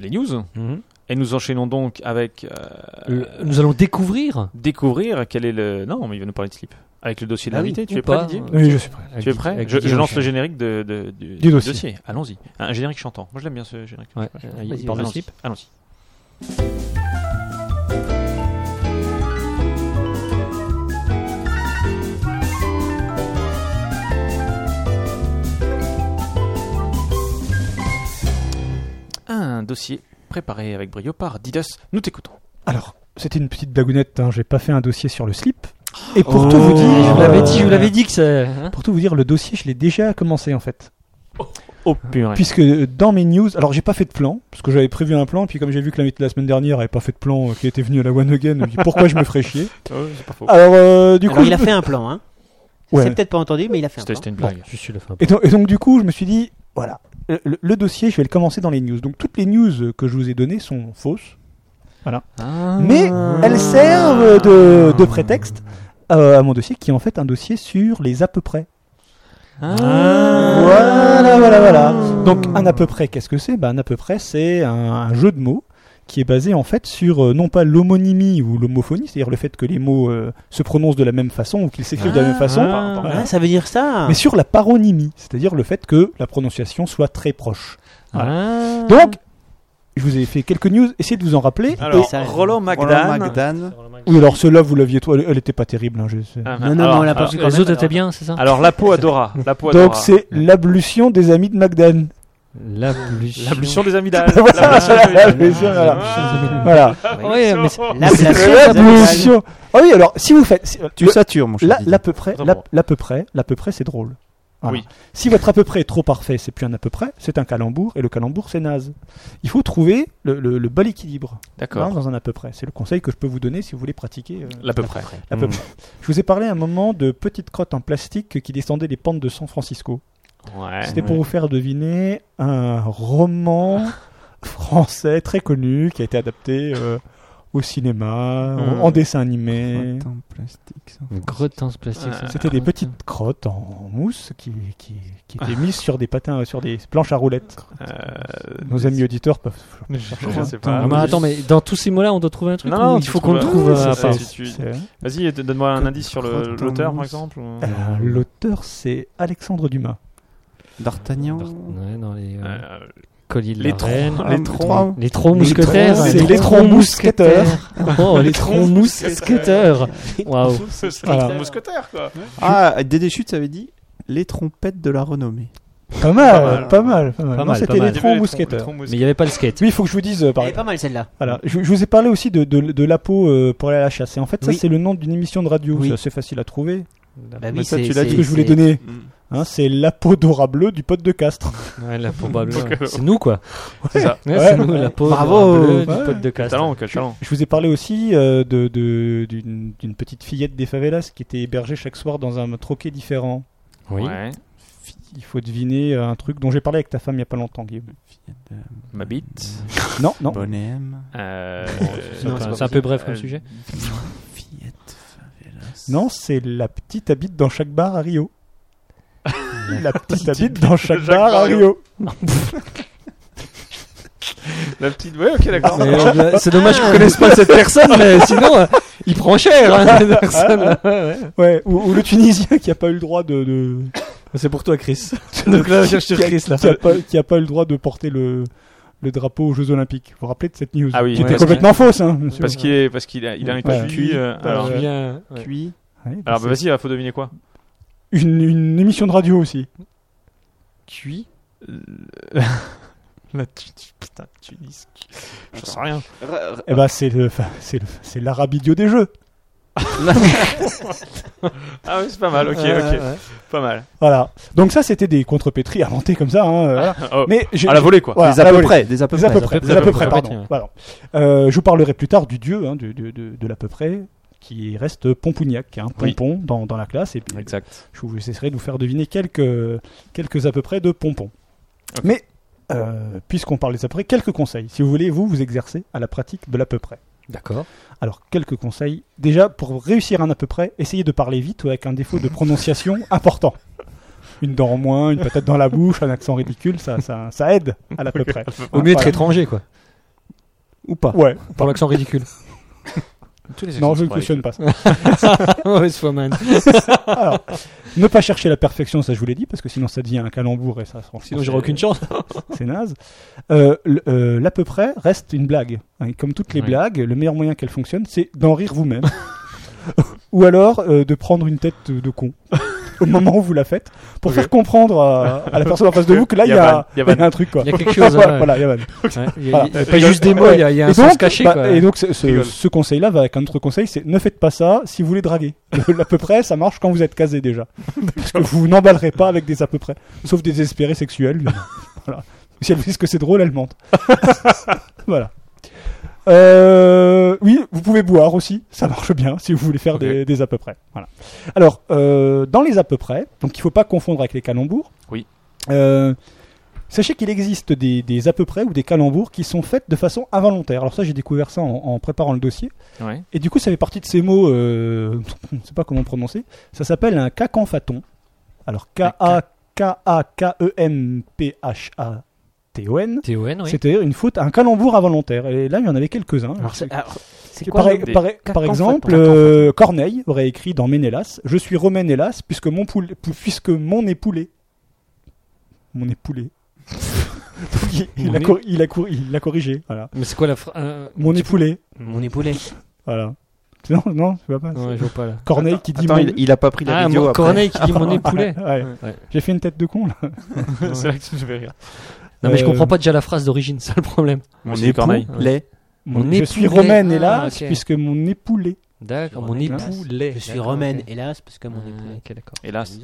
les news. Mhm. Et nous enchaînons donc avec euh, Le- Nous allons découvrir. découvrir quel est le. Non, mais il va nous parler de slip. Avec le dossier de Ah l'invité, oui, tu ou es prêt, pas. Didier Oui, je suis prêt. Tu es prêt Avec je, Didier je lance le Rochelle. générique de, de- du, Du dossier. Allons-y. Un générique chantant. Moi, je l'aime bien ce générique. Ouais, Euh, Allons-y. il parle de Allons-y. slip. Allons-y. Un dossier préparé avec brio par Didus. Nous t'écoutons. Alors, c'était une petite blagounette, hein, j'ai pas fait un dossier sur le slip. Et pour tout vous dire. Oh. je vous l'avais euh, dit, je vous l'avais dit que c'est. hein, Pour tout vous dire, le dossier, je l'ai déjà commencé en fait. Oh Ah, purée. Puisque euh, dans mes news, alors j'ai pas fait de plan, parce que j'avais prévu un plan, puis comme j'ai vu que l'invité de la semaine dernière avait pas fait de plan, euh, qui était venu à la One Again, je me dis, pourquoi je me ferais chier c'est pas Ah, faux. Alors euh, du coup, Alors il je a me- fait un plan, hein. Ouais. C'est peut-être pas entendu, mais il a fait un C'était plan. c'était une Bon, blague. je suis le fin. et, donc, et donc, du coup, je me suis dit, voilà, le, le- le dossier, je vais le commencer dans les news. Donc toutes les news que je vous ai données sont fausses, mais elles servent de, de prétexte euh, à mon dossier, qui est en fait un dossier sur les à peu près. hein. Ah. Voilà, voilà, voilà. Donc un à peu près, qu'est-ce que c'est ben, Un à peu près, c'est un, un jeu de mots qui est basé en fait sur euh, non pas l'homonymie ou l'homophonie, c'est-à-dire le fait que les mots euh, se prononcent de la même façon ou qu'ils s'écrivent de la même façon, Ah, ça veut dire ça. mais sur la paronymie, c'est-à-dire le fait que la prononciation soit très proche. Ah, Donc, je vous ai fait quelques news, essayez de vous en rappeler. Ah. Alors, ça- Roland Roland Magdan. Magdan. Oui, alors cela, vous l'aviez, toi, elle était pas terrible. hein, je sais. Ah, Non, non, mais on l'a pas alors, vu quand Les même. autres étaient bien, c'est ça Alors la peau adora, la peau adora. Donc c'est l'ablution des amis de Magdan. Ah, L'ablution. l'ablution des amygdales. L'ablution, Ah. voilà. voilà. Ouais, Ah. mais La L'ablution. Ah oui, alors si vous faites, si- Tu le- satures, mon cher. Là, Didier. l'à peu près, Attends, l'à- bon. l'à peu près, l'à peu près, c'est drôle. Voilà. Oui. Si votre à peu près est trop parfait, c'est plus un à peu près, c'est un calembour, et le calembour, c'est naze. Il faut trouver le, le, le bel équilibre hein, D'accord. dans un à peu près. C'est le conseil que je peux vous donner si vous voulez pratiquer. euh, L'à peu près. l'à peu près. Je vous ai parlé à un moment de petites crottes en plastique qui descendaient les pentes de San Francisco. Mm. Ah, Ouais. C'était pour vous faire deviner un roman français très connu qui a été adapté euh, au cinéma, en- en dessin animé. Attends, plastique, ça. Une Grettance plastique. Ah, ça. C'était des petites crottes en mousse qui, qui, qui étaient mises sur des patins, sur des planches à roulettes. Euh, Nos amis auditeurs peuvent. je sais Ah, pas. mais attends, mais dans tous ces mots-là, on doit trouver un truc. Non, ou non, il tu faut trouves qu'on un- trouve. c'est- euh, c'est- part- c'est- tu- C'est- Vas-y, d- donne-moi un Que- indice sur le- crotte en l'auteur, par mousse. exemple. ou- Euh, L'auteur, c'est Alexandre Dumas. D'Artagnan. Ouais, dans les euh, Euh, colliers de les la troncs. Reine. Ah, trois. Les troncs Les mousquetaires. troncs, c'est les Oh, troncs les troncs mousquetaires. Waouh. C'est c'est Voilà. un mousquetaire, quoi. Ah, Dédé Chute, ça avait dit les trompettes de la renommée. Pas mal, pas mal, pas mal. Pas Non, mal, pas C'était les mal. troncs mousquetaires. Mais il n'y avait pas le skate. Oui, il faut que je vous dise. euh, par- Elle est pas mal celle-là. Voilà, je, je vous ai parlé aussi de, de, de la peau euh, pour aller à la chasse. Et en fait, ça, Oui. c'est le nom d'une émission de radio. Oui. C'est assez facile à trouver. Bah Mais ça, tu l'as c'est- dit Ce que je voulais c'est- Mm. donner, hein, c'est la peau d'aura bleue du pote de Castres. Ouais, la peau bleue. C'est nous, quoi. C'est ça. Ouais, Ouais. c'est nous, la peau Bravo. bleue du Ouais. pote de Quel casse. talent, quel talent. Je vous ai parlé aussi euh, de- de- d'une d'une petite fillette des favelas qui était hébergée chaque soir dans un troquet différent. Oui. Ouais. il faut deviner un truc dont j'ai parlé avec ta femme il n'y a pas longtemps, Guillaume. Ma bite. Non, non. Bonhème. Euh, C'est un- c'est un peu bref comme sujet. Fillette favelas. Non, c'est la petite habite dans chaque bar à Rio. la petite habite dans chaque Jacques bar à Barrio. Rio. La petite. Ouais, ok, d'accord. Mais, euh, c'est dommage qu'on connaisse pas cette personne, mais sinon, euh, il prend cher, hein, cette personne. Ouais, ou, ou le Tunisien qui a pas eu le droit de. de- C'est pour toi, Chris. Donc là, on cherche sur qui, a, Chris, là. qui a pas, qui a pas eu le droit de porter le, le drapeau aux Jeux Olympiques. Vous vous rappelez de cette news Ah oui, Qui était parce complètement fausse, hein, monsieur. Parce qu'il est, parce qu'il a, il a un état de cul. euh, alors, Ouais. Julien, ouais. Puis, Ouais, alors, Bah, c'est- bah, vas-y, euh, faut deviner quoi une, une émission de radio aussi. Cuit. Euh, La Tunis, putain, Tunis. J'en sais rien. Eh ben, c'est le, enfin, c'est le- c'est l'arabidio des Jeux. Ah oui, c'est pas mal, ok, ok. Euh, Pas mal. Voilà. Donc, ça, c'était des contrepétries inventées comme ça. Hein, voilà. Oh, Mais j'ai- à la volée, quoi. voilà, des à là, peu oui. près, des à peu Des à près. peu près, près, des à peu près, tiens, près, pardon. ouais. Voilà. Euh, je vous parlerai plus tard du dieu hein, de, de, de, de l'à peu près, qui reste Pompougnac, hein, Oui. Pompon dans, dans la classe. Et puis, Exact. je vous essaierai de vous faire deviner quelques, quelques à peu près de Pompon. Mais, euh, puisqu'on parle des à peu près, quelques conseils. Si vous voulez, vous, vous exercer à la pratique de l'à peu près. D'accord. Alors, quelques conseils. Déjà, pour réussir un à peu près, essayez de parler vite ou avec un défaut de prononciation important. Une dent en moins, une patate dans la bouche, un accent ridicule, ça, ça, ça aide à l'à peu près. Au mieux être Voilà. étranger, quoi. Ou pas. Ouais, Par l'accent ridicule. Tous les non, exemples je ne sont pareils. cautionne pas ça. Mauvaise foi, man. Alors, ne pas chercher la perfection, ça je vous l'ai dit, parce que sinon ça devient un calembour et ça, franchement, Sinon, c'est- j'aurais aucune chance. C'est naze. Euh, l- euh, L'à peu près reste une blague. Hein, et comme toutes les Ouais. blagues, le meilleur moyen qu'elle fonctionne, c'est d'en rire vous-même. Ou alors euh, de prendre une tête de con au moment où vous la faites pour faire comprendre à, à la personne en face de vous que là, il y, a- Il y a il y vanne. a un truc. Quoi. Il y a quelque chose, hein, voilà, ouais. voilà, il y a vanne. Ouais, Il y a- Voilà. il y a pas juste des mots, il y a- il y a un Et sens donc, caché, bah, quoi. Et donc, ce, ce- Rigole. ce conseil-là va avec un autre conseil, c'est ne faites pas ça si vous voulez draguer. Le- à peu près, ça marche quand vous êtes casé déjà. Parce que vous n'emballerez pas avec des à peu près. Sauf des désespérés sexuels. voilà. Si elles disent que c'est drôle, elles mentent. voilà. Euh, oui, vous pouvez boire aussi, ça marche bien si vous voulez faire des, des à peu près. Voilà. Alors, euh, dans les à peu près, donc il ne faut pas confondre avec les calembours. Oui. Euh, Sachez qu'il existe des, des à peu près ou des calembours qui sont faites de façon involontaire. Alors ça, j'ai découvert ça en, en préparant le dossier. Ouais. Et du coup, ça fait partie de ces mots, euh, on ne sait pas comment le prononcer. Ça s'appelle un cacanfaton. Alors E K-A-K-A-K-E-M-P-H-A-T-O-N. Théoène, oui. C'est-à-dire une faute, un calembour involontaire. Et là, il y en avait quelques-uns. Alors, c'est- alors, c'est quoi Par, le- des- par- par cacanfaton, exemple, cacanfaton. euh, Corneille aurait écrit dans Ménélas Je suis Romain Hélas, puisque mon, poulet, pou- puisque mon époulet. Mon époulet. Donc, il, il Mon a é- cor- il a cor- il l'a corrigé. Voilà. Mais c'est quoi la phrase euh, Mon époulet. Mon époulet. Voilà. Non, non, c'est pas mal. Non, je vois pas là. Corneille qui dit Attends, mon- il, il a pas pris la Ah, vidéo mon après. Corneille qui dit mon époulet. Ouais. Ouais. J'ai fait une tête de con là. C'est là que tu me fais rire. Non, mais je Euh, comprends pas déjà la phrase d'origine, c'est ça le problème. Mon Mon Corneille. époux, lait. Mon Je suis époulet. romaine, Ah, hélas, ok. puisque mon époulet. D'accord, Je mon suis époulet. Je suis D'accord, romaine, ok. hélas, parce que mon Ah, époulet. ok, d'accord. Euh, Hélas.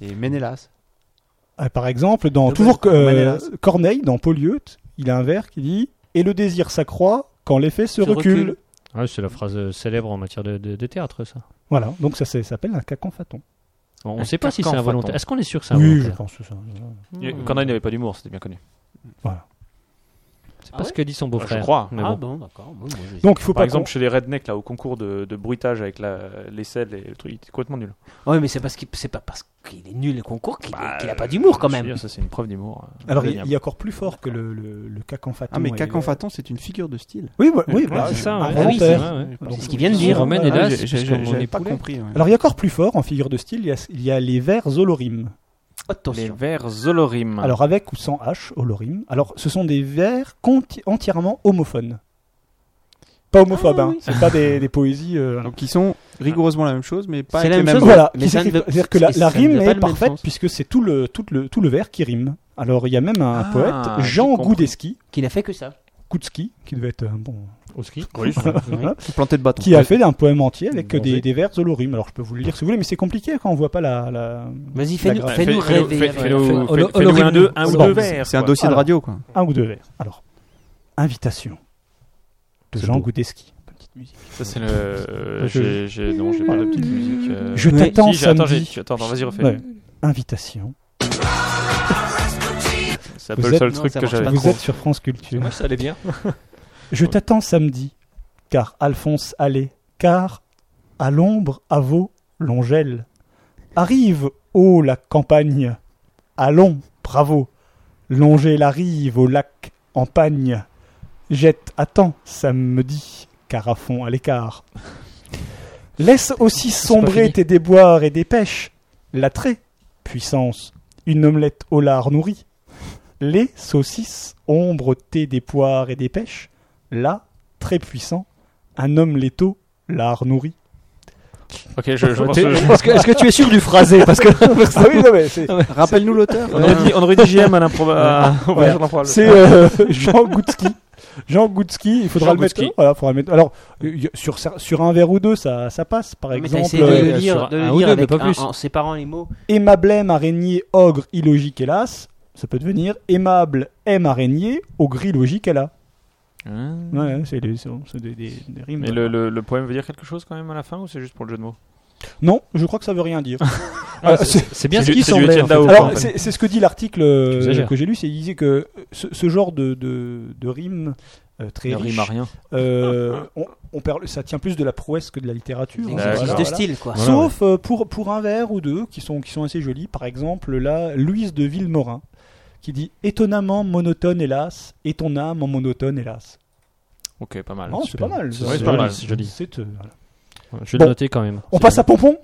Et Ménélas. Ah, Par exemple, dans Double toujours que- euh, Ménélas. Corneille, dans Polyeucte, il a un vers qui dit Et le désir s'accroît quand l'effet se, Se recule. recule. Ouais, c'est la phrase euh, célèbre en matière de, de- de théâtre, ça. Voilà, donc ça c'est- ça s'appelle un cacanfaton. Bon, on Un ne sait pas si c'est carcan, involontaire. faton. Est-ce qu'on est sûr que c'est Oui, je involontaire pense que ça. Il- Corneille n'avait pas d'humour, c'était bien connu. C'est Ah pas ce ouais que dit son Je beau-frère. crois. mais Ah bon. bon, d'accord. Bon, moi, je- Donc il faut Par pas exemple, chez les rednecks, là, au concours de, de bruitage avec la, les selles et le truc, il était complètement nul. Ouais, mais c'est parce qu'il- c'est pas parce qu'il est nul le concours qu'il Bah, qu'il a pas d'humour quand Je veux même. dire, Ça, c'est une preuve d'humour. euh, qu'on- Alors il indéniable. il est encore plus fort que le, le, le cacanfaton. Ah, mais bah, et- cacanfaton, c'est une figure de style. Oui, ouais, oui, Ouais, voilà, c'est ça, un ouais. Ah oui, inventaire. c'est vrai, ouais. Donc, C'est ce qu'il vient de dire. Romaine, Ah, hélas, j'ai- j'ai- parce que mon J'avais pas époulet. compris. ouais. Alors il y a encore plus fort en figure de style, il y a, il y a les vers olorimes. Les Attention. vers Zolorim. Alors avec ou sans H, olorimes. Alors ce sont des vers conti- entièrement homophones. Pas homophobes, hein. c'est pas des, des poésies. euh, Donc, ils sont rigoureusement la même chose, mais pas C'est avec la les même mêmes chose, mots. Voilà, mais qui ça ne s'écrit- veut- c'est-à-dire que la, ça la ne veut rime pas le est même parfaite sens. puisque c'est tout le, tout, le, tout le vers qui rime. Alors il y a même un Ah, poète, j'ai Jean compris. Goudeski, Qu'il a fait que ça. Koutski, qui devait être un bon. Au ski Voilà. Planté de bâton. qui a fait un poème entier avec Manger. des, des vers olorimes. Alors je peux vous le lire si vous voulez, mais c'est compliqué quand on voit pas la. la- Vas-y, fais-nous grave. Fais- fais-nous fais- rêver. fais- Fais- Fais-nous Olo- fais- fais-nous un, Olorim. deux, un ou Bon, deux vers. C'est un quoi. dossier de Alors. radio, quoi. Un ou deux vers. Alors, invitation de Jean Goudeski. Ça, c'est le. euh, Je- j'ai- j'ai- Non, j'ai pas la petite musique. euh, Je si, t'attends j'ai- attends, samedi. j'ai- Attends, attends, vas-y, refais. Ouais. Invitation C'est un peu Vous le seul êtes- truc non, ça que marche j'avais. pas Vous trop. êtes sur France Culture. Moi, ça allait bien. Je t'attends samedi, car Alphonse Allais, car à l'ombre, à vos l'on gèle. Arrive, ô la campagne, allons, bravo, longer la rive au lac en pagne. Jette, attends, samedi, car à fond, à l'écart. Laisse aussi sombrer fini. tes déboires et dépêches, l'attrait, puissance, une omelette au lard nourrie. Les saucisses, ombre, thé des poires et des pêches, là, très puissant, un homme létaux, l'art nourrit. Ok, je, je pense T'es- que je- Est-ce que, est-ce que tu es sûr du phrasé Parce que Ah oui, non, mais c'est Rappelle-nous l'auteur. On aurait dit, on aurait dit GM à l'improba. au Voilà. voyage improbable. c'est, euh, Jean Goutski. Jean Goutski, il faudra Jean le mettre. Goutski. Voilà, faudra le mettre. Alors, euh, y- sur, cer- sur un verre ou deux, ça, ça passe. Par Mais t'as exemple, essayé de euh, le lire, sur de le un ou lire deux, avec mais pas un- plus. en séparant les mots. Emma Blême, araignée, ogre, illogique, hélas. Ça peut devenir aimable, aime araignée, ogre, illogique, hélas. Hein. Ouais, c'est des, c'est des, des- des rimes. Mais le, le, le poème veut dire quelque chose quand même à la fin ou c'est juste pour le jeu de mots Non, je crois que ça veut rien dire. Euh, Ah, c'est c'est bien C'est ce du- qui c'est du semblait. Étienne en fait. Dao, Alors, quoi. c'est- c'est c'est ce que dit l'article Tu euh, exagères. que j'ai lu, c'est il disait que ce, ce genre de, de, de rime euh, très Il riche, rime à rien. euh, on, on perd, ça tient plus de la prouesse que de la littérature. C'est hein, un Voilà, exercice de voilà, voilà. style, quoi. Voilà, Sauf euh, pour, pour un vers ou deux qui sont, qui sont assez jolis. Par exemple, là, Louise de Villemorin qui dit Étonnamment monotone, hélas, et ton âme en monotone, hélas. Ok, pas mal. Non, c'est pas mal. C'est ça. Ah, c'est pas mal, c'est joli. C'est, euh, voilà. Je vais Bon. le noter quand même. On C'est passe bien. à Pompon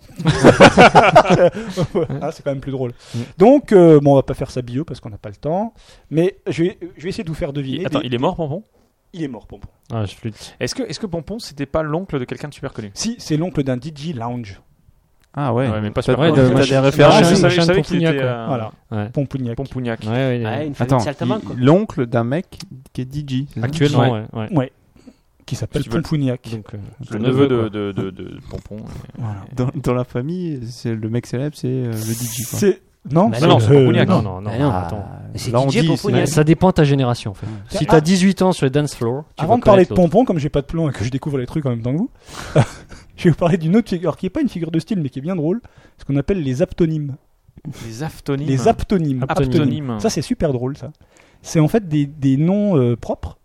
Ah, C'est quand même plus drôle. Mm. Donc, euh, bon, on va pas faire sa bio parce qu'on n'a pas le temps. Mais je vais, je vais essayer de vous faire deviner. Attends, des- il est mort, Pompon il est mort, Pompon. Ah, je flûte. Est-ce que, est-ce que Pompon, c'était pas l'oncle de quelqu'un de super connu Si, c'est l'oncle d'un DJ lounge. Ah ouais. Ouais, mais pas C'est super vrai, connu. de T'as machin- des références. machin- Je savais- je machin de savais qu'il Pompignac, était quoi. euh, Voilà, Ouais. Pomponiac. Pompognac. Ouais, ouais, Ouais, une famille Attends, de saltimbanques, il- quoi. l'oncle d'un mec qui est DJ. c'est ça Actuellement, ouais. ouais. Qui s'appelle Si tu veux. Pomponiac. Donc, euh, Le neveu de, de, de, de Pompon. Voilà. Dans, dans la famille, c'est le mec célèbre, c'est euh, le DJ. Quoi. C'est. Non, Bah c'est- non, c'est euh, Pomponiac. non. Ah, Non, non, non, Ah, non, attends. C'est Là, on DJ dit, pour c'est- Pougnac. Ouais, ça dépend de ta génération en fait. Si t'as 18 ans sur les dance floor, tu Avant vas de parler de connaître l'autre. Pompon, comme j'ai pas de plan et que je découvre les trucs en même temps que vous, je vais vous parler d'une autre figure qui est pas une figure de style mais qui est bien drôle, ce qu'on appelle les aptonymes. Les aftonymes. Les aptonymes. Aptonymes. Aptonymes. Ça, c'est super drôle, ça. C'est en fait des, des noms euh, propres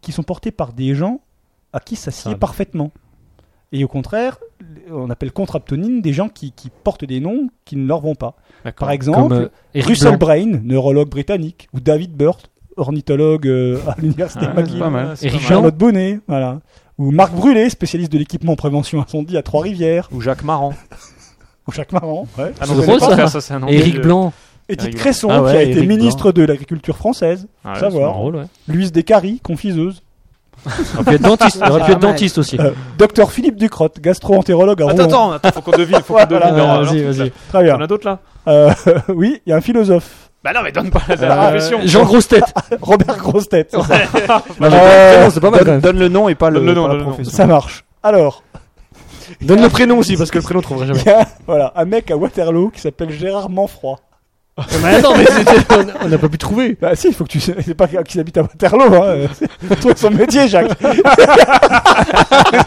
qui sont portés par des gens à qui ça sied Ça. parfaitement. Et au contraire, on appelle contre-aptonyme des gens qui, qui portent des noms qui ne leur vont pas. D'accord. Par exemple, Comme, euh, Eric Russell Blanc. Brain, neurologue britannique, ou David Burt, ornithologue euh, à l'université Ah, McGill, pas mal. Ah, c'est pas Eric mal. Jean. Charlotte Bonnet, voilà. Ou Marc Brûlé, spécialiste de l'équipement prévention incendie à Trois-Rivières, Ou Jacques Marant. ou Jacques Marant, ouais. Ah C'est drôle, ça. c'est un nom Éric de- Blanc, Étienne rigolo. Cresson, Ah ouais, qui a été Éric ministre de l'agriculture française, Ah ouais, savoir. drôle, ouais. Louise Descaries, confiseuse, Il aurait pu être dentiste, il aurait pu être dentiste aussi. Euh, Docteur Philippe Ducrotte, gastro-entérologue à Attends, Rouen. attends, attends, faut qu'on devine, faut qu'on Ouais, devine. voilà, leur- vas-y, leur- vas-y. Très Il y en bien. a d'autres là Euh, oui, il y a un philosophe, Bah non, mais donne pas la Ah, euh, la profession. Jean Grosse Tête. Robert Grossetête. ça, ça- Non, Euh, c'est pas mal quand Donne, même. donne le nom et pas le, Donne le nom, pas la donne le nom. profession. ça marche. Alors, Donne le prénom aussi parce que le prénom on trouvera jamais. il y a voilà, un mec à Waterloo qui s'appelle Gérard Manfroy. Ah, Mais attends, mais c'était- on- on n'a pas pu trouver. Bah si, il faut que tu sais, c'est pas qu'il habite à Waterloo, hein. C'est- trouve son métier, Jacques.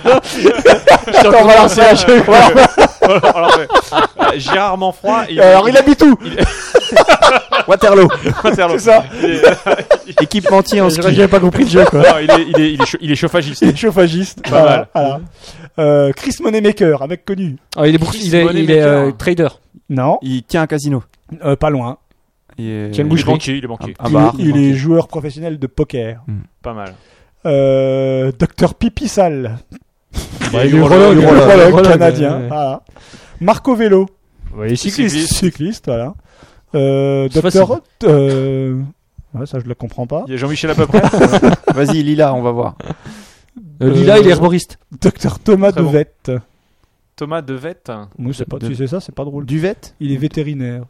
Attends, on va lancer un jeu. Alors, ouais. Euh, Gérard Manfroy. il- Alors, il habite où Waterloo, Waterloo. C'est ça. Il est- équipementier en J'aurais ski. j'avais pas compris le jeu quoi. non, il est- il est- il est chau- il est chauffagiste. Il est Ah, chauffagiste. Pas mal. voilà. Euh, Chris Moneymaker, un mec connu. Ah, il est, bourse- il est, il est euh, trader. Non, Il tient un casino. euh, pas loin. Et, Il euh, est banquier, il est un, banquier. un il bar. il est joueur professionnel de poker. Pas mal. Euh, Docteur Pipi Sale. il Bah, est Urologue, urologue, urologue euh, urologue, canadien. ouais. Voilà. Marco Vélo. Ouais, il est cycliste. Cycliste. Cycliste, voilà. Euh, C'est docteur. euh, ouais, ça, je le comprends pas. Il y a Jean-Michel à peu près. Vas-y, Lila, on va voir. Euh, Lila, il est herboriste. Docteur Thomas Très bon. Devette. Thomas Devette. Moi, c'est pas, De- si c'est ça, c'est pas drôle. Duvette Il est vétérinaire.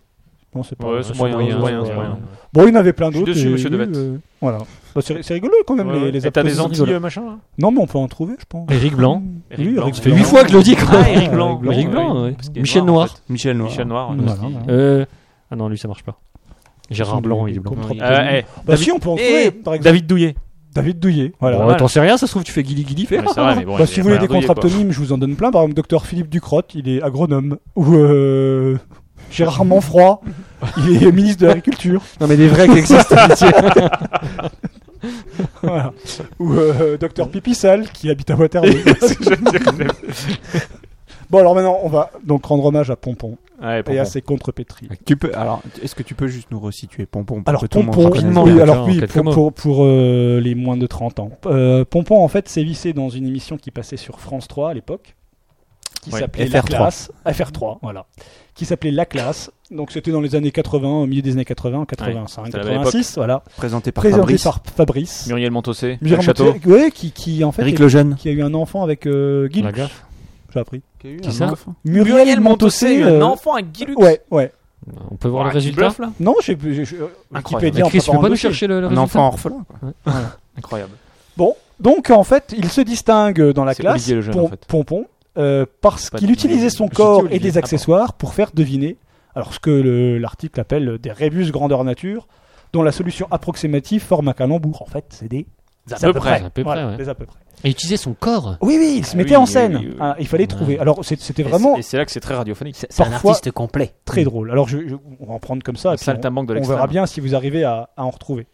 Non, c'est pas Ouais, vrai. c'est moyen, moyen, c'est moyen, ouais, c'est ouais. moyen. Bon, il y en avait plein Je suis d'autres. dessus, et monsieur oui, Devette. euh, voilà. Bah, c'est c'est rigolo quand même, Ouais, les, ouais. les Et t'as des applaudissements. Antilles euh, machin là Non, mais on peut en trouver, je pense. Eric Blanc. Eric Oui, Blanc. Eric Ça fait Blanc. 8 fois que je le dis quoi. Ah, Eric Blanc. Eric ouais. Blanc, ouais. Parce qu'il est Michel noir, en Noir. fait. Michel Noir. Michel Noir. Voilà, parce qu'il- voilà. Euh, Ah non, lui ça marche pas. Gérard Ils sont Blanc, des- il est blanc. des blanc. contre- Euh, eh, Bah, si, on peut en trouver, Eh, par exemple. David Douillet. David Douillet. Voilà. Bon, mal. T'en sais rien, ça se trouve, tu fais guili guili fait. Ouais, c'est vrai, mais bon, Bah, il si est vous voulez pas des douillet, quoi. contre-aptonymes, je vous en donne plein. Par exemple, docteur Philippe Ducrotte, il est agronome. Ou euh, j'ai rarement froid. Il est ministre de l'Agriculture. Non, mais des vrais qui existent. tiens. Voilà. Ou euh, Docteur Pipissal qui habite à Waterloo. bon, alors maintenant, on va donc rendre hommage à Pompon Ouais, et à pompon. ses contrepétries. Tu peux, alors, est-ce que tu peux juste nous restituer Pompon pour Alors, que tout le monde Pompon, reconnaisse rapidement, bien oui, quelques- alors, oui, quelques pour, mots. pour- pour, euh, les moins de 30 ans. Euh, Pompon, en fait, sévissait dans une émission qui passait sur France 3 à l'époque, qui Ouais, s'appelait La FR3. Classe. FR3, voilà. Qui s'appelait La Classe. Donc, c'était dans les années 80, au milieu des années 80, 85, c'était la belle 86, voilà. présenté par Présenté Fabrice, par Fabrice. Muriel Montossé, Muriel le château. Montiel- ouais, qui, qui, en fait, Eric est- Lejeune. qui a eu un enfant avec euh, Guy La Lux. gaffe. J'ai appris. Qui ça Muriel, Montossé, un euh, enfant à Guilux. Ouais, ouais. On peut voir Ah, le tu résultat. bluffes, là Non, j'ai j'ai- j'ai- Wikipédia, Mais Chris, on peut tu pas peux pas en nous douter. chercher le, le Un résultat enfant orphelin. quoi. Incroyable. Bon, donc en fait, il se distingue dans la C'est classe, Olivier Lejeune, Pom- en fait. Pompon, euh, parce Pas qu'il Olivier. utilisait son Je dis corps et Olivier. des Ah, accessoires pour faire deviner, alors ce que le- l'article appelle des rébus grandeur nature, dont la solution approximative forme un calembour. En fait, c'est des à peu près. À peu près, Voilà, ouais. des à peu près. Et utiliser son corps. Oui, oui, il se Ah mettait oui, en oui, scène. oui, oui. Ah, il fallait trouver. Alors, c'est- c'était Et vraiment c'est- Et c'est là que c'est très radiophonique. C'est un Parfois- artiste complet. très drôle. Alors, je- je- on va en prendre comme ça. et Un puis on- saltimbanque de on l'extrême. verra bien si vous arrivez à, à en retrouver.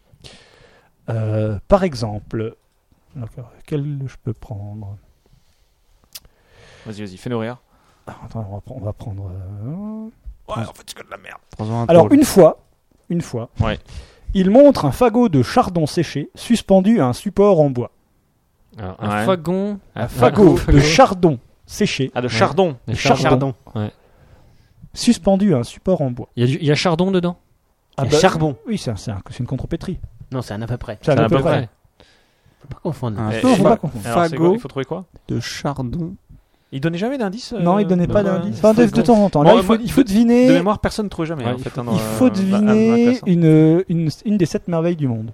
Euh, par exemple, donc, euh, quel je peux prendre Vas-y, vas-y, fais-nous rire. Ah, attends, on va, pre- on va prendre. euh, Ouais, en fait, c'est que de la merde. Prends-en un Alors drôle. une fois, une fois, Ouais. il montre un fagot de chardon séché suspendu à un support en bois. Alors, un Ouais. fagon. Un Fagot de chardon séché Ah, de Chardon. Des Chardon. chardons. suspendu à un support en bois. Il y a du- il y a chardon dedans. Ah Un bah, charbon. Oui, c'est un- c'est un- c'est une contrepétrie. Non, c'est un à peu près. C'est à peu près. Faut Pas confondre. Un Eh, Non, faut fa- pas confondre. Alors, c'est Fagot. quoi Il faut trouver quoi de chardon. Il donnait jamais d'indice euh, Non, il donnait pas de- d'indice. Enfin, de, de temps en temps. Là, Bon, il faut, moi, il faut De deviner. mémoire, personne ne trouvait jamais. Ouais, en il fait, faut- hein, dans, Il euh, faut dans- dans la deviner classe, hein. une, une, une des sept merveilles du monde.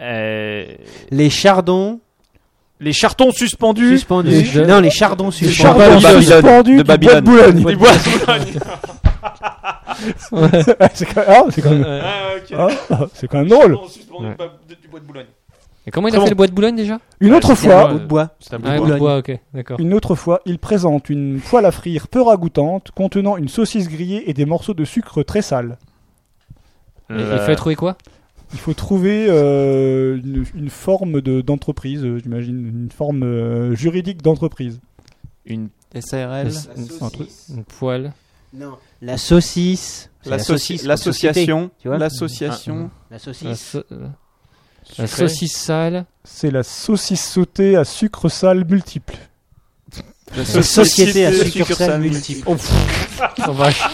Euh, Les chardons Les chartons suspendus. suspendus. Les- Non, les chardons Le suspendus. chardon de Babylone. suspendu De du bois Babylone. Boulogne. Des bois sous la- c'est quand ah, c'est quand même, Ah, ok. ah, ah, c'est quand même drôle. On suspend du bab- Bah, du bois de Boulogne. Et comment il Très a bon. fait le bois de Boulogne déjà Une Ouais, autre c'est fois, moi. Bout de bois. C'est un bout de Ah, bois. bois de bois, ok, d'accord. Une autre fois, il présente une poêle à frire peu ragoûtante contenant une saucisse grillée et des morceaux de sucre très sales. Et- Le- Il fallait trouver quoi Il faut trouver euh, une, une forme de- d'entreprise, euh, j'imagine, une forme euh, juridique d'entreprise. Une SARL. Un truc- Une poêle. Non, la saucisse. C'est L'associ- comme société, L'association. tu vois. L'association. La La, saucisse. sau- la saucisse sale. C'est la saucisse sautée à sucre sale multiple. La société à succursale multiple. Oh, vache.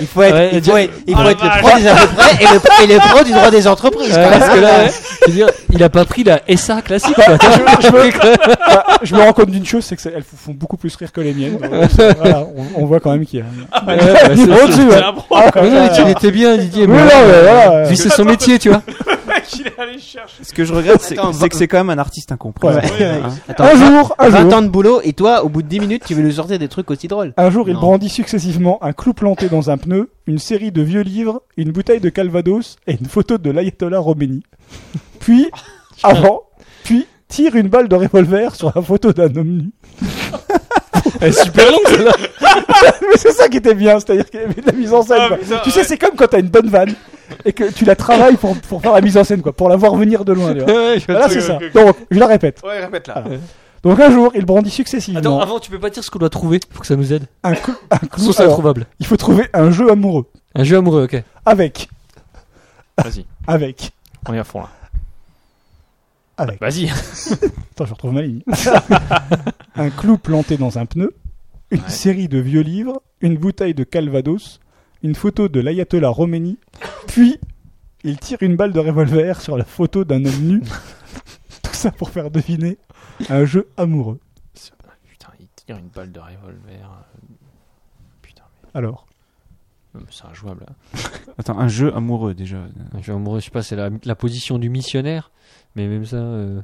Il faut être, Ouais, il Dieu- faut être, il Oh, faut la être le vache. pro des à peu près et le, et le pro du droit des entreprises. Ouais, quoi. parce que là, ouais, je veux dire, il a pas pris la SA classique. quoi. Ah, je me rends compte d'une chose, c'est qu'elles vous font beaucoup plus rire que les miennes. Donc, euh, voilà, on, on voit quand même hein. qu'il y a un Ouais, bah, c'est- niveau c'est- dessus. C'est hein. un pro. Ah, quand Ouais, même, mais tu ouais. l'étais bien, Didier. Oui, mais- euh, non, mais voilà, ouais. Lui, c'est son métier, tu vois. Qu'il est allé chercher. Ce que je regrette, c'est Attends, c'est que c'est quand même un artiste incompris. Ouais. Hein. Attends, Un jour, un 20 jour, ans de boulot et toi, au bout de 10 minutes, tu veux nous sortir des trucs aussi drôles. Un jour, il Non. brandit successivement un clou planté dans un pneu, une série de vieux livres, une bouteille de Calvados et une photo de l'ayatollah Khomeini. Puis, avant, puis tire une balle de revolver sur la photo d'un homme nu. super long, celle-là. Mais c'est ça qui était bien, c'est-à-dire qu'il y avait de la mise en scène. Ah, quoi. putain, tu sais, ouais. c'est comme quand t'as une bonne vanne et que tu la travailles pour, pour faire la mise en scène, quoi, pour la voir venir de loin. tu vois. Voilà, c'est ok, ça. ok, ok. Donc, je la répète. Ouais, répète là. Donc, un jour, il brandit successivement Attends, avant, tu peux pas dire ce qu'on doit trouver Faut que ça nous aide. un, clou- un clou. Source alors, introuvable. il faut trouver un jeu amoureux Un jeu amoureux, ok. avec, Vas-y, avec, on est à fond là. avec. Vas-y. Attends, je retrouve ma ligne. un clou planté dans un pneu, une Ouais. série de vieux livres, une bouteille de Calvados, une photo de l'ayatollah Khomeini, puis il tire une balle de revolver sur la photo d'un homme nu. Tout ça pour faire deviner un jeu amoureux. Putain, il tire une balle de revolver. Putain, Alors, mais c'est injouable hein. là. Attends, un jeu amoureux déjà. Un jeu amoureux, je sais pas, c'est la, la position du missionnaire. Mais même ça. euh,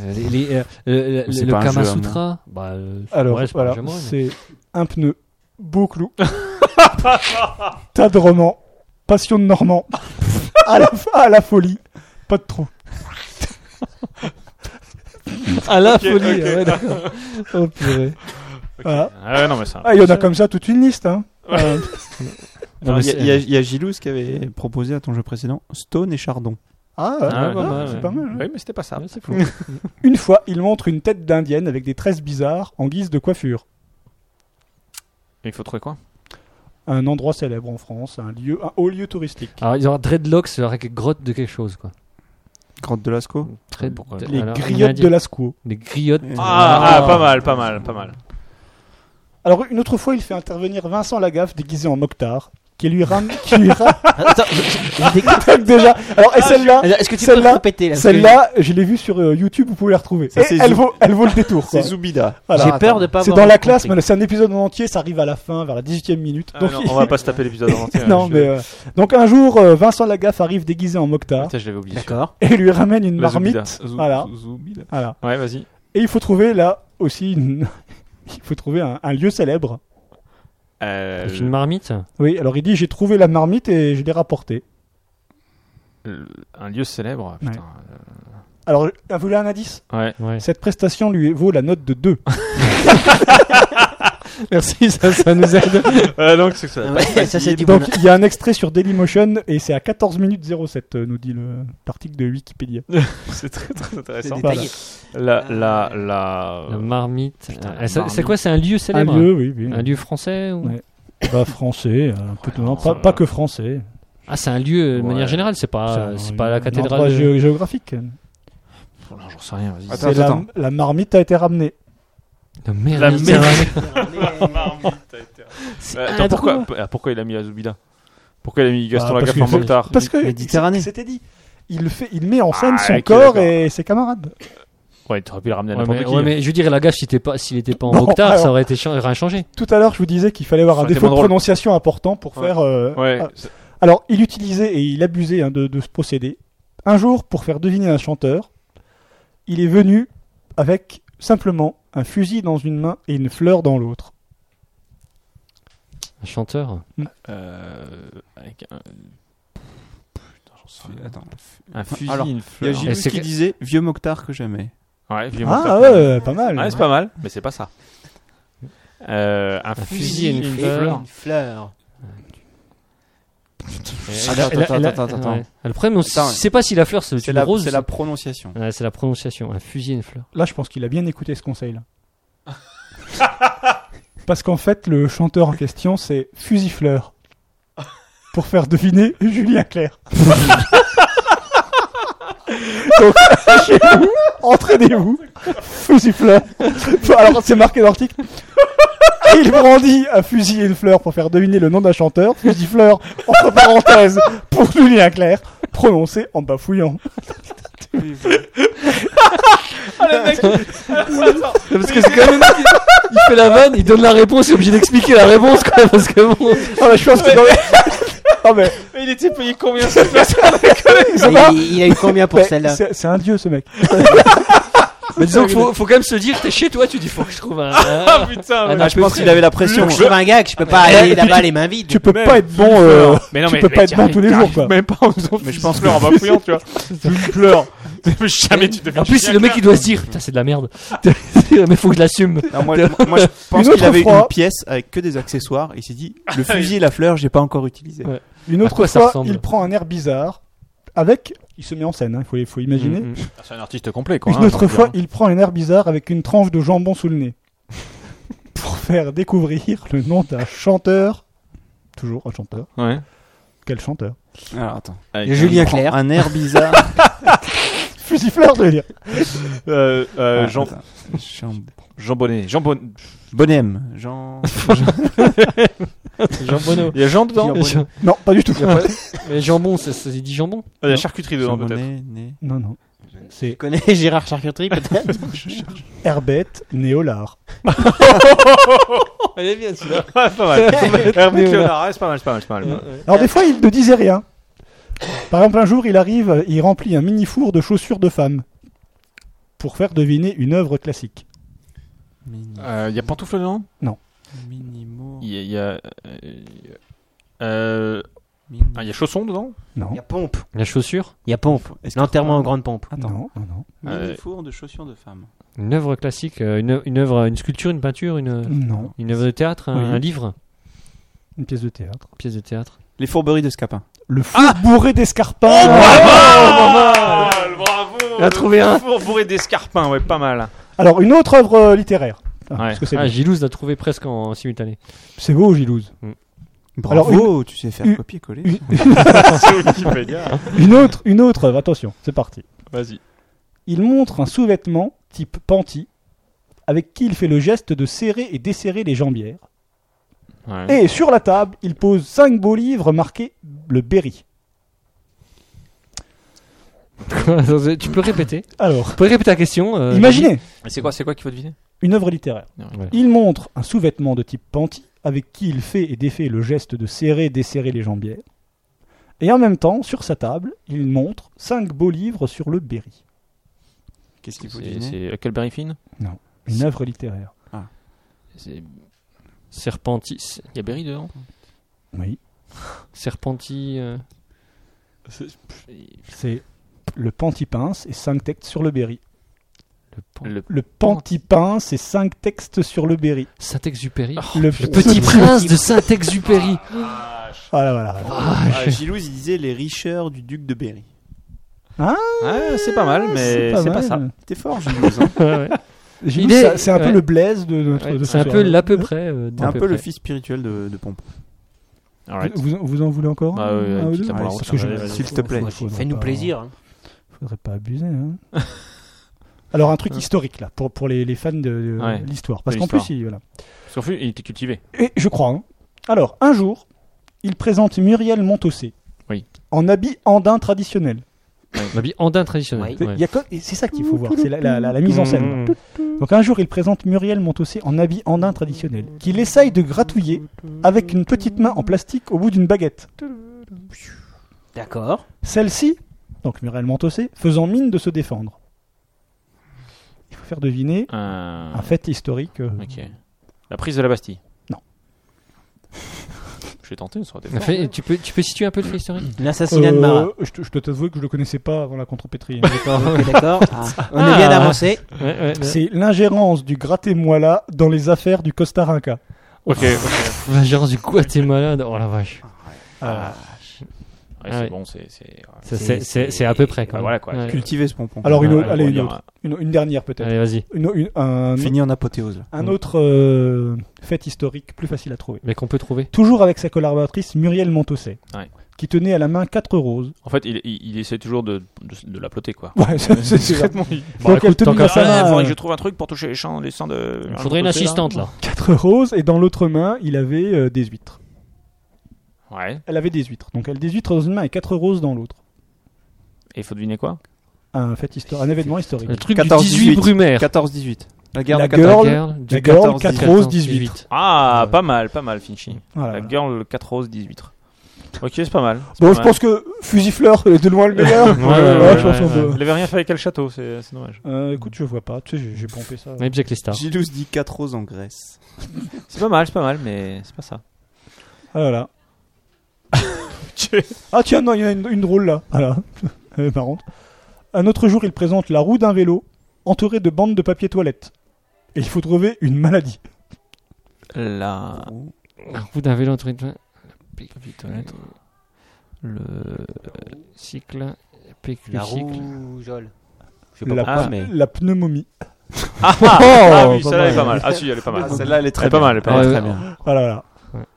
euh, les- les, euh, le- Mais c'est le le pas un Kama jeu amoureux. Sutra. Bah, euh, alors ouais, c'est pas un voilà, jeu amoureux, mais- c'est un pneu, beau clou, tas de romans, passion de Normand, à la, à la folie, pas de trou. À la Ok, folie, ok. ouais, d'accord. Oh purée. Ok, Voilà. Ah ouais, non, mais ça- Ah, il y en a comme ça toute une liste. Hein. Ouais. Euh, Non, Alors, mais c'est- Il y, a- il y a Gilouz qui avait proposé à ton jeu précédent Stone et Chardon. Ah Ah, ouais, ouais, pas ouais, mal, c'est ouais. pas mal. hein. Oui, mais c'était pas ça. Ouais, c'est fou. Une fois, il montre une tête d'indienne avec des tresses bizarres en guise de coiffure. Il faut trouver quoi Un endroit célèbre en France, un lieu, un haut lieu touristique. Alors, ils auraient Dreadlocks avec grotte de quelque chose, quoi. Grotte de Lascaux. Dread- Pourquoi Les alors, griottes Indien- de Lascaux. Les griottes. ah, ah, pas mal, pas mal, pas mal. Alors une autre fois, il fait intervenir Vincent Lagaffe déguisé en Mokhtar, qui lui rame, qui lui rame Attends, je- je- je déconne. déjà. Alors et Ah, celle-là, Alors, Est-ce que tu peux Celle-là- te répéter là parce que celle-là, je l'ai vue sur euh, YouTube. Vous pouvez la retrouver. Ça, Et c'est elle Zou- vaut, elle vaut le détour. quoi. C'est Zoubida. Voilà. J'ai peur de pas C'est avoir dans la compris. classe, mais c'est un épisode en entier. Ça arrive à la fin, vers la 18e minute. Ah, donc, non, on va pas se taper l'épisode en entier. Non, je- mais euh, donc un jour, euh, Vincent Lagaffe arrive déguisé en Mokhtar Putain, je l'avais oublié. celui-là. D'accord. et lui ramène une La Zoubida. marmite. Zou- Voilà, Zou- Zoubida. voilà. Ouais, vas-y. Et il faut trouver là aussi, une- il faut trouver un, un lieu célèbre. Euh, Avec une marmite. Oui, alors il dit j'ai trouvé la marmite et je l'ai rapportée. le- un lieu célèbre, putain. Alors, vous voulez un indice Ouais. Ouais. Cette prestation lui vaut la note de 2. Merci, ça, ça nous aide. Euh, donc, c'est que ça. Ouais, ça c'est du Donc, bon. il y a un extrait sur Dailymotion et c'est à 14 minutes 07, euh, nous dit le- l'article de Wikipédia. Ah, C'est très très intéressant. Voilà. La, la, la. La marmite. Ah. Putain, la Euh, ça- C'est marmite. quoi C'est un lieu Un célèbre lieu, oui, oui. Un lieu français ou- Ouais. Bah, français, euh, un peu de- non, ça pas, va. pas que français. Ah, c'est un lieu de Ouais. manière générale, c'est pas, un- Ah, c'est pas la un endroit cathédrale. de- gé- géographique. Oh, non, j'en sais rien, vas-y. Attends, C'est la, attends. la marmite a été ramenée. La merde, La c'est un- Euh, attends, pourquoi, ah, pourquoi il a mis la Zoubida Pourquoi il a mis Gaston Bah, parce Lagaffe en que- Mokhtar Parce que Méditerranée. c'était dit. Il, fait, il met en scène Ah, son ok, corps d'accord. et ses camarades. Ouais, t'aurais pu le ramener à Ouais, n'importe mais, qui. ouais, mais je dirais la gaffe, s'il était pas, s'il était pas en Non, Moctar, ça alors- aurait été cha- rien changé. Tout à l'heure, je vous disais qu'il fallait avoir Ça un aurait été défaut moins de drôle. prononciation important pour Ouais. faire. euh, Ouais, ah. c'est- Alors, il utilisait et il abusait hein, de, de ce procédé. Un jour, pour faire deviner un chanteur, il est venu avec simplement un fusil dans une main et une fleur dans l'autre. Un chanteur. euh, avec un. Putain, j'en sais rien. Attends. Un fusil, Alors, une Il y a fleur. Et Gilouz c'est qui que- disait Vieux Mokhtar que j'aimais. Ouais, vieux Ah Mokhtar. ouais, pas mal. Ouais, Ah, c'est pas mal, mais c'est pas ça. Euh, un, fusil fusil et et une une fleur. fleur. Une fleur. Attends, Et la- attends, et la- attends, attends, ouais. Ah, Le problème, on s- Attends. c'est pas si la fleur, c'est C'est une la, rose. c'est la prononciation. Ouais, c'est la prononciation. Un fusil et une fleur. Là, je pense qu'il a bien écouté ce conseil-là. Parce qu'en fait, le chanteur en question, c'est Fusifleur. Pour faire deviner Julien Clerc. Donc, chez vous, entraînez-vous. Fusifleur. Alors, c'est marqué dans l'article. Il brandit un fusil et une fleur pour faire deviner le nom d'un chanteur. Fusifleur, entre parenthèses, pour Julien Clerc, prononcé en bafouillant. Parce que c'est quand même. Il fait la vanne, il donne la réponse, il est obligé d'expliquer la réponse, quoi. Parce que bon. Ah, mais je pense que dans les... Non, mais Mais il était payé combien cette personne Ça Et va Il, il a eu combien pour Mais celle-là c'est- C'est un dieu ce mec. Mais disons qu'il faut, faut quand même se dire, t'es chez toi, tu dis, faut que je trouve un. Ah putain, un mais- à Je peu pense près. qu'il avait la Si pression. on trouve un gars que je peux pas Mais- aller tu- là-bas les mains vides. Tu peux pas être bon. euh, Mais non, tu mais peux mais pas être bon t'arrives- tous les jours quoi. Même pas en faisant Mais je pense fleur en bafouillant, tu vois. Une fleur. Jamais Ah, tu devais En plus, le mec, il doit se dire, putain, c'est de la merde. Mais faut que je l'assume. Non, moi, moi, je pense Une qu'il avait autre fois. une pièce avec que des accessoires. Il s'est dit Ah Le fusil et la fleur, j'ai pas encore utilisé. Ouais. Une À autre quoi ça fois, ressemble il prend un air bizarre avec. Il se met en scène. hein, Il faut, faut imaginer. Mm, mm. C'est un artiste complet, quoi. hein, Une autre fois, il prend un air bizarre avec une tranche de jambon sous le nez pour faire découvrir le nom d'un chanteur. Toujours un chanteur. Ouais. Quel chanteur Alors attends. Avec Julien Prends Clerc. Un air bizarre. Fusifleur, je veux dire. Euh, euh, Ah, Jean, attends. Jean. Jean Bonnet. Jean Bonnet. Bonhomme. Jean. Jean Bonneau. Il y a Jean dedans Mais Jean- Non, pas du tout. Mais jambon, ça, ça, il dit jambon. Il y a charcuterie dedans, Jean peut-être. Bonnet, né. Non, non. Tu connais Gérard Charcuterie peut-être Herbette Néolard. Elle est bien, celui-là. Ah, c'est pas mal. Hervé Léonard, ah, c'est pas mal, c'est pas mal, c'est pas mal. Alors des fois, il ne disait rien. Par exemple, un jour, il arrive, euh, il remplit un mini four de chaussures de femme pour faire deviner une œuvre classique. Mini- Euh, Il y a pantoufle dedans Minimo. Il y a. il y a, euh, euh, Ah, Il y a chaussons dedans Non. Il y a pompe. La chaussure Il y a pompe. Est-ce L'enterrement que- en grande pompe. Non, non, non. Euh, fours de chaussures de femme. Une œuvre classique, euh, une, une œuvre, une sculpture, une peinture, une, Non. une œuvre de théâtre, un, Oui. un livre, Une pièce de théâtre. Ah une pièce de théâtre. Les fourberies de Scapin. Le fou bourré d'escarpins. Ah, Bravo Il a trouvé un. Four bourré d'escarpins, ouais, pas mal. Alors, une autre œuvre euh, littéraire. Ah, Ouais. parce que c'est Ah, beau. Gilous l'a trouvé presque en, en simultané. C'est beau, Gilouze. Bravo, Alors, tu sais faire une- copier-coller. une- C'est Wikipédia. Une autre, une autre œuvre. Attention, c'est parti. Vas-y. Il montre un sous-vêtement type panty avec qui il fait le geste de serrer et desserrer les jambières. Ouais. Et sur la table, il pose cinq beaux livres marqués le Berry. tu peux répéter Alors, Tu peux répéter la question euh, imaginez Mais c'est quoi, c'est quoi qu'il faut deviner une œuvre littéraire. Ouais. Il montre un sous-vêtement de type panty avec qui il fait et défait le geste de serrer et desserrer les jambières. Et en même temps, sur sa table, il montre cinq beaux livres sur le Berry. Qu'est-ce qu'il faut C'est deviner c'est Huckleberry Finn Une œuvre littéraire. C'est- Serpentis. Il y a Berry dedans Oui. Serpenti. euh, C'est le panty pince et cinq textes sur le Berry. le pan- Le Le panty pince et cinq textes sur le Berry. Saint-Exupéry. le Oh, Le petit prince de Saint-Exupéry. Voilà, voilà. voilà. ah, Gilous, il disait les richeurs du duc de Berry. Ah, c'est pas mal, mais c'est pas mal. ça. T'es fort, Gilous. hein. Ouais, ouais. J'ai Il dit, est- ça- C'est un peu ouais. le blaise de notre. de C'est un ce peu soir. l'à peu près. euh, T'es d'à un peu peu le près. fils spirituel de, de Pompe. Alright. Vous, vous en voulez encore Bah ouais, ouais, un ou petite deux la Ouais, route, Ah, parce que je- ouais, vas-y. S'il te plaît. Ouais, faudrait Fais-nous pas- plaisir. hein. Faudrait pas abuser. hein. Alors un truc historique là pour pour les, les fans de, de Euh. Ouais. l'histoire parce De qu'en l'histoire. plus il voilà. Parce qu'en fait, il était cultivé. Et je crois. hein. Alors un jour, il présente Muriel Montossé. Oui. En habit andin traditionnel. Un habit andin traditionnel. Ouais. C'est- ouais. il y a que- et c'est ça qu'il faut voir, c'est la, la- la- la mise en scène. Mmh. Donc un jour, il présente Muriel Montossé en habit andin traditionnel, qu'il essaye de gratouiller avec une petite main en plastique au bout d'une baguette. D'accord. Celle-ci, donc Muriel Montossé, faisant mine de se défendre. Il faut faire deviner Euh, un fait historique. euh, Ok. La prise de la Bastille Non. J'ai tenté, ça aurait été En fort. fait, tu, peux, tu peux situer un peu le fait historique L'assassinat de euh, Marat. je, te- je dois t'avouer que je le connaissais pas avant la contrepétrie. Ok, d'accord. Ah, on est bien Ah. avancé. ouais, ouais. C'est l'ingérence du gratté-moila dans les affaires du Costa Rica. Ok, ok. La gérance du Guatemala. Oh la vache. Ah, Ouais, Ah c'est ouais. bon, c'est. c'est- ouais. Ça, C'est- C'est c'est- c'est à peu près Bah quand même. voilà, quoi. Ouais. Cultiver ce pompon. Alors une, Ouais, autre, ouais, allez, on euh, une, dira- autre, une, une dernière peut-être. Allez, vas-y. Une- une- un Fini en apothéose. Là. un autre euh, fait historique plus facile à trouver. Mais qu'on peut trouver. Toujours avec sa collaboratrice Muriel Montossé, Ouais. qui tenait à la main quatre roses. En fait, il, il, il essaie toujours de, de, de la ploter, quoi. Ouais, c'est- c'est- c'est- Bon, Donc, elle Bah, écoute, te tant dit qu'à à sa faire, main, Ah, il faudrait euh, que je trouve un truc pour toucher les champs, les seins de. Il faudrait une assistante là. quatre roses et dans l'autre main, il avait euh, des huîtres. Ouais. Elle avait des huîtres. Donc elle des huîtres dans une main et quatre roses dans l'autre. Et il faut deviner quoi Un fait histori- un événement historique. Le truc 14, du 18 Brumaire. 14-18. La guerre La de 14. girl, girl, la du girl, 14, 4 18. roses, 18. Ah, Ouais. pas mal, pas mal, Finchy. Voilà, la voilà. girl 4 roses, 18. Ok, c'est pas mal. c'est Bon, pas je mal. pense que Fusifleur est de loin le meilleur. Ouais, ouais, ouais, je pense ouais, qu'on peut- Il avait rien fait avec El Château, c'est c'est dommage. Euh, écoute, je vois pas. Tu sais, j'ai- j'ai pompé ça. Même Jack les stars. Gilous dit 4 roses en Grèce. C'est pas mal, c'est pas mal, mais c'est pas ça. Ah là là. ah tiens, non, il y en a une, une drôle là. Voilà. Elle est marrante. Un autre jour, il présente la roue d'un vélo entourée de bandes de papier toilette. Et il faut trouver une maladie. La. La roue d'un vélo entre une toilette. Le cycle. pic- La le cycle. rougeole. Je sais pas la, pourquoi, ah, mais. la pneumonie. Ah, ah, ah oui, pas celle-là elle est mal. pas mal. Ah, si, elle est pas mal. Ah, celle-là, elle est très Elle est pas mal, elle est pas Elle mal. est très bien. Voilà, voilà.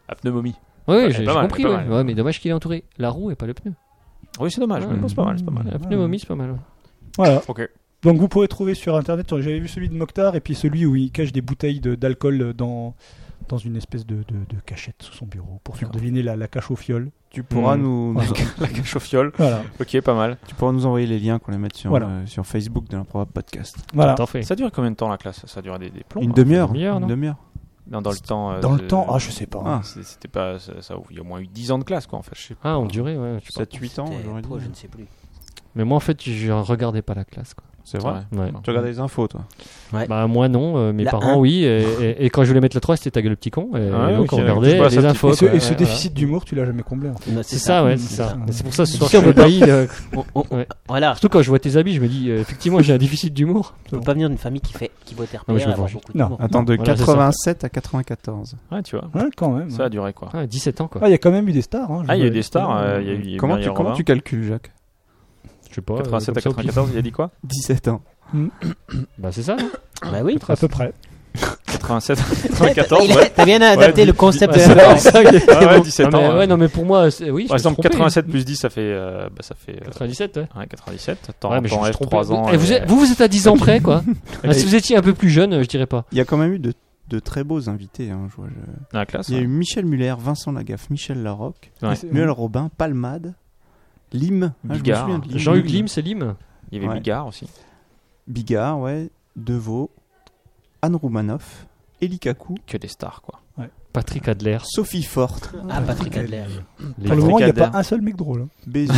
La pneumonie. Oui, est j'ai j'ai pas mal, compris. elle est ouais. pas mal. Ouais, mais dommage qu'il est entouré. La roue et pas le pneu. Oui, c'est dommage, mais bon, c'est pas mal, c'est pas mal. La pneumonie, c'est pas mal. ouais. Voilà. Ok. Donc vous pourrez trouver sur internet, sur- j'avais vu celui de Mokhtar et puis celui où il cache des bouteilles de- d'alcool dans, dans une espèce de, de- de cachette sous son bureau pour faire deviner la, la cache aux fioles. Tu pourras, Mm. nous, nous- La cache aux fioles. Voilà. Ok, pas mal. tu pourras nous envoyer les liens qu'on les mette sur, Voilà. euh, sur Facebook de l'improbable podcast. voilà. T'en fais. Ça dure combien de temps la classe Ça dure des, des plombs Une hein. demi-heure. une demi-heure, Une non demi-heure. Non, dans le temps. euh, Dans de- le temps, ah je sais pas. Ah, C'est- C'était pas. Ça, ça- il y a au moins eu 10 ans de classe, quoi, en fait. Je sais pas. Ah, en durée, ouais. je sais pas. 7-8 ans, C'était j'aurais dit. pro, je ne sais plus. Mais moi, en fait, je regardais pas la classe. Quoi. C'est vrai Ouais. Tu regardes les infos, toi Bah, moi, non. euh, mes La parents, un. oui. Et, et- et quand je voulais mettre la 3, c'était ta gueule, le petit con. Et, Ah et oui, donc, on qui- regardait qui passe les un petit infos. peu. Et ce, quoi, et ce ouais, déficit d'humour, tu l'as jamais comblé. en fait. voilà. C'est ça, ouais, c'est ça. C'est pour ça, ce soir, je on suis peut pas- ébahi. euh, On- on- ouais. Voilà. Surtout quand je vois tes habits, je me dis, euh, effectivement, j'ai un déficit d'humour. On peut pas venir d'une famille qui fait qui boit terre Non, mais je me avoir venge. beaucoup Non. d'humour. Attends, de Voilà, c'est ça. 87 à 94. Ouais, tu vois. Ouais, quand même. Ça a duré quoi Ah, 17 ans, quoi. Ah, il y a quand même eu des stars. hein, je Ah, il y a eu veux- des stars. euh, il y a eu- il y a eu Comment, Maria tu, comment Robin. tu calcules, Jacques Je sais pas. euh, 87 à comme ça, au pif. 94, il a dit quoi 17 ans. Bah, c'est ça. non Bah oui. À peu près. 87 94, Il a- ouais. T'as bien adapté Ouais, le concept Ouais, de c'est la pour ça que- Ah ouais, Non, 17 mais ans. Ouais, euh, non, mais pour moi, c'est- oui. je Par me exemple, trompais. 87 plus 10, ça fait. euh, bah, ça fait. euh, 97, ouais. ouais, 97. T'en Ouais, mais je t'en me suis rêves trompé. 3 ans. Eh, vous, et- êtes- vous, vous êtes à 10 ans près, quoi. Ah, si vous étiez un peu plus jeune, euh, je dirais pas. Il y a quand même eu de, de très beaux invités. hein, je vois, je- Ah, dans la classe. Il y a ouais. eu Michel Muller, Vincent Lagaffe, Michel Larocque, Ouais. C'est- Muel Robin, Palmade, Lim. Ah, je me Bigard. souviens de Lim. Jean-Hugues Lim, c'est Lim. Il y avait Ouais. Bigard aussi. Bigard, ouais. Deveau, Anne Roumanoff, Elie Kakou, Que des stars, quoi. Patrick Adler. Sophie Forte, Ah, Patrick Adler. Pour le moment, il n'y a pas un seul mec drôle. hein. Bézu,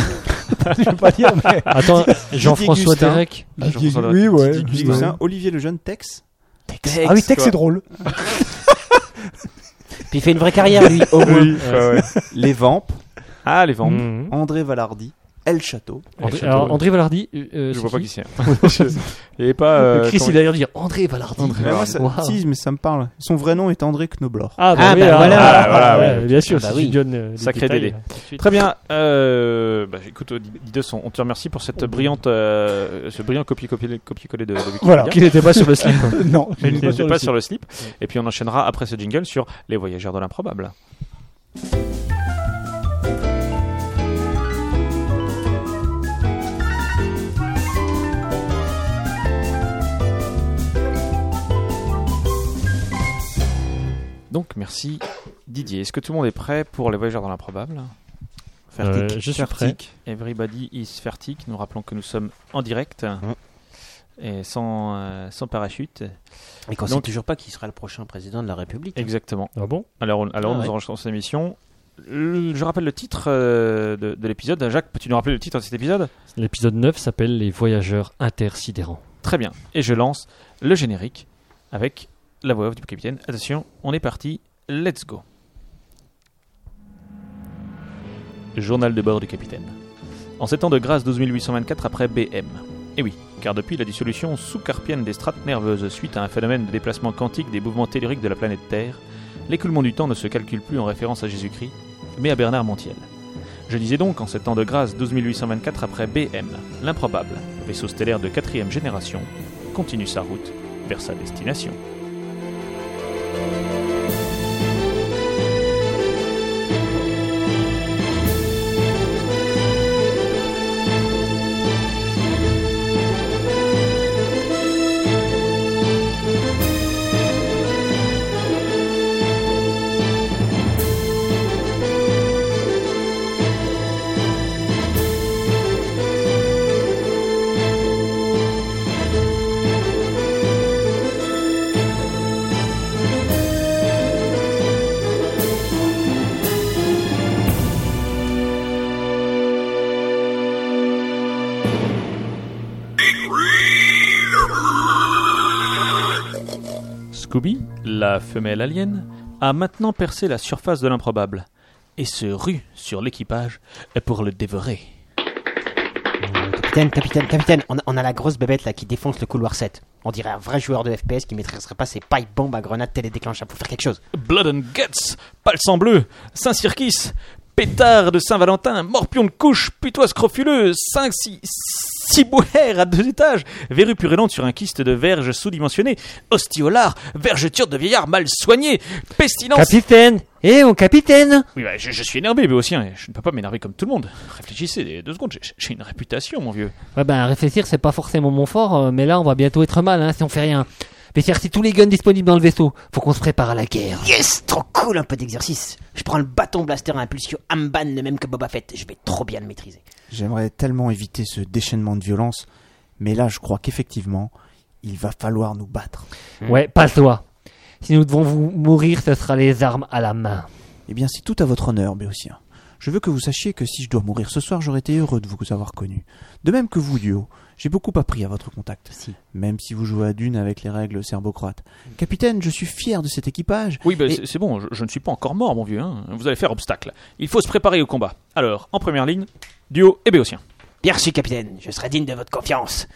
je veux pas dire, mais. Attends, Jean-François Gustin. Derek. Ah, Jean-François Didier- Laurent. oui, ouais. Didier ouais. Gustin, Olivier Lejeune, Tex. Ah oui, Tex, c'est drôle. Puis il fait une vraie carrière, lui, Oh au moins. Oui, ouais, ouais. Les Vampes, Ah, les ventes. Mhm. André Valardi, El Château. André, Château, alors, ouais. André Valardi. euh, euh, Je c'est vois pas qui qui c'est. Il y avait pas. euh, Chris, ton- il a l'air de dire André Valardi. Mais moi, ça- Waouh. si, mais ça me parle. Son vrai nom est André Knoblor. Ah, Ah, oui, bah, voilà. ah, Ah, ouais, oui. Bien sûr, Ah, ça bah si oui. tu donnes, euh, des Sacré détails, délai. euh, ensuite. Très bien. Euh, bah, écoute, Didos, on on te remercie pour cette brillante, euh, ce brillant copier-coller copier de, de Wikipédia. Voilà. Qu'il n'était pas sur le slip. non, je Mais il ne suis pas n'était sûr pas aussi. sur le slip. Et puis on enchaînera après ce jingle sur les voyageurs de l'improbable. Donc merci Didier. Est-ce que tout le monde est prêt pour les voyageurs dans l'improbable Euh, je suis prêt. Everybody is fertic. Nous rappelons que nous sommes en direct et sans, euh, sans parachute. Et qu'on sait Donc- toujours pas qui sera le prochain président de la République. Exactement. Ah bon Alors, on- alors Ah nous ouais. enregistrons cette émission. Le- je rappelle le titre euh, de, de l'épisode. Jacques, peux-tu nous rappeler le titre de cet épisode L'épisode 9 s'appelle Les voyageurs intersidérants. Très bien. Et je lance le générique avec la voix off du capitaine. Attention, on est parti. Let's go. Journal de bord du capitaine. En sept ans de grâce 12824 après BM. Et oui, car depuis la dissolution sous-carpienne des strates nerveuses suite à un phénomène de déplacement quantique des mouvements telluriques de la planète Terre, l'écoulement du temps ne se calcule plus en référence à Jésus-Christ, mais à Bernard Montiel. Je disais donc en sept ans de grâce 12824 après BM, l'improbable, vaisseau stellaire de quatrième génération, continue sa route vers sa destination. Scooby, la femelle alien, a maintenant percé la surface de l'improbable et se rue sur l'équipage pour le dévorer. Capitaine, capitaine, capitaine, on a, on a la grosse bébête là qui défonce le couloir 7. On dirait un vrai joueur de FPS qui maîtriserait pas ses pipes bombes à grenades télédéclenchables. Faut faire quelque chose. Blood and Guts, Palsan Bleu, Saint-Cirquis, Pétard de Saint-Valentin, Morpion de Couche, Putois Scrofuleux, 5 Cibouère à deux étages, Verrue purulente sur un kyste de verge sous-dimensionné, Ostiolard, Vergeture de vieillard mal soigné, Pestilence. Capitaine Eh, oh, mon capitaine Oui, bah, je, je suis énervé, mais aussi, hein, je ne peux pas m'énerver comme tout le monde. Réfléchissez deux secondes, j'ai- j'ai une réputation, mon vieux. Ouais, ben réfléchir, c'est pas forcément mon fort, euh, mais là, on va bientôt être mal hein, si on fait rien. Mais chercher tous les guns disponibles dans le vaisseau. Faut qu'on se prépare à la guerre. Yes Trop cool un peu d'exercice. Je prends le bâton blaster à impulsion Amban, le même que Boba Fett. Je vais trop bien le maîtriser. J'aimerais tellement éviter ce déchaînement de violence, mais là, je crois qu'effectivement, il va falloir nous battre. Ouais, pas toi. Si nous devons vous mourir, ce sera les armes à la main. Eh bien, c'est tout à votre honneur, Béotien. Je veux que vous sachiez que si je dois mourir ce soir, j'aurais été heureux de vous avoir connu. De même que vous, Duo, j'ai beaucoup appris à votre contact. Même si vous jouez à Dune avec les règles serbo-croates. Capitaine, je suis fier de cet équipage. Oui, bah, Et- c'est- c'est bon, je, je ne suis pas encore mort, mon vieux. hein. Vous allez faire obstacle. Il faut se préparer au combat. Alors, en première ligne, duo et béotien. Bien reçu, capitaine. Je serai digne de votre confiance.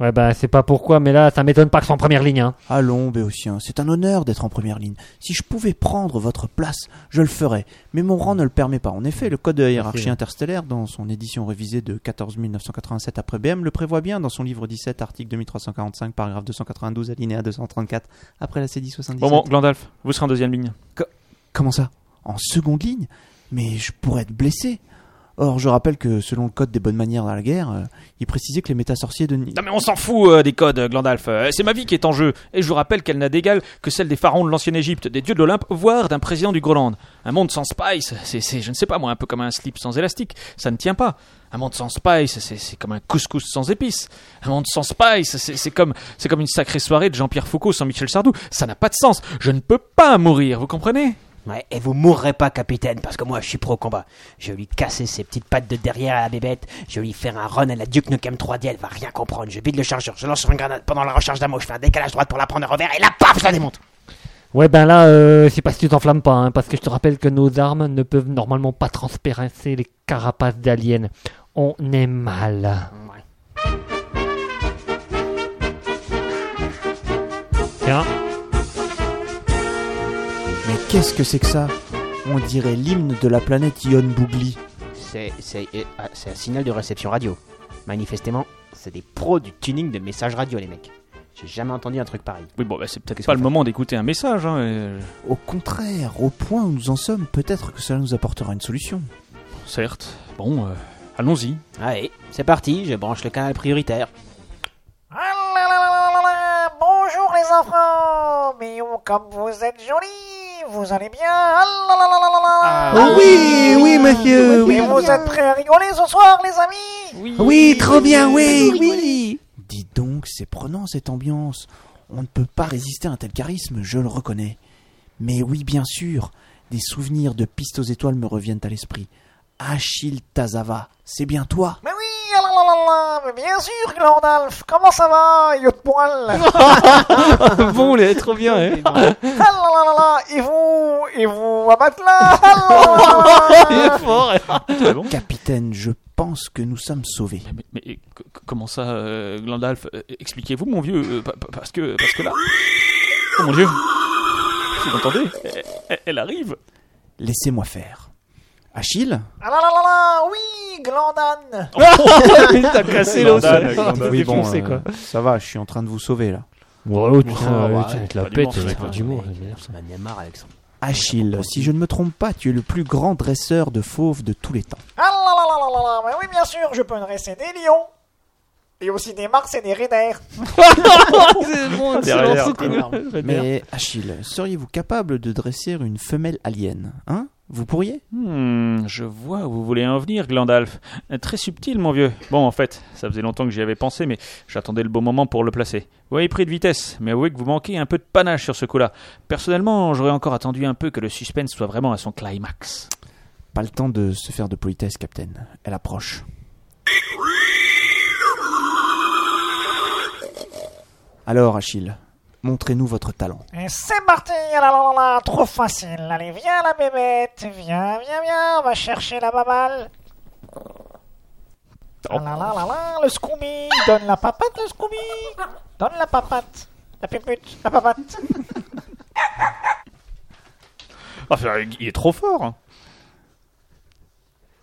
Ouais, bah c'est pas pourquoi, mais là, ça m'étonne pas que c'est en première ligne. Hein. Allons, Béotien, c'est un honneur d'être en première ligne. Si je pouvais prendre votre place, je le ferais. Mais mon rang ne le permet pas. En effet, le Code de la hiérarchie Merci. interstellaire, dans son édition révisée de 14 987 après BM, le prévoit bien dans son livre 17, article 2345, paragraphe 292, alinéa 234, après la C10 77. Bon, bon, Glandalf, vous serez en deuxième ligne. Comment ça En seconde ligne Mais je pourrais être blessé. Or, je rappelle que selon le Code des bonnes manières dans la guerre, euh, il précisait que les métasorciers de... Ni- Non mais on s'en fout euh, des codes, euh, Glandalf. Euh, c'est ma vie qui est en jeu. Et je vous rappelle qu'elle n'a d'égal que celle des pharaons de l'ancienne Égypte, des dieux de l'Olympe, voire d'un président du Groenland. Un monde sans spice, c'est, c'est, je ne sais pas moi, un peu comme un slip sans élastique. Ça ne tient pas. Un monde sans spice, c'est, c'est comme un couscous sans épices. Un monde sans spice, c'est, c'est comme, c'est comme une sacrée soirée de Jean-Pierre Foucault sans Michel Sardou. Ça n'a pas de sens. Je ne peux pas mourir, vous comprenez Ouais, et vous mourrez pas, capitaine, parce que moi, je suis pro combat. Je vais lui casser ses petites pattes de derrière à la bébête. Je vais lui faire un run à la Duke Nukem 3D. Elle va rien comprendre. Je vide le chargeur. Je lance une grenade pendant la recharge d'un mot. Je fais un décalage droite pour la prendre en revers. Et là, paf, je la démonte. Ouais, ben là, euh, c'est pas si tu t'enflammes pas, hein, parce que je te rappelle que nos armes ne peuvent normalement pas transpercer les carapaces d'aliens. On est mal. Tiens. Mais qu'est-ce que c'est que ça On dirait l'hymne de la planète Ion Bougli. C'est, c'est, euh, ah, c'est un signal de réception radio. Manifestement, c'est des pros du tuning de messages radio, les mecs. J'ai jamais entendu un truc pareil. Oui bon, bah, c'est peut-être Qu'est-ce pas qu'on le fait moment d'écouter un message. hein, euh, Au contraire, au point où nous en sommes, peut-être que cela nous apportera une solution. certes. Bon, euh, allons-y. Allez, c'est parti. Je branche le canal prioritaire. Bonjour les enfants, mais oh, comme vous êtes jolis, vous allez bien. Ah là là là là là là. Ah. Oh oui, oui, monsieur, oui. Mais vous êtes prêts à rigoler ce soir, les amis Oui, trop bien, oui, oui. Dis donc, c'est prenant cette ambiance. On ne peut pas résister à un tel charisme, je le reconnais. Mais oui, bien sûr, des souvenirs de Piste aux étoiles me reviennent à l'esprit. Achille Tazava, c'est bien toi Mais oui, ah là là là là, mais bien sûr, Glandalf. Comment ça va, yeux de poil Ah bon, est trop bien, hein. là là là là, et vous, et vous, à matelas Ah là là là là là. Il est fort. Ah bon Capitaine, je pense que nous sommes sauvés. Ah, Mais, mais, mais, c- c- comment ça, euh, Glandalf euh, Expliquez-vous, mon vieux, euh, pa- pa- parce que parce que là. Oh mon dieu Vous l'entendez elle, elle- elle arrive Laissez-moi faire. Achille Ah là là là là, oui, Glandan Il t'a cassé l'os. Oui, bon, Bah, défoncé, euh, quoi. ça va, je suis en train de vous sauver là. Ouais, oh, putain, Ouais, ouais, tiens, il te la pas du pète, mensonge, il a pas hein. pas du du mot. On en a marre, Alexandre. Achille, si je ne me trompe pas, tu es le plus grand dresseur de fauves de tous les temps. Ah là là là là là là, mais oui, bien sûr, je peux dresser des lions. Et aussi des mars et des raiders. C'est bon, Derrière, excellent, c'est cool. Mais Achille, seriez-vous capable de dresser une femelle alien Hein Vous pourriez Hmm, Je vois où vous voulez en venir, Glandalf. Euh, Très subtil, mon vieux. Bon, en fait, ça faisait longtemps que j'y avais pensé, mais j'attendais le bon moment pour le placer. Vous avez pris de vitesse, mais avouez que vous manquez un peu de panache sur ce coup-là. Personnellement, j'aurais encore attendu un peu que le suspense soit vraiment à son climax. Pas le temps de se faire de politesse, Capitaine. Elle approche. Alors, Achille, montrez-nous votre talent. Et c'est parti, ah là là là là, trop facile. Allez, viens la bébête, viens, viens, viens, on va chercher la baballe. Ah là là là là, le Scooby, donne la papate, le Scooby, donne la papate, la pépute, la papate. Ah, Enfin, il est trop fort hein.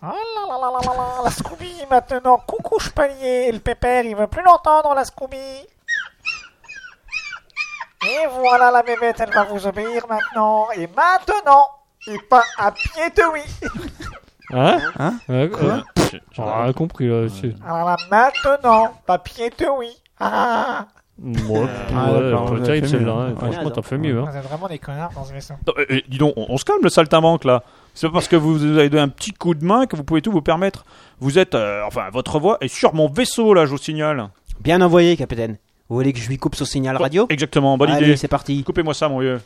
Ah là là là là là là, la Scooby, maintenant, coucou chevalier, le pépère, il veut plus l'entendre, la Scooby. Et voilà la bébête, elle va vous obéir maintenant, et maintenant, et pas à pied de oui. Hein Hein Ouais, Quoi ouais. J'en ai rien compris, là. c'est- Alors là, Ah, maintenant, pas pied de oui. Ah, Ouais, bah, Ah, ouais, d'accord, pas on terrible, a fait mieux, celle-là, hein. hein. Franchement, Ouais. t'as fait mieux, hein. vous êtes vraiment des connards dans ce vaisseau. Non, euh, euh, dis donc, on, on se calme le saltimbanque là. C'est pas parce que vous vous avez donné un petit coup de main que vous pouvez tout vous permettre. Vous êtes, euh, enfin, votre voix est sur mon vaisseau là, je vous signale. Bien envoyé, capitaine. Vous voulez que je lui coupe son signal radio Exactement, bonne Allez, idée. c'est parti. Coupez-moi ça, mon vieux.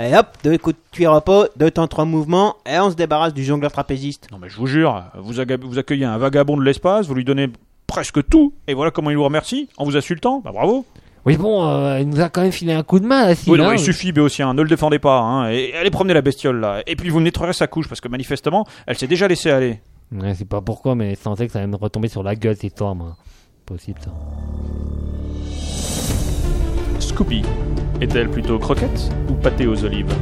Et hop, deux coups de cuir à peau, deux temps, trois mouvements, et on se débarrasse du jongleur trapéziste. Non, mais je vous jure, vous, aga- vous accueillez un vagabond de l'espace, vous lui donnez presque tout, et voilà comment il vous remercie, en vous insultant, bah bravo. Oui, bon, euh, il nous a quand même filé un coup de main, là, Oui, non, il suffit, Béotien, ne le défendez pas, hein, et allez promener la bestiole là, et puis vous nettoyerez sa couche, parce que manifestement, elle s'est déjà laissée aller. Ouais, c'est pas pourquoi, mais je sentais que ça allait me retomber sur la gueule, cette histoire, moi. Possible, ça. Scoopy est-elle plutôt croquette ou pâté aux olives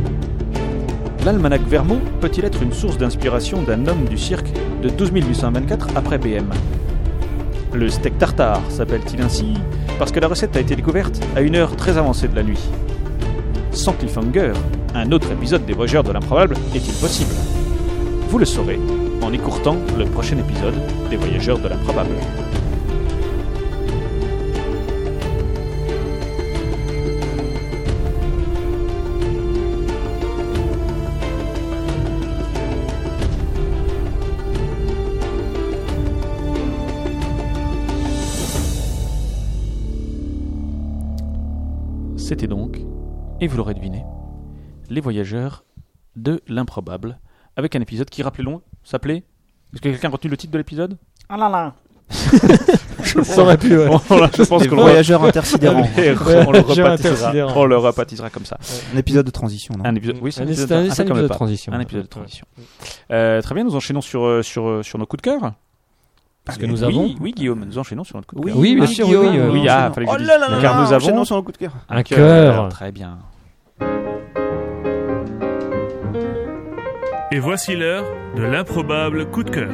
L'almanach Vermont peut-il être une source d'inspiration d'un homme du cirque de 12 824 après BM Le steak tartare s'appelle-t-il ainsi parce que la recette a été découverte à une heure très avancée de la nuit Sans cliffhanger, un autre épisode des voyageurs de l'improbable est-il possible Vous le saurez en écourtant le prochain épisode des voyageurs de l'improbable. C'était donc, et vous l'aurez deviné, Les Voyageurs de l'improbable, avec un épisode qui, rappelons, s'appelait. Est-ce que quelqu'un a retenu le titre de l'épisode Ah là là. Ça aurait pu, ouais. je pense Des qu'on le- voyageurs intersidérants. On les re- on le rebaptisera, on le rebaptisera comme ça. Un épisode de transition, Ah non Un épisode, oui, c'est Un un épisode, épisode- un peu c'est un comme le épisode de pape. transition. Un épisode de transition. Euh, très bien, nous enchaînons sur, euh, sur, euh, sur nos coups de cœur. Parce que nous oui, avons- Oui, Guillaume, nous enchaînons sur notre coup de Oui, cœur. Oui, bien oui, sûr, oui. Guillaume, euh, oui. ah, enchaînons. fallait que Oh je dise. là là là Car nous Enchaînons avons sur le coup de cœur. Un cœur. Très bien. Et voici l'heure de l'improbable coup de cœur.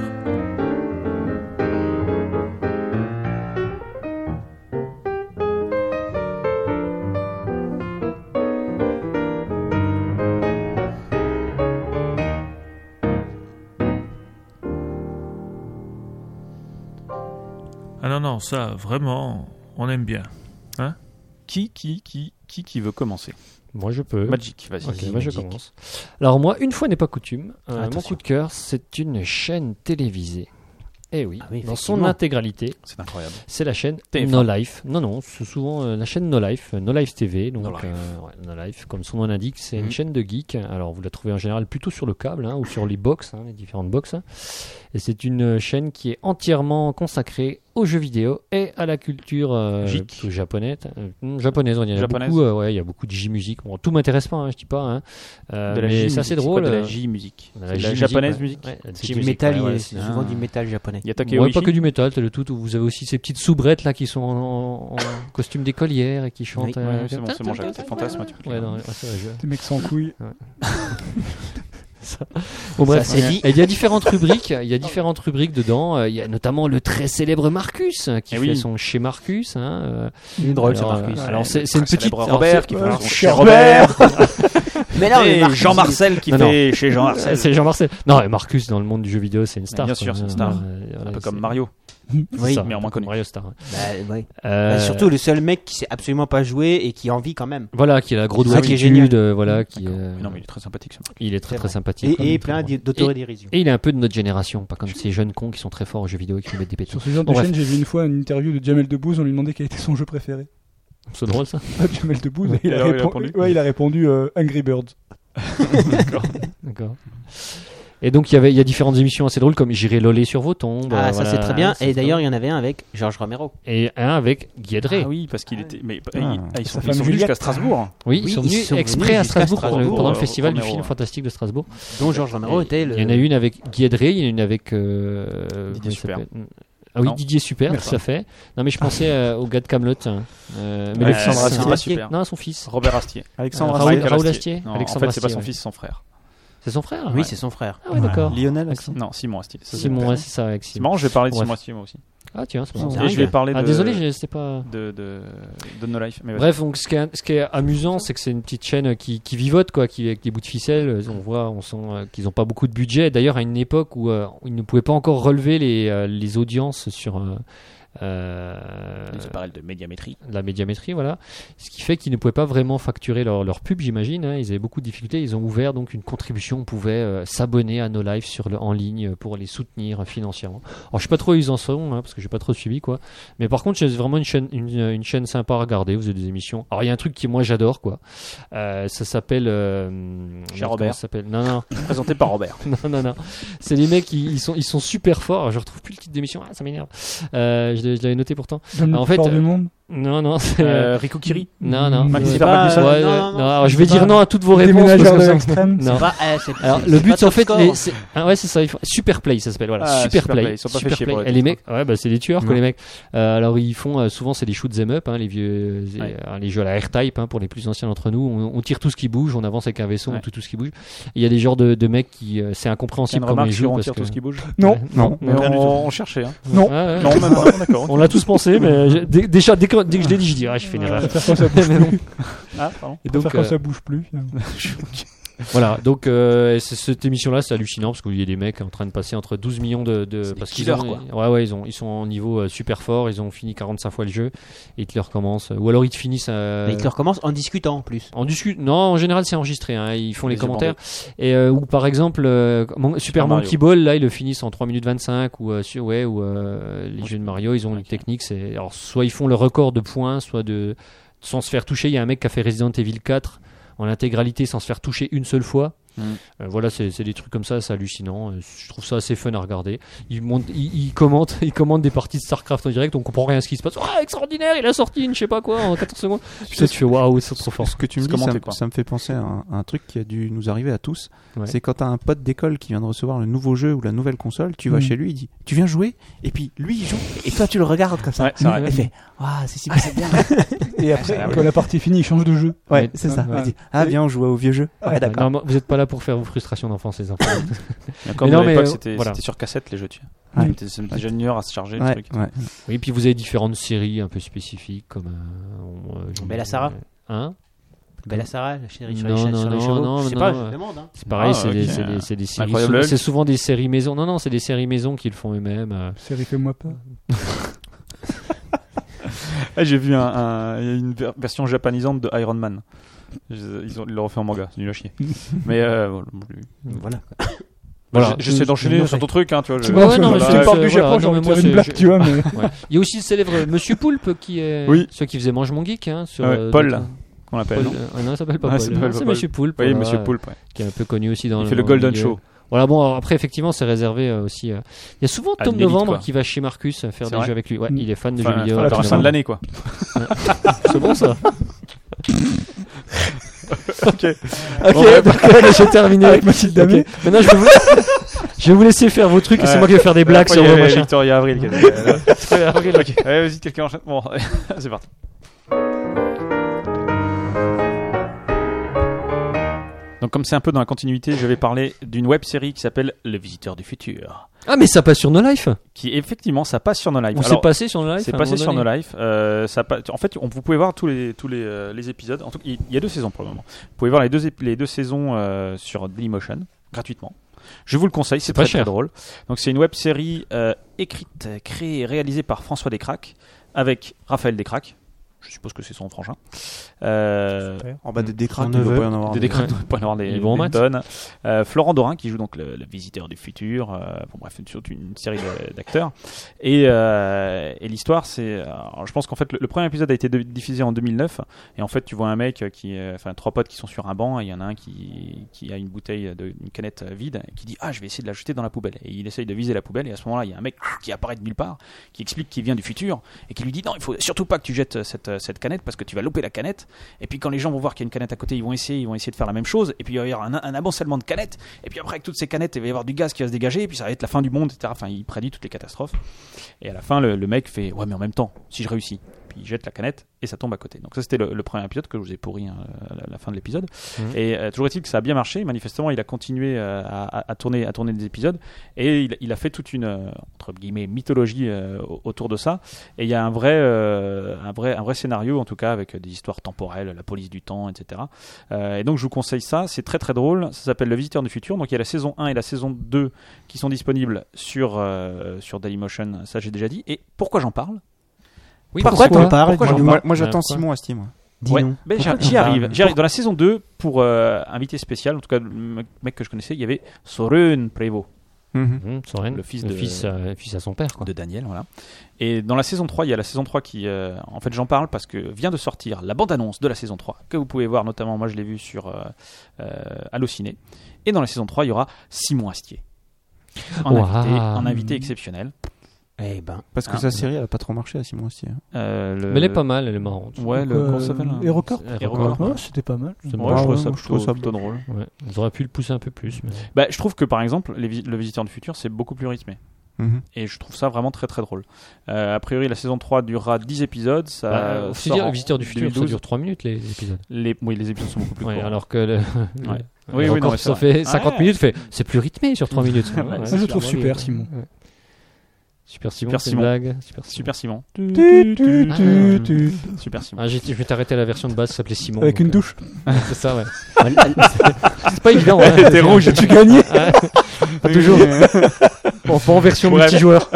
Ah non, non, ça, vraiment, on aime bien. Qui, qui, qui, qui, qui veut commencer Moi, je peux. Magic, vas-y. Ok, Guy, moi je Magic. commence. Alors moi, une fois n'est pas coutume, euh, mon Attention. coup de cœur, c'est une chaîne télévisée. Eh oui, Ah oui, dans son effectivement. intégralité, C'est incroyable. c'est la chaîne TF1. No Life. Non, non, c'est souvent euh, la chaîne No Life, euh, No Life TV. Donc, euh, ouais, no Life, comme son nom l'indique, c'est une Mhm. chaîne de geeks. Alors, vous la trouvez en général plutôt sur le câble hein, ou sur les box, hein, les différentes box. Et c'est une euh, chaîne qui est entièrement consacrée aux jeux vidéo et à la culture euh, Geek. plutôt japonaise. euh, hmm, japonaise, on y a Japonaise. beaucoup. euh, ouais, il y a beaucoup de J-musique. Bon, tout m'intéresse pas, hein, je dis pas. hein. Euh, de la mais J c'est assez musique, c'est drôle. quoi, De la euh, J musique. C'est de la De la, J-musique, japonaise ouais. musique. Ouais, la C'est du J-musique, métal, ouais, il- ouais, c'est c'est- hein. souvent du métal japonais. Il y a Takeo Ouais, pas Michi. que du métal, t'as le tout. où Vous avez aussi ces petites soubrettes là qui sont en, en- en costume d'écolière et qui chantent. Oui. Ouais, euh, ouais, c'est bon, c'est bon, j'avais tes fantasmes. tu peux Ouais, le dire. non, ouais, c'est vrai, je- Des mecs sans couilles. Bon, bref, Ça, c'est dit. Et il y a différentes rubriques. Il y a différentes rubriques dedans. Euh, Il y a notamment le très célèbre Marcus euh, qui Eh fait oui. son chez Marcus. Hein, euh, Il est drôle, alors, ce Marcus. euh, alors, c'est c'est une Très petite. célèbre alors, Robert c'est- qui fait son chez Robert. Robert. Mais là, on est Et marqué- Jean Marcel qui Non, non. fait chez Jean Marcel. C'est Jean-Marcel. Non, et Marcus dans le monde du jeu vidéo, c'est une star. Bien quoi. sûr, c'est une Euh, star. euh, Un voilà, peu comme c'est- Mario. c'est Oui. ça, Mais en moins un peu comme connu. Mario Star. Bah, ouais. Euh, Bah, surtout le seul mec qui sait absolument pas jouer et qui a envie quand même. Euh, Voilà, qui a la grosse C'est ça qui est génial. attitude, euh, voilà, qui. D'accord. euh, Mais Non, mais il est très sympathique ce mec. Il est très C'est très vrai. sympathique. Et, et comme- plein d'autodérision. Et il est un peu de notre génération, pas comme ces jeunes cons qui sont très forts aux jeux vidéo et qui nous mettent des pétons. Sur ce genre de Bref. chaîne, j'ai vu une fois une interview de Jamel Debbouze. On lui demandait quel était son jeu préféré. C'est drôle ça. Ah, Jamel Debbouze, il, a Alors, il a répondu- répondu ouais, il a répondu euh, Angry Birds. D'accord. Et donc il y avait il y a différentes émissions assez drôles comme J'irai loler sur vos tombes. Ah, euh, ça voilà, c'est très bien. c'est Et d'ailleurs, il y en avait un avec Georges Romero. Et un avec Guédré. Ah oui, parce qu'il était. Mais Ah. ils- ah, ils sont, Sa ils femme sont venus jusqu'à Juliette. Strasbourg. Oui, Oui, ils sont ils venus sont venus exprès à jusqu'à Strasbourg, pendant le- Strasbourg, pendant le euh, festival du Romero, film ouais. fantastique de Strasbourg. Dont Georges Romero Et était le. Il y en a une avec Guédré, il y en a une avec. euh, Didier comment il Super. s'appelle Ah oui, Non. Didier Super, Merci. tout à fait. Non, mais je pensais euh, au gars de Camelot. Euh, mais Ouais, le fils, Alexandre c'est Astier. un Astier. Super. Non, son fils. Robert Astier. Alexandre Euh, Astier. Raoul- Alexandre Raoul Astier. Non, En Alexandre fait, c'est pas Astier, son ouais. fils, c'est son frère. C'est son frère Oui, ouais. c'est son frère. Ah ouais, d'accord. Lionel, Alexandre. Non, Simon Astier. Ça, c'est Simon, le ouais, père. c'est ça, avec Simon. Simon, je vais parler de Bref. Simon Astier moi aussi. Ah, tiens, c'est Simon. marrant. Et je vais dingue. parler de. Ah, désolé, je- c'était pas. de, de, de No Life. Mais vas-y. Bref, donc ce qui est, ce qui est amusant, c'est que c'est une petite chaîne qui, qui vivote, quoi, qui avec des bouts de ficelle. Euh, On voit, on sent euh, qu'ils n'ont pas beaucoup de budget. D'ailleurs, à une époque où euh, ils ne pouvaient pas encore relever les, euh, les audiences sur euh, Euh, Ils se parlent de médiamétrie. la médiamétrie, voilà. Ce qui fait qu'ils ne pouvaient pas vraiment facturer leur, leur pub, j'imagine. hein. Ils avaient beaucoup de difficultés. Ils ont ouvert donc une contribution. On pouvait euh, s'abonner à nos lives sur le, en ligne pour les soutenir euh, financièrement. Alors, je sais pas trop où ils en sont, hein, parce que j'ai pas trop suivi, quoi. Mais par contre, c'est vraiment une chaîne, une, euh, une chaîne sympa à regarder. Vous avez des émissions. Alors, il y a un truc qui, moi, j'adore, quoi. Euh, ça s'appelle. euh, merde, comment Robert. ça s'appelle Non, non. Présenté par Robert. Non, non, non. C'est les mecs, ils, ils sont, ils sont super forts. Je retrouve plus le titre d'émission. Ah, ça m'énerve. Euh, je l'ai- je l'avais noté pourtant. Donne le en fait, sport euh, du monde. Non, non. c'est, Euh, Rico Kiri. Non, non. Max Ouais, Verstappen, ouais, Wilson. ouais, Non, ouais. non, non, Non, alors, je vais c'est dire pas non à toutes vos réponses. parce Déménageur que de ça- l'extrême. Non. Bah, eh, c'est- Alors, c'est- le c'est pas but, en top fait, score. les- c'est- ah ouais, c'est ça, ils font- Super Play, ça s'appelle, voilà. Ah, super Super Play. Play, ils sont pas fait chier pour les Et les mecs, titres. ouais, bah, c'est des tueurs, quoi, Non. les mecs. Euh, alors, ils font, euh, souvent, c'est des shoot them up, hein, les vieux, euh, Ouais. euh, les jeux à la R-Type, hein, pour les plus anciens d'entre nous. On, on tire tout ce qui bouge, on avance avec un vaisseau, on Ouais. tue tout ce qui bouge. Il y a des genres de, de mecs qui, euh, c'est C'est une incompréhensible comment remarque ils jouent. sur on parce tire que- tout ce qui bouge. Non, Non. Mais rien du tout. on, on cherchait. Hein. Non. Ouais, ouais. Non, même pas. D'accord. On l'a tous pensé, mais je- dès- déjà, dès que, dès que je l'ai dit, je dis, ah, je fais une erreur. Mais bon. Ah, pardon. Et donc, donc, quand euh, ça bouge plus. finalement. Voilà, donc euh, c'est- cette émission-là, c'est hallucinant parce qu'il y a des mecs en train de passer entre 12 millions de. de- C'est des parce killers, ont, Ouais, ouais, ils, ont, ils sont en niveau euh, super fort, ils ont fini 45 fois le jeu, et ils te le recommencent. Ou alors ils te finissent. euh, Mais ils te le recommencent en discutant en plus. On discute. Non, en général, c'est enregistré. hein, Ils font les Les commentaires. Et euh, ou par exemple, euh, Mon- Super Mario. Monkey Ball, là, ils le finissent en 3 minutes 25. Ou euh, sur- ouais, ou euh, les jeux de Mario, ils ont une technique. C'est alors soit ils font le record de points, soit de sans se faire toucher. Il y a un mec qui a fait Resident Evil 4 en intégralité sans se faire toucher une seule fois. Mm. Euh, voilà, c'est c'est des trucs comme ça, c'est hallucinant. Euh, Je trouve ça assez fun à regarder. Ils, montent, ils, ils commentent, ils commentent des parties de StarCraft en direct, on comprend rien à ce qui se passe. Ah, extraordinaire, il a sorti une, je sais pas quoi, en 14 secondes. Putain, tu fais waouh, c'est trop fort. Ce que tu me C'est dis, ça, commenté me- par. ça me fait penser à un, à un truc qui a dû nous arriver à tous. Ouais. C'est quand t'as un pote d'école qui vient de recevoir le nouveau jeu ou la nouvelle console, tu vas Mm. chez lui, il dit Tu viens jouer Et puis lui, il joue, et toi, tu le regardes comme ça. Ouais, c'est vrai. Il fait Waouh, c'est si bien. Et après, quand la partie est finie, il change de jeu. Ouais, c'est ça. Ouais. Il dit Ah, viens, on joue au vieux jeu. Ouais, d'accord. Non, mais vous n'êtes pas là pour faire vos frustrations d'enfance, les enfants. Comme Mais non, à mais, l'époque, euh, c'était voilà. c'était sur cassette les jeux. tu vois. Ouais. C'était- C'était déjà une heure à se charger. le Ouais, truc. ouais. oui, puis vous avez différentes séries un peu spécifiques, comme. euh, on, euh, je- Bella Sarah. Hein Bella Sarah, la chérie sur, Non, les, cha- non, sur les non, chevaux. non, je sais non, pas, non. je demande. Hein. C'est pareil, Ah, c'est ok. des, c'est des- c'est des séries. Incroyable Hulk. C'est souvent des séries maison. Non, non, c'est des séries maison qu'ils font eux-mêmes. euh. Série, fais-moi pas. Ah, J'ai vu un- un- il y a une ver- version japonisante de Iron Man. Je- Ils ont- ils l'ont refait en manga, c'est nul à chier. Mais euh, bon, je- Voilà. Voilà. je- j'essaie d'enchaîner sur ton truc, hein, tu vois. je- Ouais, ouais, non, mais tu c'est- parles du voilà, Japon, non, j'ai mais envie de moi, faire une c'est- blague, tu vois, mais Ouais. Il y a aussi le célèbre Monsieur Poulpe qui est Oui. ceux qui faisaient Mange mon geek hein, sur Ah ouais, euh, Paul, d'autres- Qu'on appelle. Paul, non euh, ah non, il s'appelle pas Ah, il Paul. s'appelle Non, pas C'est Paul. Monsieur Poulpe. Oui, voilà, Monsieur euh, Poulpe. ouais. qui est un peu connu aussi dans Il fait le dans Golden milieu. Show. Voilà, bon, alors après, effectivement, c'est réservé euh, aussi. euh, Il y a souvent À Tom une élite, Novembre quoi. qui va chez Marcus euh, faire C'est des vrai jeux avec lui. Ouais, Mm. il est fan de Enfin, jeux vidéo. à la Tom toute fin de Novembre. l'année, quoi. C'est bon ça Ok. Ok, donc euh, j'ai terminé avec Mathilde Damé. Maintenant, je vais, vous... je vais vous laisser faire vos trucs et c'est Ouais. moi qui vais faire des blagues sur Après, vos il y a machins. Victoria Avril. qui est- euh, ok. Allez, vas-y, quelqu'un enchaîne. Bon, c'est parti. Donc, comme c'est un peu dans la continuité, je vais parler d'une web série qui s'appelle Le Visiteur du Futur, Ah, mais ça passe sur No Life qui effectivement, ça passe sur No Life. On s'est Alors, passé sur No Life C'est à un passé moment sur No donné. Life. Euh, ça pa- En fait, on, vous pouvez voir tous les, tous les, euh, les épisodes. En tout cas, il il y a deux saisons pour le moment. Vous pouvez voir les deux, ép- les deux saisons euh, sur Dailymotion gratuitement. Je vous le conseille, c'est pas très, très cher. drôle. Donc, c'est une web série euh, écrite, créée et réalisée par François Descraques avec Raphaël Descraques. Je suppose que c'est son frangin. Euh, En bas des décrats, Son il doit neveu. pas y en avoir. des décrets, on peut en avoir des- Ils vont en des maths. tonnes. Euh, Florent Dorin qui joue donc le, le visiteur du futur. euh, bon, bref, une, surtout une série de- d'acteurs. Et, euh, et l'histoire, c'est, alors, je pense qu'en fait le, le premier épisode a été de- diffusé en 2009. Et en fait, tu vois un mec qui, euh, enfin trois potes qui sont sur un banc et il y en a un qui, qui a une bouteille, de, une canette euh, vide, et qui dit ah je vais essayer de la jeter dans la poubelle. Et il essaye de viser la poubelle et à ce moment-là, il y a un mec qui apparaît de nulle part, qui explique qu'il vient du futur et qui lui dit non il faut surtout pas que tu jettes cette, cette canette parce que tu vas louper la canette. Et puis quand les gens vont voir qu'il y a une canette à côté, ils vont essayer, ils vont essayer de faire la même chose. Et puis il va y avoir un, un amoncellement de canettes. Et puis après, avec toutes ces canettes, il va y avoir du gaz qui va se dégager. Et puis ça va être la fin du monde, etc. Enfin, il prédit toutes les catastrophes. Et à la fin, le, le mec fait Ouais, mais en même temps, si je réussis. Puis puis il jette la canette et ça tombe à côté. Donc ça c'était le, le premier épisode que je vous ai pourri hein, à la- la fin de l'épisode. Mhm. Et euh, toujours est-il que ça a bien marché. Manifestement, il a continué euh, à, à- à tourner, à tourner des épisodes et il, il a fait toute une euh, entre guillemets mythologie euh, au- autour de ça. Et il y a un vrai, euh, un vrai, un vrai scénario en tout cas avec des histoires temporelles, la police du temps, etc. Euh, et donc je vous conseille ça. C'est très très drôle. Ça s'appelle Le Visiteur du Futur. Donc il y a la saison 1 et la saison 2 qui sont disponibles sur euh, sur Dailymotion. Ça j'ai déjà dit. Et pourquoi j'en parle Oui, Pourquoi pourquoi t'en parles Pourquoi j'en Dis-moi. parle Moi j'attends Ouais, Simon à Steam. Ouais, Dis-nous. ben, Pourquoi j'ar- j'y t'en parles arrive. J'y arrive. Dans la saison 2, pour euh, invité spécial, en tout cas le mec mec que je connaissais, il y avait Sorun Prévost Mmh, Soren, Le fils le de- fils, euh, fils à son père, quoi. de Daniel. Voilà. Et dans la saison 3, il y a la saison 3 qui. euh, en fait, j'en parle parce que vient de sortir la bande-annonce de la saison 3, que vous pouvez voir notamment, moi je l'ai vu sur euh, euh, Allociné. Et dans la saison 3, il y aura Simon Astier. En, Waouh. invité, en invité exceptionnel. Eh ben, Parce que Ah. sa série elle a pas trop marché à Simon aussi. hein. Euh, le- Mais elle est pas mal, elle est marrante. Ouais, le. Euh, comment ça s'appelle hein Hérocor Hérocor. Ouais, c'était pas mal. C'est Moi, je Ouais, trouve ouais, ça moi, je trouve plutôt- ça plutôt drôle. Ouais, ils auraient pu le pousser un peu plus. mais- Bah, je trouve que par exemple, les vis- le visiteur du futur, c'est beaucoup plus rythmé. Mhm. Et je trouve ça vraiment très très drôle. Euh, a priori, la saison 3 durera 10 épisodes. Ça Bah, faut se sort dire, en le visiteur du futur, ça 2012. dure 3 minutes les les épisodes. Les... Oui, les épisodes sont beaucoup plus Ouais, courts. alors que le, Ouais. le Oui, oui, non, record mais ça c'est vrai. fait 50 Ouais. minutes, fait c'est plus rythmé sur 3 minutes. Ouais, Ouais, ouais, ça, c'est je sûr. trouve Oui, super, oui. Simon. Ouais. Super Simon, Super c'est Simon. une blague. Super Simon. Super Simon. Tu, tu, Ah, tu, tu. Super Simon. Ah, j'ai- je vais t'arrêter à la version de base, ça s'appelait Simon. Avec donc, une douche. euh, c'est ça, ouais. c'est pas évident. T'es rouge, tu gagné. Pas toujours. Enfin, en version Ouais. multijoueur.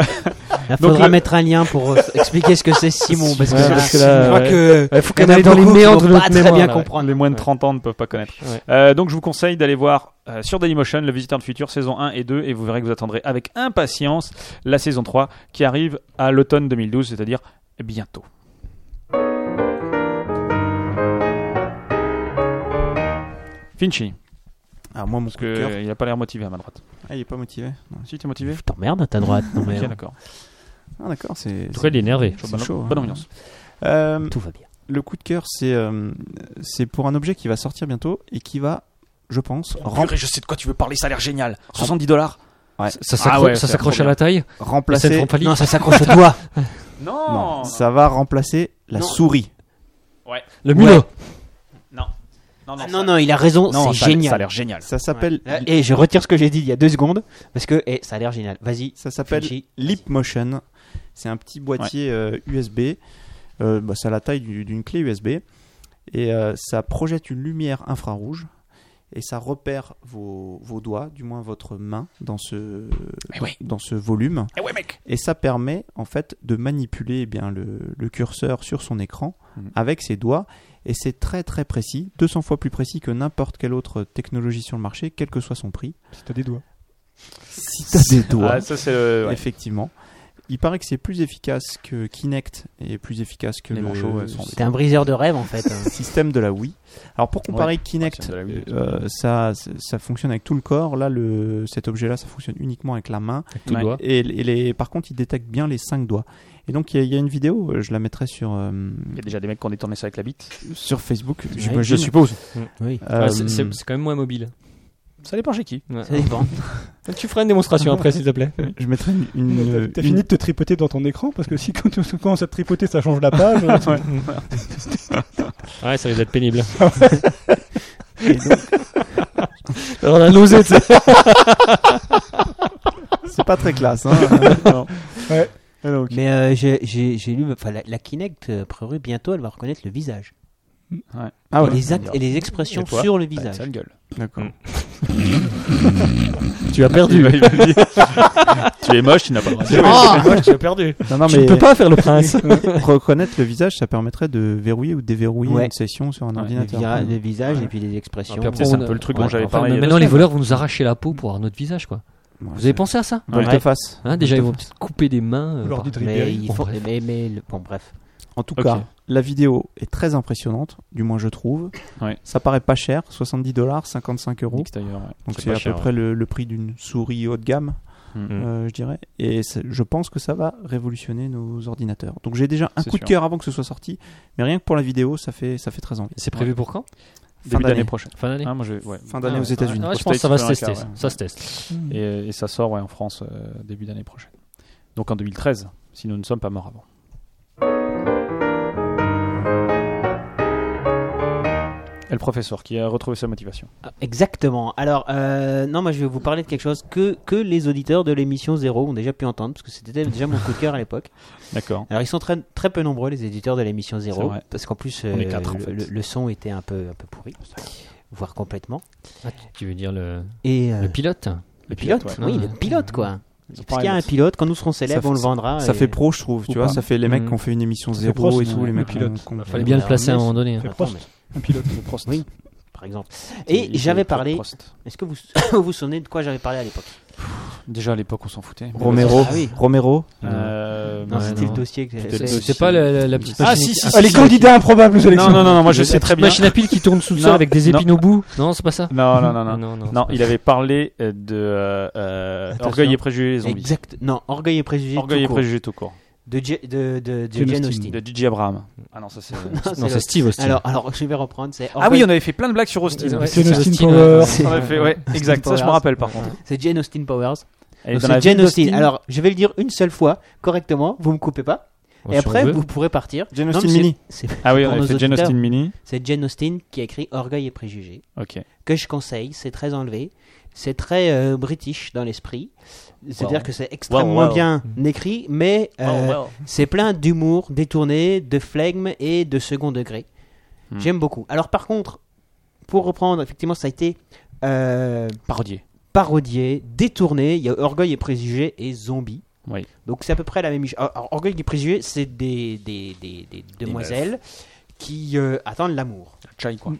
Il faudra mettre un lien pour euh, expliquer ce que c'est Simon. Parce que, Ouais, là, parce que je là, crois ouais. que Il faut il y qu'on en a aille dans les beaucoup qui méandres vont de pas notre très mémoire. bien là, ouais. comprendre. Les moins de 30 ans ne peuvent pas connaître. Ouais. Euh, donc je vous conseille d'aller voir euh, sur Dailymotion le Visiteur du Futur saison 1 et 2 et vous verrez que vous attendrez avec impatience la saison 3 qui arrive à l'automne 2012, c'est-à-dire bientôt. Finchy, Alors Ah, moi mon parce coup de cœur. qu'il n'a pas l'air motivé à ma droite. Ah il est pas motivé. Si, t'es motivé Je t'emmerde à ta droite. Non, mais Ok, d'accord. Ah d'accord c'est. euh, En tout cas, il est énervé. C'est Bonne- chaud, hein. Bonne ambiance. Euh, tout va bien. le coup de cœur c'est euh, c'est pour un objet qui va sortir bientôt et qui va je pense rem- je sais de quoi tu veux parler, ça a l'air génial. 70 dollars Ouais. Ça Ah s'accro- ouais, ça c'est s'accroche trop à la taille. remplacer. Vincent Trompali. Non, ça s'accroche au doigt. Non Non, ça va remplacer la Non. souris. Le mulot. Non, Ah non, non, il a Non, raison. ça C'est a- Ça a génial. l'air génial. Ça s'appelle Ouais. Et je retire ce que j'ai dit il y a deux secondes parce que eh, ça a l'air génial. Vas-y. ça s'appelle Finchy, Leap Motion. C'est un petit boîtier euh, USB. Euh, bah, ça a la taille du- d'une clé USB. Et euh, ça projette une lumière infrarouge. Et ça repère vos, vos doigts, du moins votre main, dans ce, Eh ouais. dans ce volume. Eh ouais, mec Et ça permet en fait de manipuler eh bien le, le curseur sur son écran Mhm. avec ses doigts. Et c'est très très précis, 200 fois plus précis que n'importe quelle autre technologie sur le marché, quel que soit son prix. Si t'as des doigts. Si t'as des doigts. Ah, ça, c'est le. euh, ouais. Effectivement. Il paraît que c'est plus efficace que Kinect et plus efficace que Les le manchots, euh, sont- C'était un briseur de rêve en fait. hein. système de la Wii. Alors pour comparer Kinect, système de la Wii, euh, ça, ça fonctionne avec tout le corps. Là, le, cet objet-là, ça fonctionne uniquement avec la main. Tout Ouais. doigt. Et, et les, par contre, il détecte bien les cinq doigts. Et donc, il y, a- il y a une vidéo, euh, je la mettrai sur, euh, Il y a déjà des mecs qui ont détourné ça avec la bite. sur Facebook, Ouais, j'imagine. suppose. Oui. Euh, Ah, c'est- C'est c'est quand même moins mobile. Ça dépend chez qui. Ça dépend. Tu feras une démonstration après, s'il te plaît. je mettrai une, une- T'as- T'as une- fini de te tripoter dans ton écran parce que si quand tu commences à te tripoter, ça change la page. euh, Ouais, ça risque d'être pénible. et donc, On a nausé, tu sais. c'est pas très classe. hein. Mais euh, j'ai- j'ai j'ai lu, enfin la, la Kinect, euh, a priori bientôt, elle va reconnaître le visage. Ah et ouais, les actes et les expressions Et toi sur le Bah, visage. sale gueule. d'accord. Tu as perdu. tu es moche, tu n'as pas le droit. tu as perdu. Non, non, Tu mais- ne peux pas faire le prince. Reconnaître le visage, ça permettrait de verrouiller ou déverrouiller Ouais. une session sur un Ouais, le, ordinateur. vira- le visage et puis les Ah, expressions. puis après, C'est on un a- peu le truc ouais, dont j'avais enfin, parlé. il y a Maintenant, deux les semaines. voleurs vont nous arracher la peau pour avoir notre visage, quoi. Ouais, Vous c'est- avez pensé à ça Volte Ouais. face. Hein, Déjà, ils vont peut-être couper des mains. euh, Ou leur par- dit de mais, Ribéry. il Bon, faut, bref. mais, mais le- bon bref. En tout Ok. cas, la vidéo est très impressionnante, du moins je trouve. Ouais. Ça paraît pas cher, 70 dollars, 55 euros. Extérieur, ouais. Donc C'est c'est pas à cher, peu près le, le prix d'une souris haut de gamme, Mhm. euh, je dirais. Et c'est- je pense que ça va révolutionner nos ordinateurs. Donc j'ai déjà un C'est coup sûr. de cœur avant que ce soit sorti, mais rien que pour la vidéo, ça fait, ça fait très envie. C'est prévu pour quand Fin Début d'année d'année. prochaine. Fin d'année Ah, moi, je vais- ouais. Fin d'année Ah, aux ouais. États-Unis. Ah, Aux je pense que ça va se States, tester. c'est un Ça se teste. Et, et ça sort ouais, en France euh, début d'année prochaine. Donc en 2013, si nous ne sommes pas morts avant. Et le professeur qui a retrouvé sa motivation. Ah, Exactement. Alors, euh, non, moi je vais vous parler de quelque chose que, que les auditeurs de l'émission Zéro ont déjà pu entendre, parce que c'était déjà mon coup de cœur à l'époque. D'accord. Alors, ils sont très, très peu nombreux, les éditeurs de l'émission C'est Zéro, vrai. parce qu'en plus, euh, On est quatre, en le, fait. le- le son était un peu, un peu pourri, voire complètement. Tu veux dire le, Et, euh, le pilote le pilote, pilote, oui, ouais. le pilote, quoi. Parce paraît qu'il y a un bête. pilote, quand nous serons Ça célèbres, fait- on le vendra. Ça et- fait pro, je trouve. Ou Tu vois, pas. ça fait les mecs Mm. qui ont fait une émission Ça fait zéro pro, et sinon, tout, les le mecs. euh, pilote. qu'on- qu'on- Fallait bien le Alors, placer à un mais- moment donné. hein. Fait Attends, Prost, mais- un pilote. Oui, par exemple. Et j'avais parlé. Est-ce que vous vous vous souvenez de quoi j'avais parlé à l'époque Déjà à l'époque, on s'en foutait. Romero. Ah oui. Romero. Euh, Non, Ouais, c'était non. le dossier que C'était le c'est- C'est pas la, la- la petite machine. si, si, Ah, les candidats improbables aux élections. Non, non, non, non, moi je sais La très petite bien. Machine à pile qui tourne sous le Non, sol avec des non. épines au bout. Non, c'est pas ça. Non, non, non, non. non, non, Non, c'est il avait parlé euh, de euh, euh, Attention. Orgueil et Préjugés les zombies. Exact. Non, Orgueil et Préjugés. Orgueil tout et court. Préjugés tout court. De, J- de, de, de Jane Jane Austen. Austen. De DJ Abraham. Ah non, ça c'est. Non, Non, c'est le- Steve Austin. Alors, alors, je vais reprendre. C'est Ah oui, Orgueil- on avait fait plein de blagues sur Austin. Ouais, C'est c'est Austin Austin, Powers. ouais. On avait fait, ouais, exact. Ça, je me rappelle par contre. c'est Jane Austen Powers. Elle est Donc, dans la C'est Jane vie Austen. Alors, je vais le dire une seule fois correctement. Vous me coupez pas. Oh, et si on après, veut. vous pourrez partir. Jane Non, Austen mais c'est- Mini. c'est- Ah oui, on pour avait nos fait Jane auditeurs, Austen Mini. C'est Jane Austen qui a écrit Orgueil et Préjugés. Ok. que je conseille, c'est très enlevé, c'est très euh, british dans l'esprit. C'est-à-dire Wow. que c'est extrêmement Wow, wow. bien écrit, mais Oh, euh, c'est plein d'humour détourné, de flegme et de second degré. Hmm. J'aime beaucoup. Alors par contre, pour reprendre, effectivement, ça a été euh, Parodier. parodié, détourné. Il y a Orgueil et Préjugés et Zombie. Oui. Donc c'est à peu près la même chose. Alors, Orgueil et Préjugés, c'est des, des, des- des demoiselles qui euh, attendent l'amour. Chai quoi.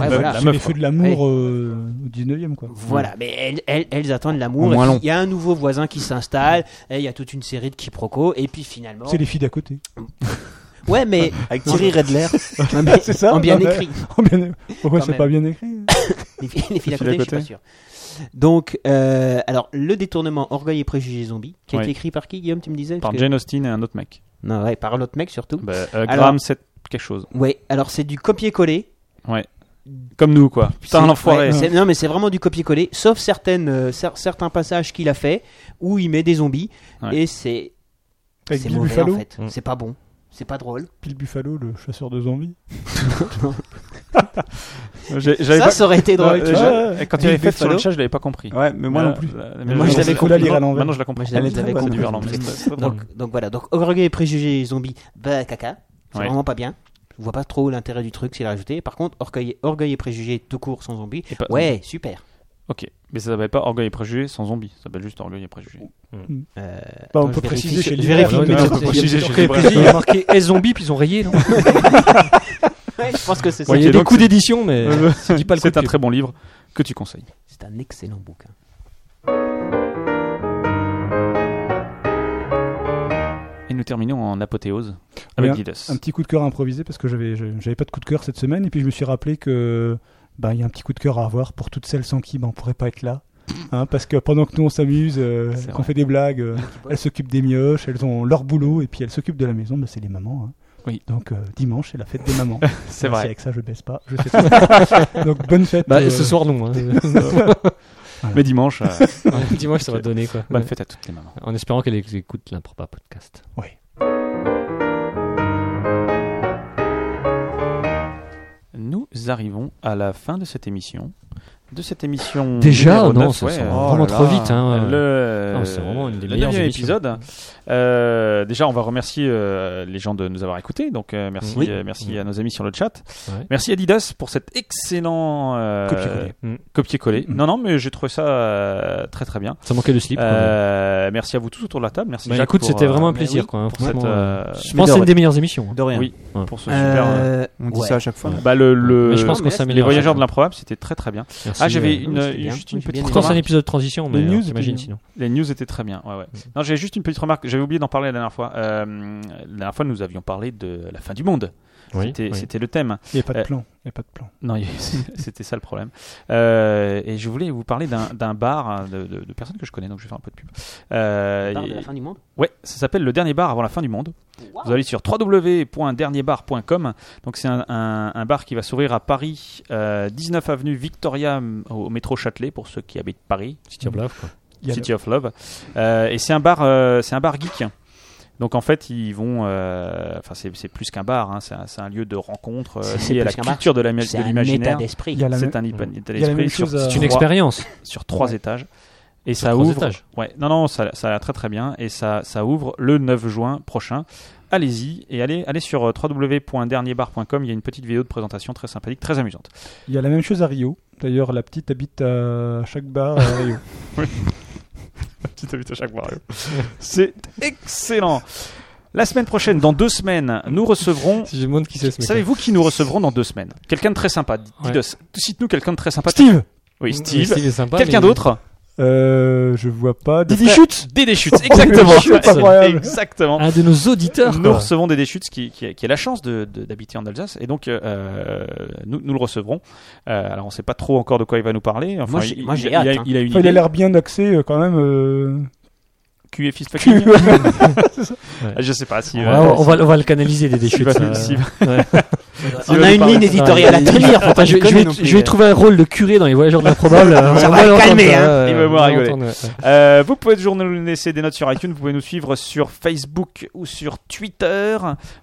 Ouais, meuf, voilà. la C'est les feux de l'amour euh, au 19ème, quoi. Voilà, mais elles, elles, elles attendent l'amour. Au moins et puis, long. Il y a un nouveau voisin qui s'installe, et il y a toute une série de quiproquos, et puis finalement. C'est les filles d'à côté. Ouais, mais. Avec Thierry Redler. C'est ça En bien non, mais- écrit. en Oh, bien- Pourquoi Quand c'est même. pas bien écrit hein. Les filles, les filles à Les filles côté, d'à je suis pas sûr. Donc, euh, alors, le détournement Orgueil et Préjugés Zombies, qui a Ouais. été écrit par qui, Guillaume, tu me disais Par Parce que- Jane Austen et un autre mec. Non, ouais, par l'autre mec surtout. Bah, euh, Alors- Graham, c'est quelque chose. Ouais, alors c'est du copier-coller. Comme nous quoi. Putain, C'est- l'enfoiré. ouais, c'est- non, mais c'est vraiment du copier-coller, sauf certaines, euh, cer- certains passages qu'il a fait où il met des zombies, Ouais. et c'est. Avec C'est Bill mauvais en Buffalo fait. Mm. C'est pas bon. C'est pas drôle. Bill Buffalo, le chasseur de zombies. J'ai- J'avais Ça, pas. ça aurait été Non, drôle. euh, tu vois. j'ai- Ouais. Quand il avait Bill fait sur Buffalo. le chat, je l'avais pas compris. Ouais, mais moi Euh, non plus. euh, mais Mais moi, je l'avais compris. compris. Maintenant- à l'envers. Maintenant, je la Moi, comprends. je l'avais- Elle est je très l'avais bonne, C'est compris. du verlan. Donc, donc voilà, donc orgueil et préjugés zombies, bah caca, c'est Ouais. vraiment pas bien. Je vois pas trop l'intérêt du truc s'il a rajouté. Par contre, orgueil, orgueil et préjugés tout court sans zombies, Et pas- ouais, super. Ok, mais ça s'appelle pas Orgueil et Préjugés sans zombie, ça s'appelle juste Orgueil et Préjugés. Ah, Euh, Bah, on attends, peut je vérifie sur- préciser chez je les vérifie, Verts, mais ouais, non, on peut c'est- préciser. Il y a marqué S zombie puis ils ont rayé. Non ouais, je pense que c'est ça. Bon, il y a Ok, des donc coups d'édition, mais ça dit pas le coup. C'est de un pub. très bon livre que tu conseilles. C'est un excellent hein. bouquin. Et nous terminons en apothéose Eh Oui, avec Didas. Un petit coup de cœur improvisé parce que j'avais j'avais j'avais pas de coup de cœur cette semaine et puis je me suis rappelé que ben, il y a un petit coup de cœur à avoir pour toutes celles sans qui ben, on pourrait pas être là. Hein, parce que pendant que nous on s'amuse, euh, C'est vrai. qu'on fait des blagues, euh, elles s'occupent des mioches, elles ont leur boulot et puis elles s'occupent de la maison, ben, c'est les mamans. hein. Oui. Donc euh, dimanche c'est la fête des mamans. C'est Merci, vrai. Avec ça je baisse pas. Je sais pas. Donc bonne fête. Bah, euh, ce soir, non. hein. Mais dimanche, euh, Dis-moi, ça va donner quoi. bonne fête à toutes les mamans. En espérant qu'elle écoute l'improba podcast. Nous arrivons à la fin de cette émission. De cette émission. Déjà, Mmh. Ah numéro non, neuf, ça ouais, sent euh, vraiment là trop là. vite. Hein. Le, Non, c'est vraiment une des le meilleures neuvième émissions. épisode. Euh, déjà, on va remercier euh, les gens de nous avoir écoutés. Donc, euh, merci, Oui. euh, merci Oui. à nos amis sur le chat. Ouais. Merci Adidas pour cet excellent euh, Copier-coller. Mm. copier-coller. Mm. Non, non, mais j'ai trouvé ça euh, très très bien. Ça manquait de slip. quoi. Euh, merci à vous tous autour de la table. Merci. Bah, Jacques, écoute, pour, c'était euh, vraiment un mais plaisir. oui, quoi, hein, pour cette, franchement. euh, Je pense que c'est une des meilleures émissions. hein. De rien. Oui. Ouais. pour ce super. euh, Euh, On dit ouais. ça à chaque fois. bah, le, le- Mais je pense qu'on non, mais là, les s'améliore. voyageurs de l'improbable, c'était très très bien. Merci, Ah, j'avais euh, une, oui, c'était bien. juste une Moi, j'ai petite bien aimé. Pourtant, c'est un remarque. épisode de transition, mais Les news, euh, t'imagines c'était sinon. Les news étaient très bien. Ouais, ouais. Mm. Non, j'avais juste une petite remarque. J'avais oublié d'en parler la dernière fois. Euh, la dernière fois, nous avions parlé de la fin du monde. C'était c'était le thème. Il n'y a pas Euh, de plan. Il y a pas de plan. Non, il- c'était ça le problème. Euh, et je voulais vous parler d'un d'un bar hein, de, de- de personnes que je connais, donc je vais faire un peu de pub. Euh, Parle de et- la fin du monde. Ouais, ça s'appelle Le Dernier Bar avant la fin du monde. Vous allez sur www.dernierbar.com. Donc, c'est un, un- un bar qui va s'ouvrir à Paris, euh, 19 avenue Victoria m- au métro Châtelet, pour ceux qui habitent Paris, City of Love, quoi. Il y a City of Love. Euh, et c'est un bar, euh, c'est un bar geek. Donc en fait, ils vont. euh, Enfin, c'est c'est plus qu'un bar, hein, c'est un, c'est un lieu de rencontre euh, C'est lié à plus la qu'un bar, culture de la- c'est de un l'imaginaire. état d'esprit. Il y a la C'est même- un épa- état Il y a d'esprit la même sur, chose à- sur C'est une trois- expérience. sur trois étages. Et Sur ça trois ouvre. étages. Ouais, non, non, ça, ça a l'air très très bien. Et ça, ça ouvre le 9 juin prochain. Allez-y et allez, allez sur euh, www.dernierbar.com. Il y a une petite vidéo de présentation très sympathique, très amusante. Il y a la même chose à Rio. D'ailleurs, la petite habite à chaque bar à Rio. Petite à chaque fois. C'est excellent. La semaine prochaine, dans deux semaines, nous recevrons. Si je demande qui c'est ce mec. Savez-vous qui nous recevrons dans deux semaines Quelqu'un de très sympa. Dites- Ouais. Dites-nous dites-nous quelqu'un de très sympa. Steve Oui, Mais Steve. est sympa. Quelqu'un mais- d'autre euh, Je vois pas. de- Didi Schutz Dédé Schutz, exactement. Dédé Schutz, incroyable. exactement. Un de nos auditeurs. Nous quoi. recevons Dédé Schutz qui, qui, qui a la chance de- de- d'habiter en Alsace et donc euh, nous, nous le recevrons. Euh, alors on ne sait pas trop encore de quoi il va nous parler. Enfin, Moi, j'ai- il, moi, il- j'ai il a- hâte, hein. il a une Enfin, il a idée. l'air bien axé euh, quand même. euh, Cul et fist fucking. Ouais. Je sais pas si. On euh, va, on, va, euh, on va le canaliser des déchutes. va- s'il va- On a une ligne éditoriale à tenir. faut pas je, déconner vais, non plus. je vais trouver un rôle de curé dans les voyageurs de l'improbable. euh, Ça on va le l'entendre, calmer, ça, hein. euh, Il va on voir rigoler. l'entendre, ouais, ouais. Euh, vous pouvez toujours nous laisser des notes sur iTunes, vous pouvez nous suivre sur Facebook ou sur Twitter,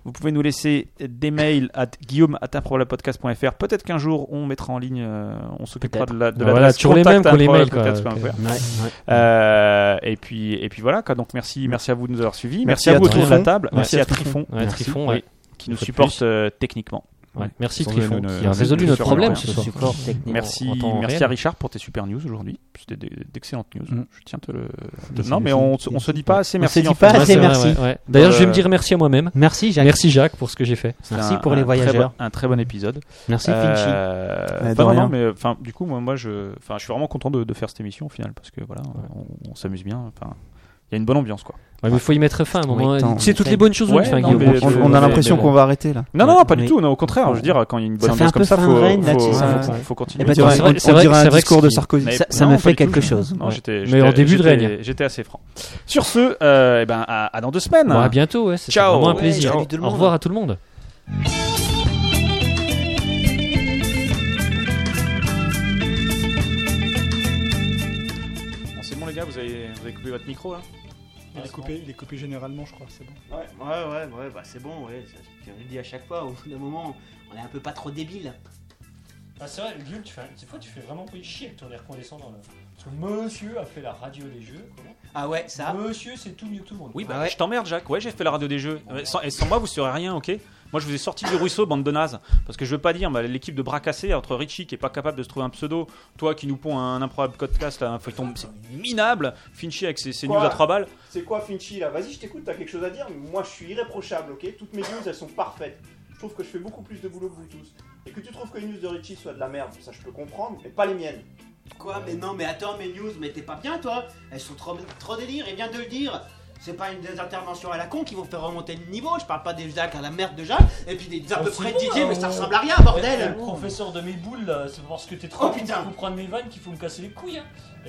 vous pouvez nous laisser des mails à guillaume.improbablepodcast.fr. Peut-être qu'un jour on mettra en ligne, euh, on s'occupera de la de Ben Bah Voilà, l'adresse toujours les mêmes qu'on les mails. quoi. contact@improbablepodcast.fr. Ouais, ouais. Euh, et puis et puis voilà quoi. Donc merci merci à vous de nous avoir suivis, merci, Merci à à vous autour de la Trifon. table, merci, Merci à à Trifon, Ouais, Merci, Trifon, oui, ouais. qui nous Une fois de supporte plus. euh, techniquement. Ouais. Merci Sans Trifon euh, une- qui une- a résolu une notre solution problème à ce rien. soir. Support technique. Merci, en temps merci réel. à Richard pour tes super news aujourd'hui. C'était des- d'excellentes news. Mm. Je tiens à te le. Des- Non, des- mais des- on, se- des- on se dit pas assez Ah, merci. dit en pas fait. Ouais, assez c'est vrai, merci. ouais, ouais. D'ailleurs, je vais me dire merci à moi-même. Merci, Jacques. Merci Jacques pour ce que j'ai fait. C'était Merci un- pour un les très bon- voyageurs. un très bon épisode. Merci, Finchi. Euh, Ouais, enfin, de non, rien. non, mais enfin, du coup, moi, moi, je, enfin, je suis vraiment content de, de faire cette émission au final parce que voilà, on, on s'amuse bien. Enfin, il y a une bonne ambiance quoi. Ouais, mais il faut y mettre fin à un moment. attends, tu sais, toutes essaye. les bonnes choses, on Ouais, le fait, non, Guillaume. mais- On, on a l'impression qu'on va arrêter là. Non, non, non, pas du Oui. tout. Non, au contraire, je veux dire, quand il y a une bonne Oh. Ça fait ambiance un peu comme ça, fin faut, règne, là, faut, tu sais, faut- ça. faut- faut continuer. Eh ben, On c'est dirait, vrai- on- c'est on vrai- dirait c'est vrai un que discours ce de qui- Sarkozy. Mais Ça- p- ça non, m'a pas fait du tout. quelque hein. chose. Non, Ouais. j'étais- Mais j'étais- en début de j'étais- règne. J'étais assez franc. Sur ce, euh, eh ben, à, à dans deux semaines. Bon, à bientôt, ouais, c'était Ciao. vraiment un Ouais, plaisir. salut tout le Au monde. revoir à tout le monde. C'est bon les gars, vous avez, vous avez coupé votre micro là Il est coupé, il est coupé généralement, je crois. C'est bon. Ouais, ouais, ouais, ouais, bah c'est bon, ouais. c'est ce que je dis à chaque fois, au bout d'un moment, on est un peu pas trop débile. Ah, c'est vrai, Guillaume, tu fais, des fois, tu fais vraiment pas chier avec ton air condescendant. Là. Parce que monsieur a fait la radio des jeux. Ah ouais, ça. Monsieur, c'est tout mieux que tout le monde. Oui, bah, Ah ouais. je t'emmerde, Jacques. Ouais, j'ai fait la radio des jeux. Ouais, sans, et sans moi, vous serez rien, ok Moi, je vous ai sorti du ruisseau, bande de nazes. Parce que je veux pas dire, bah, l'équipe de bras cassés entre Richie qui est pas capable de se trouver un pseudo, toi qui nous pond un improbable podcast, là, un feuilleton, c'est minable. Finchy avec ses, ses news Quoi à trois balles. C'est quoi Finchy là Vas-y, je t'écoute, t'as quelque chose à dire, mais moi je suis irréprochable, ok Toutes mes news elles sont parfaites. Je trouve que je fais beaucoup plus de boulot que vous tous. Et que tu trouves que les news de Richie soient de la merde, ça je peux comprendre, mais pas les miennes. Quoi Mais non, mais attends, mes news, mais t'es pas bien toi Elles sont trop, trop délire, il vient de le dire c'est pas une des interventions à la con qui vont faire remonter le niveau. Je parle pas des Jacques à la merde de Jacques et puis des à peu près de Didier, mais ça ressemble à rien, bordel. Ah, professeur de mes boules, là, c'est parce que t'es Oh, con putain. comprendre mes vannes qu'il faut me casser les couilles. hein.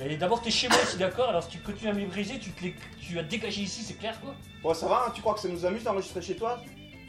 Et d'abord, t'es chez moi ici, d'accord Alors, si tu continues à me les briser, tu, te les- tu vas te dégager ici, c'est clair quoi Bon, ça va, hein tu crois que ça nous amuse d'enregistrer chez toi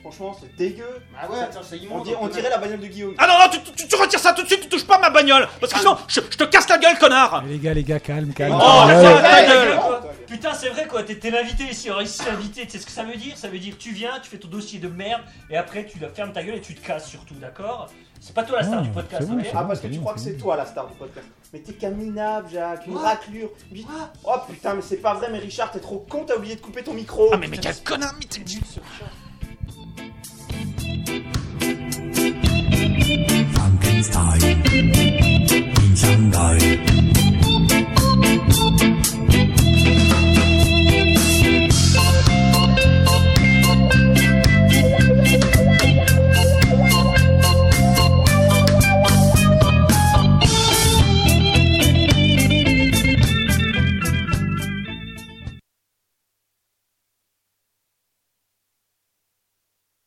Franchement, c'est dégueu. Ah ouais, attends, c'est immonde. On, di- on dirait la bagnole de Guillaume. Ah non, non, tu, tu- tu retires ça tout de suite, tu touches pas ma bagnole Parce que sinon, je, je te casse la gueule, connard les gars, les gars, calme, calme. Oh, Oh, Ouais, ça va, ouais. ta gueule. Putain, c'est vrai quoi, t'étais l'invité ici, alors ici l'invité, tu sais ce que ça veut dire Ça veut dire tu viens, tu fais ton dossier de merde, et après tu la fermes ta gueule et tu te casses surtout, d'accord C'est pas toi la star Ah, du podcast, c'est bon, ok ça. Ah, parce que tu crois que c'est toi la star du podcast. Mais t'es qu'un minable, Jacques, une Moi raclure. Bi- Moi Oh putain, mais c'est pas vrai, mais Richard, t'es trop con, t'as oublié de couper ton micro. Ah, mais, mais quel connard, mais t'es- Sur-